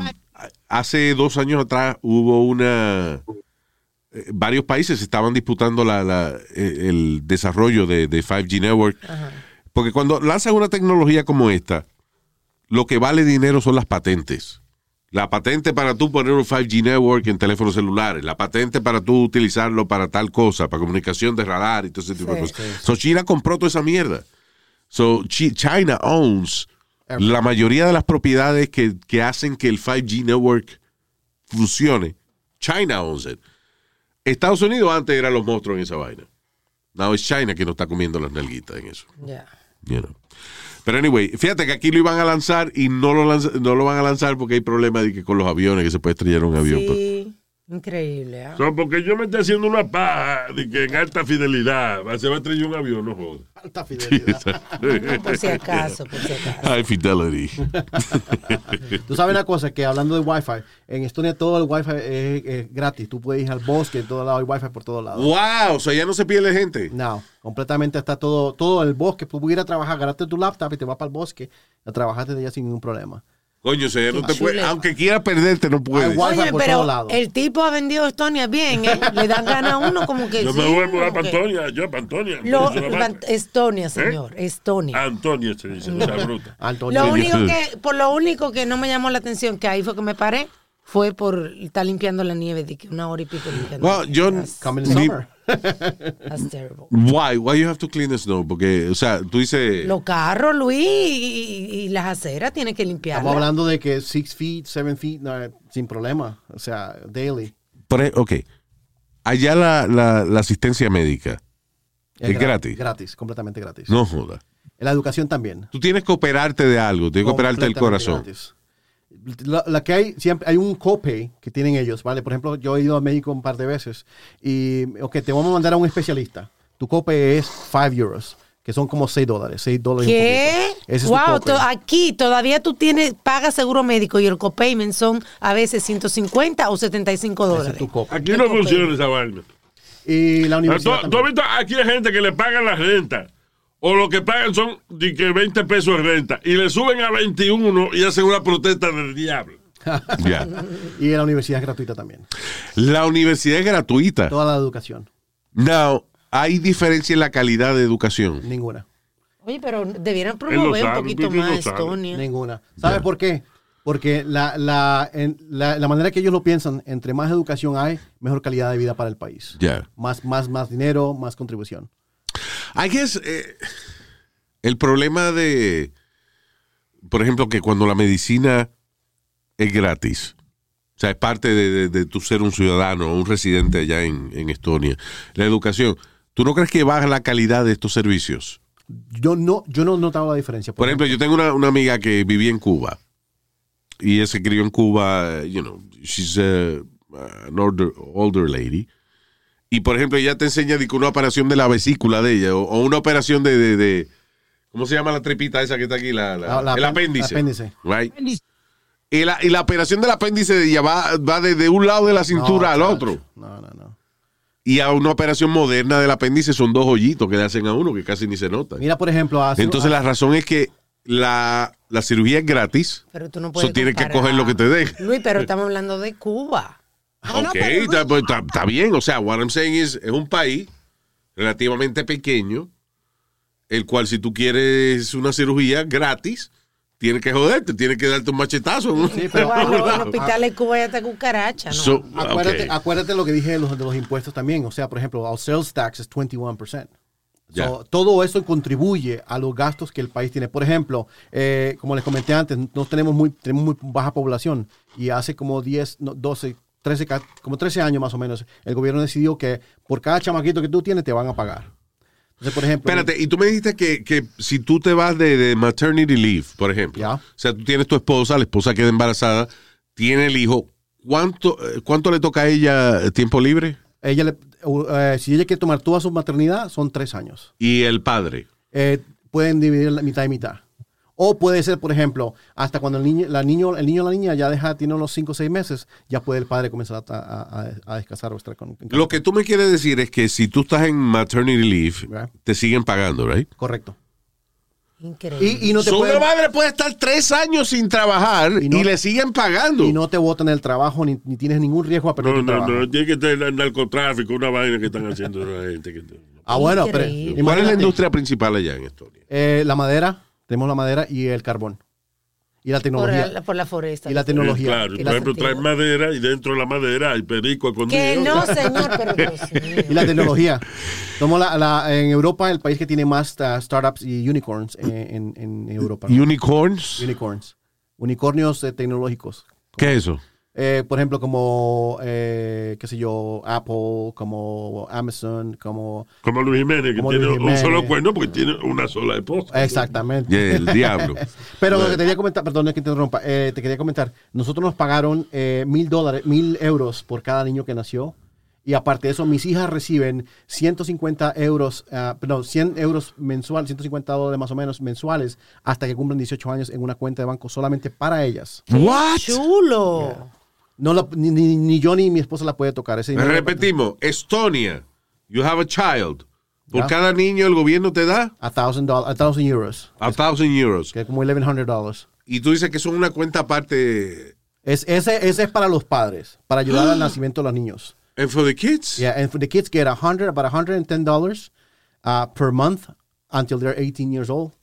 hace dos años atrás hubo una. eh, Varios países estaban disputando la, la- eh, el desarrollo de, de 5G Network. Porque cuando lanzan una tecnología como esta, lo que vale dinero son las patentes. La patente para tú poner un 5G Network en teléfonos celulares, la patente para tú utilizarlo para tal cosa, para comunicación de radar y todo ese tipo de cosas. So China compró toda esa mierda. So Chi- China owns la mayoría de las propiedades que, que hacen que el 5G network funcione. China owns it. Estados Unidos antes eran los monstruos en esa vaina. Now es China que nos está comiendo las nalguitas en eso.
Yeah.
you know. Pero anyway, fíjate que aquí lo iban a lanzar y no lo, lanz- no lo van a lanzar porque hay problemas de que con los aviones, que se puede estrellar un avión. pues. Pero-
Sí. Increíble. ¿ah?
So, porque yo me estoy haciendo una paja de que en alta fidelidad va- se va a estrellar un avión, no jodas.
Alta fidelidad.
No, por si acaso, por si acaso.
High fidelity.
Tú sabes una cosa, que hablando de Wi-Fi, en Estonia todo el Wi-Fi es, es gratis. Tú puedes ir al bosque, en todo lado hay Wi-Fi por todos lados.
wow, o sea, ya no se pierde gente.
No, completamente está todo, todo el bosque. Tú puedes ir a trabajar, agarraste tu laptop y te vas para el bosque a trabajarte de allá sin ningún problema.
Coño, o sea, ya no te puede-
chuleta.
aunque quieras perderte, no puedes.
Ay, guau.
Oye,
por todos
pero
lados.
el tipo ha vendido Estonia bien, ¿eh? Le dan ganas a uno como que.
Yo me
sí,
voy a mudar
como
para
que-
Antonia, yo para Antonia.
Lo-
Yo soy ¿Eh? Ah, la madre.
Estonia, señor. Estonia.
Antonia se dice, esa bruta.
Antonio.
Lo único
Dios.
que, por lo único que no me llamó la atención, que ahí fue que me paré, fue por estar limpiando la nieve, de que una hora y pico limpiando.
Well, yo-
That's,
Coming
Ni-
summer.
that's terrible.
Why? Why you have to clean the snow? Porque, o sea, tú dices...
Los carros, Luis, y, y- y las aceras tienen que limpiar.
Estamos hablando de que 6 feet, 7 feet, no, eh, sin problema. O sea, daily.
Por ej- ok. Allá la, la- la asistencia médica. Es
gra-
gratis.
Gratis, completamente gratis.
No joda.
La educación también.
Tú tienes que operarte de algo, tienes que operarte el
Completamente
corazón.
gratis. La, la que hay, siempre hay un copay que tienen ellos, ¿vale? Por ejemplo, yo he ido a México un par de veces y, ok, te vamos a mandar a un especialista. Tu copay es 5 euros, que son como 6 dólares, 6 dólares. y un
¿Qué?
poquito. Ese es tu
wow,
copay.
to- aquí todavía tú tienes, pagas seguro médico y el copayment son a veces 150 o 75
Ese es
dólares.
tu copay.
Aquí no funciona esa vaina.
Y la
Eh,
Ah, ¿Tú,
universidad
tú has
también.
visto? Aquí hay gente que le pagan las rentas. O lo que pagan son de que 20 pesos de renta. Y le suben a 21 y hacen una protesta del diablo.
Ya.
Y la universidad es gratuita también.
La universidad es gratuita.
Toda la educación,
Now, hay diferencia en la calidad de educación.
ninguna.
Oye, pero debieran
Él lo
promover
sabe,
un poquito
Pipi lo
más
sabe.
Estonia.
Ninguna. ¿Sabes por qué? Porque la, la, en- la- la manera que ellos lo piensan, entre más educación hay, mejor calidad de vida para el país.
Ya.
Más, más, más dinero, más contribución.
I guess, eh, el problema de, por ejemplo, que cuando la medicina es gratis, o sea, es parte de, de- de tu ser un ciudadano, un residente allá en, en Estonia, la educación, ¿Tú no crees que baja la calidad de estos servicios?
Yo no, yo no he notado la diferencia.
Por ejemplo, yo tengo una, una amiga que vivía en Cuba y ella se crió en Cuba, eh, you know, she's a, uh, an older, older lady. Y por ejemplo, ella te enseña de que una operación de la vesícula de ella o, o una operación de, de- de- ¿cómo se llama la tripita esa que está aquí? La, la-
La- la
el
apen-
apéndice.
apéndice.
Right. Y la, y la operación del apéndice de ella va, va desde un lado de la cintura al
chacho.
otro.
No, no, no.
Y a una operación moderna del apéndice son dos hoyitos que le hacen a uno que casi ni se nota.
Mira, por ejemplo, hace-
Entonces la razón es que la, la cirugía es gratis.
Pero tú no
So,
puedes.
tienes que
comparar.
coger lo que te den.
Luis, pero estamos hablando de Cuba.
Ah, no,
ok,
pero-
está, pues, está- está bien. O sea, what I'm saying is, es un país relativamente pequeño, el cual si tú quieres una cirugía gratis, tienes que joderte, tienes que darte un machetazo. ¿no?
Sí, pero- Ah,
Igual,
Claro.
en hospitales de Cuba ya está cucaracha, ¿no?
So,
Acuérdate,
Ah, ok.
acuérdate lo que dije de los, de los impuestos también. O sea, por ejemplo, our sales tax es 21%.
Ya.
So, todo eso contribuye a los gastos que el país tiene. Por ejemplo, eh, como les comenté antes, no tenemos muy, tenemos muy baja población y hace como 10, no, 12, 13, ca- como 13 años más o menos, el gobierno decidió que por cada chamaquito que tú tienes te van a pagar. Entonces, por ejemplo,
Espérate, y tú me dijiste que, que si tú te vas de, de maternity leave, por ejemplo,
Ya.
o sea, tú tienes tu esposa, la esposa queda embarazada, tiene el hijo, ¿cuánto, eh, cuánto le toca a ella eh, tiempo libre?
ella le- u- eh, si ella quiere tomar toda su maternidad, son 3 años.
Y el padre.
eh, pueden dividir la mitad y mitad. O puede ser, por ejemplo, hasta cuando el niño, la niño, el niño o la niña ya deja, tiene unos 5 o 6 meses, ya puede el padre comenzar a, a, a- a descansar o estar con. en casa.
Lo que tú me quieres decir es que si tú estás en maternity leave,
Ya.
te siguen pagando, ¿right?
Correcto.
Increíble.
Y, y no te
So,
pueden-
una madre puede estar tres años sin trabajar y,
Y no-
le siguen pagando.
y no te votan el trabajo ni, ni tienes ningún riesgo a perder
No,
tu
no,
trabajo.
no. Tiene que tener el narcotráfico, una vaina que están haciendo la gente. que-
Ah, bueno, pero
Increíble.
¿Cuál es la
imagínate,
industria principal allá en Estonia?
eh, la madera, tenemos la madera y el carbón. Y la
por,
tecnología.
la, por la foresta.
y la tecnología.
Eh, Claro,
y,
por
la,
ejemplo, traen madera y dentro de la madera hay perico escondido.
Que no, señor, pero Dios mío.
eh,
y la tecnología. Somos la, la- en Europa el país que tiene más ah, startups y unicorns eh, en, en- en Europa.
Unicorns.
Unicorns. Unicornios eh, tecnológicos.
¿Qué es eso?
Eh, por ejemplo, como, eh, qué sé yo, Apple, como Amazon, como...
Como Luis Jiménez, que
Como
tiene
Luis
un solo
Jiménez.
cuerno porque tiene una sola esposa.
Exactamente.
El diablo.
Pero lo que te quería comentar, perdón es que te interrumpa, eh, te quería comentar, nosotros nos pagaron eh, mil dólares, mil euros por cada niño que nació. Y aparte de eso, mis hijas reciben 150 euros, ah, perdón, 100 euros mensual, 150 dólares más o menos mensuales, hasta que cumplen 18 años en una cuenta de banco solamente para ellas.
What?
Chulo.
No la- ni, ni- ni yo ni mi esposa la puede tocar. Ese dinero-
Repetimos, Estonia, you have a child. Por
Ya.
cada niño el gobierno te da
A thousand, doll- a thousand euros,
a thousand euros.
que es como 1100 dólares.
Y tú dices que son una cuenta aparte
Es, ese, ese es para los padres, para ayudar al nacimiento de los niños.
and for the kids.
Yeah, and for the kids get 100, about 110 dollars uh, per month until they're 18 years old.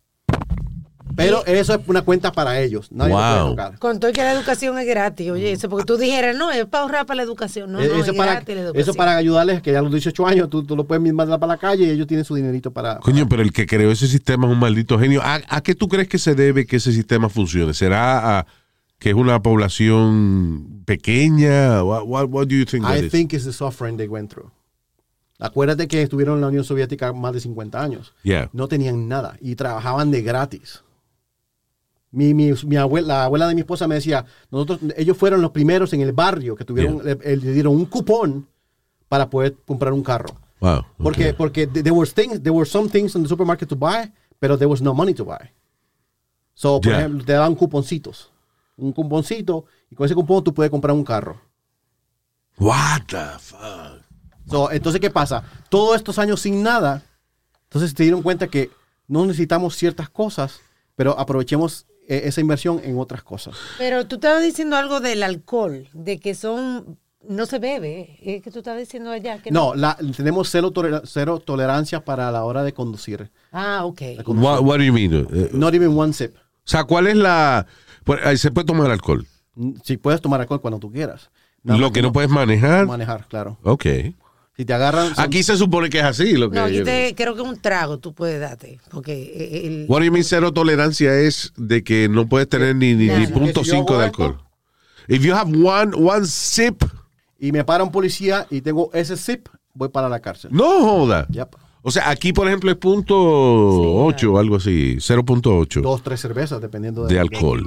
Pero eso es una cuenta para ellos, nadie
Wow.
lo puede tocar.
Con todo y que la educación es gratis, oye, eso porque tú dijeras, no, es para ahorrar para la educación, no,
E-
no,
eso,
es
para,
gratis la educación.
eso para ayudarles, que ya a los 18 años tú, tú lo puedes mandar para la calle y ellos tienen su dinerito para...
Coño, pero el que creó ese sistema es un maldito genio. ¿A, a qué tú crees que se debe que ese sistema funcione? ¿Será a que es una población pequeña? What, what, what do you think that
I
is?
think it's the suffering they went through. Acuérdate que estuvieron en la Unión Soviética más de 50 años.
Yeah.
No tenían nada y trabajaban de gratis. Mi, mi, mi abuela, la abuela de mi esposa me decía, nosotros, ellos fueron los primeros en el barrio que tuvieron, le, le dieron un cupón para poder comprar un carro.
Wow.
Porque,
ok.
porque th- there was things, there were some things in the supermarket to buy, pero there was no money to buy. So, por
Yeah.
ejemplo, te daban cuponcitos. Un cuponcito, y con ese cupón tú puedes comprar un carro.
What the fuck?
So, entonces, ¿qué pasa? Todos estos años sin nada, entonces se dieron cuenta que no necesitamos ciertas cosas, pero aprovechemos eh, esa inversión en otras cosas.
Pero tú estabas diciendo algo del alcohol, de que son, no se bebe, es que tú estabas diciendo allá que
No, la- tenemos cero, tolera- cero tolerancia para la hora de conducir.
Ah, ok.
What, what do you mean? Eh,
Not even one sip.
O sea, ¿cuál es la... por- ahí se puede tomar alcohol.
Mm, Si puedes tomar alcohol cuando tú quieras. Nada
Lo
más
que no puedes manejar.
manejar, claro.
Ok.
Si te agarran, son-
Aquí se supone que es así. Lo que
No, yo te creo que un trago tú puedes darte, porque e, el,
What do you mean cero tolerancia es de que no puedes tener ni, ni, ni
Nada.
punto
Que si yo
cinco de
hago
alcohol. If you have one, one sip,
y me para un policía y tengo ese sip, voy para la cárcel.
No joda.
Yep.
O sea, aquí, por ejemplo, es punto 8 o algo así, 0.8
Dos, tres cervezas, dependiendo de,
de alcohol.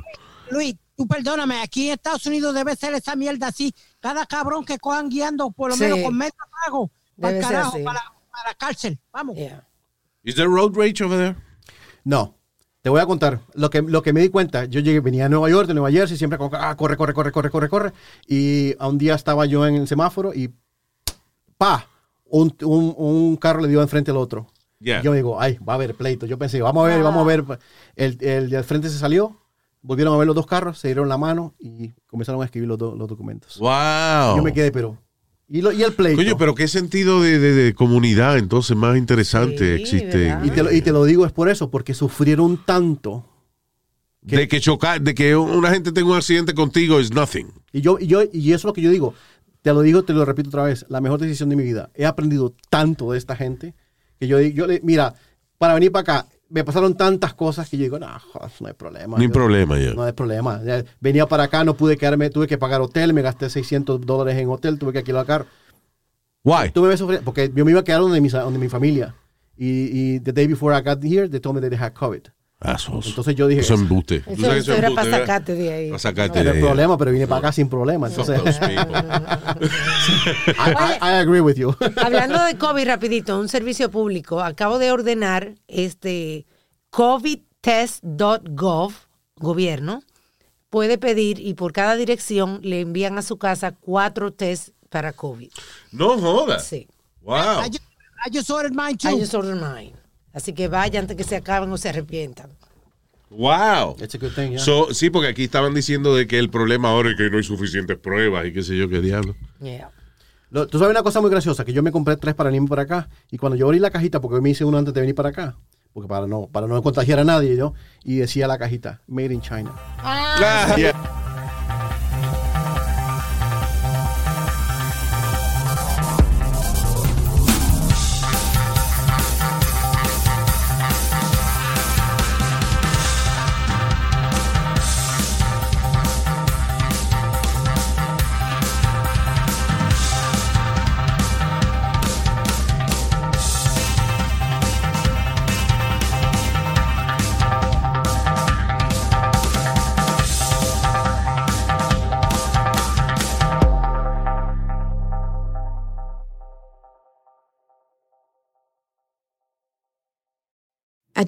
Luis, tú perdóname, aquí en Estados Unidos debe ser esa mierda así. Cada cabrón que cojan guiando, por lo
Sí.
menos con meta pago, para
Debe ser
carajo,
así.
para, para la cárcel. Vamos.
Yeah.
Is there road rage over there?
No. Te voy a contar lo que, lo que me di cuenta. Yo llegué, venía a Nueva York, de Nueva Jersey, siempre como, ah, corre, corre, corre, corre, corre, corre. Y a un día estaba yo en el semáforo y pa, un, un- un carro le dio enfrente al otro.
Yeah.
Yo digo, ay, va a haber pleito. Yo pensé, vamos a ver, vamos a ver. El, el de al frente se salió, volvieron a ver los dos carros, se dieron la mano y comenzaron a escribir los, do- los documentos.
Wow.
Yo me quedé, pero. ¿Y, lo- y el pleito?
Coño, pero qué sentido de, de- de comunidad entonces más interesante
Sí,
existe.
¿verdad?
y, te lo, y te lo digo es por eso, porque sufrieron tanto.
De que chocar, de que una gente tenga un accidente contigo es nothing.
Y yo, y yo, y eso es lo que yo digo. Te lo digo, te lo repito otra vez. La mejor decisión de mi vida. He aprendido tanto de esta gente que yo, yo le, mira, para venir para acá, me pasaron tantas cosas que yo digo, no, joder, no hay problema.
No hay
Yo-
problema ya.
No hay problema. Ya, Venía para acá, no pude quedarme, tuve que pagar hotel, me gasté 600 dólares en hotel, tuve que alquilar carro.
Why?
Tú me ves sufriendo, porque yo me iba a quedar donde mi, donde mi familia. Y, y the day before I got here, they told me that they had COVID.
Assholes.
Entonces yo dije,
Eso es embuste. Tú
Eso,
sabes que
eso era
embuste,
para
¿verdad?
sacarte de ahí.
Para sacarte
no
de
hay
ahí.
problema, pero vine para acá sin problema.
Fuck
Entonces,
those people.
I, I- I agree with you.
Hablando de COVID, rapidito, un servicio público. Acabo de ordenar este covidtest.gov, gobierno, puede pedir y por cada dirección le envían a su casa cuatro tests para COVID.
No jodas.
Sí.
Wow.
I, just, I just ordered mine too.
I just ordered mine. Así que vayan antes que se acaben o se arrepientan.
Wow.
It's a good thing, yeah.
So, sí, porque aquí estaban diciendo de que el problema ahora es que no hay suficientes pruebas y qué sé yo qué diablo.
Yeah.
Lo- Tú sabes una cosa muy graciosa, que yo me compré tres para venir para acá y cuando yo abrí la cajita, porque me hice uno antes de venir para acá, porque para no, para no contagiar a nadie, yo, y decía la cajita, Made in China.
Ah, yeah.
At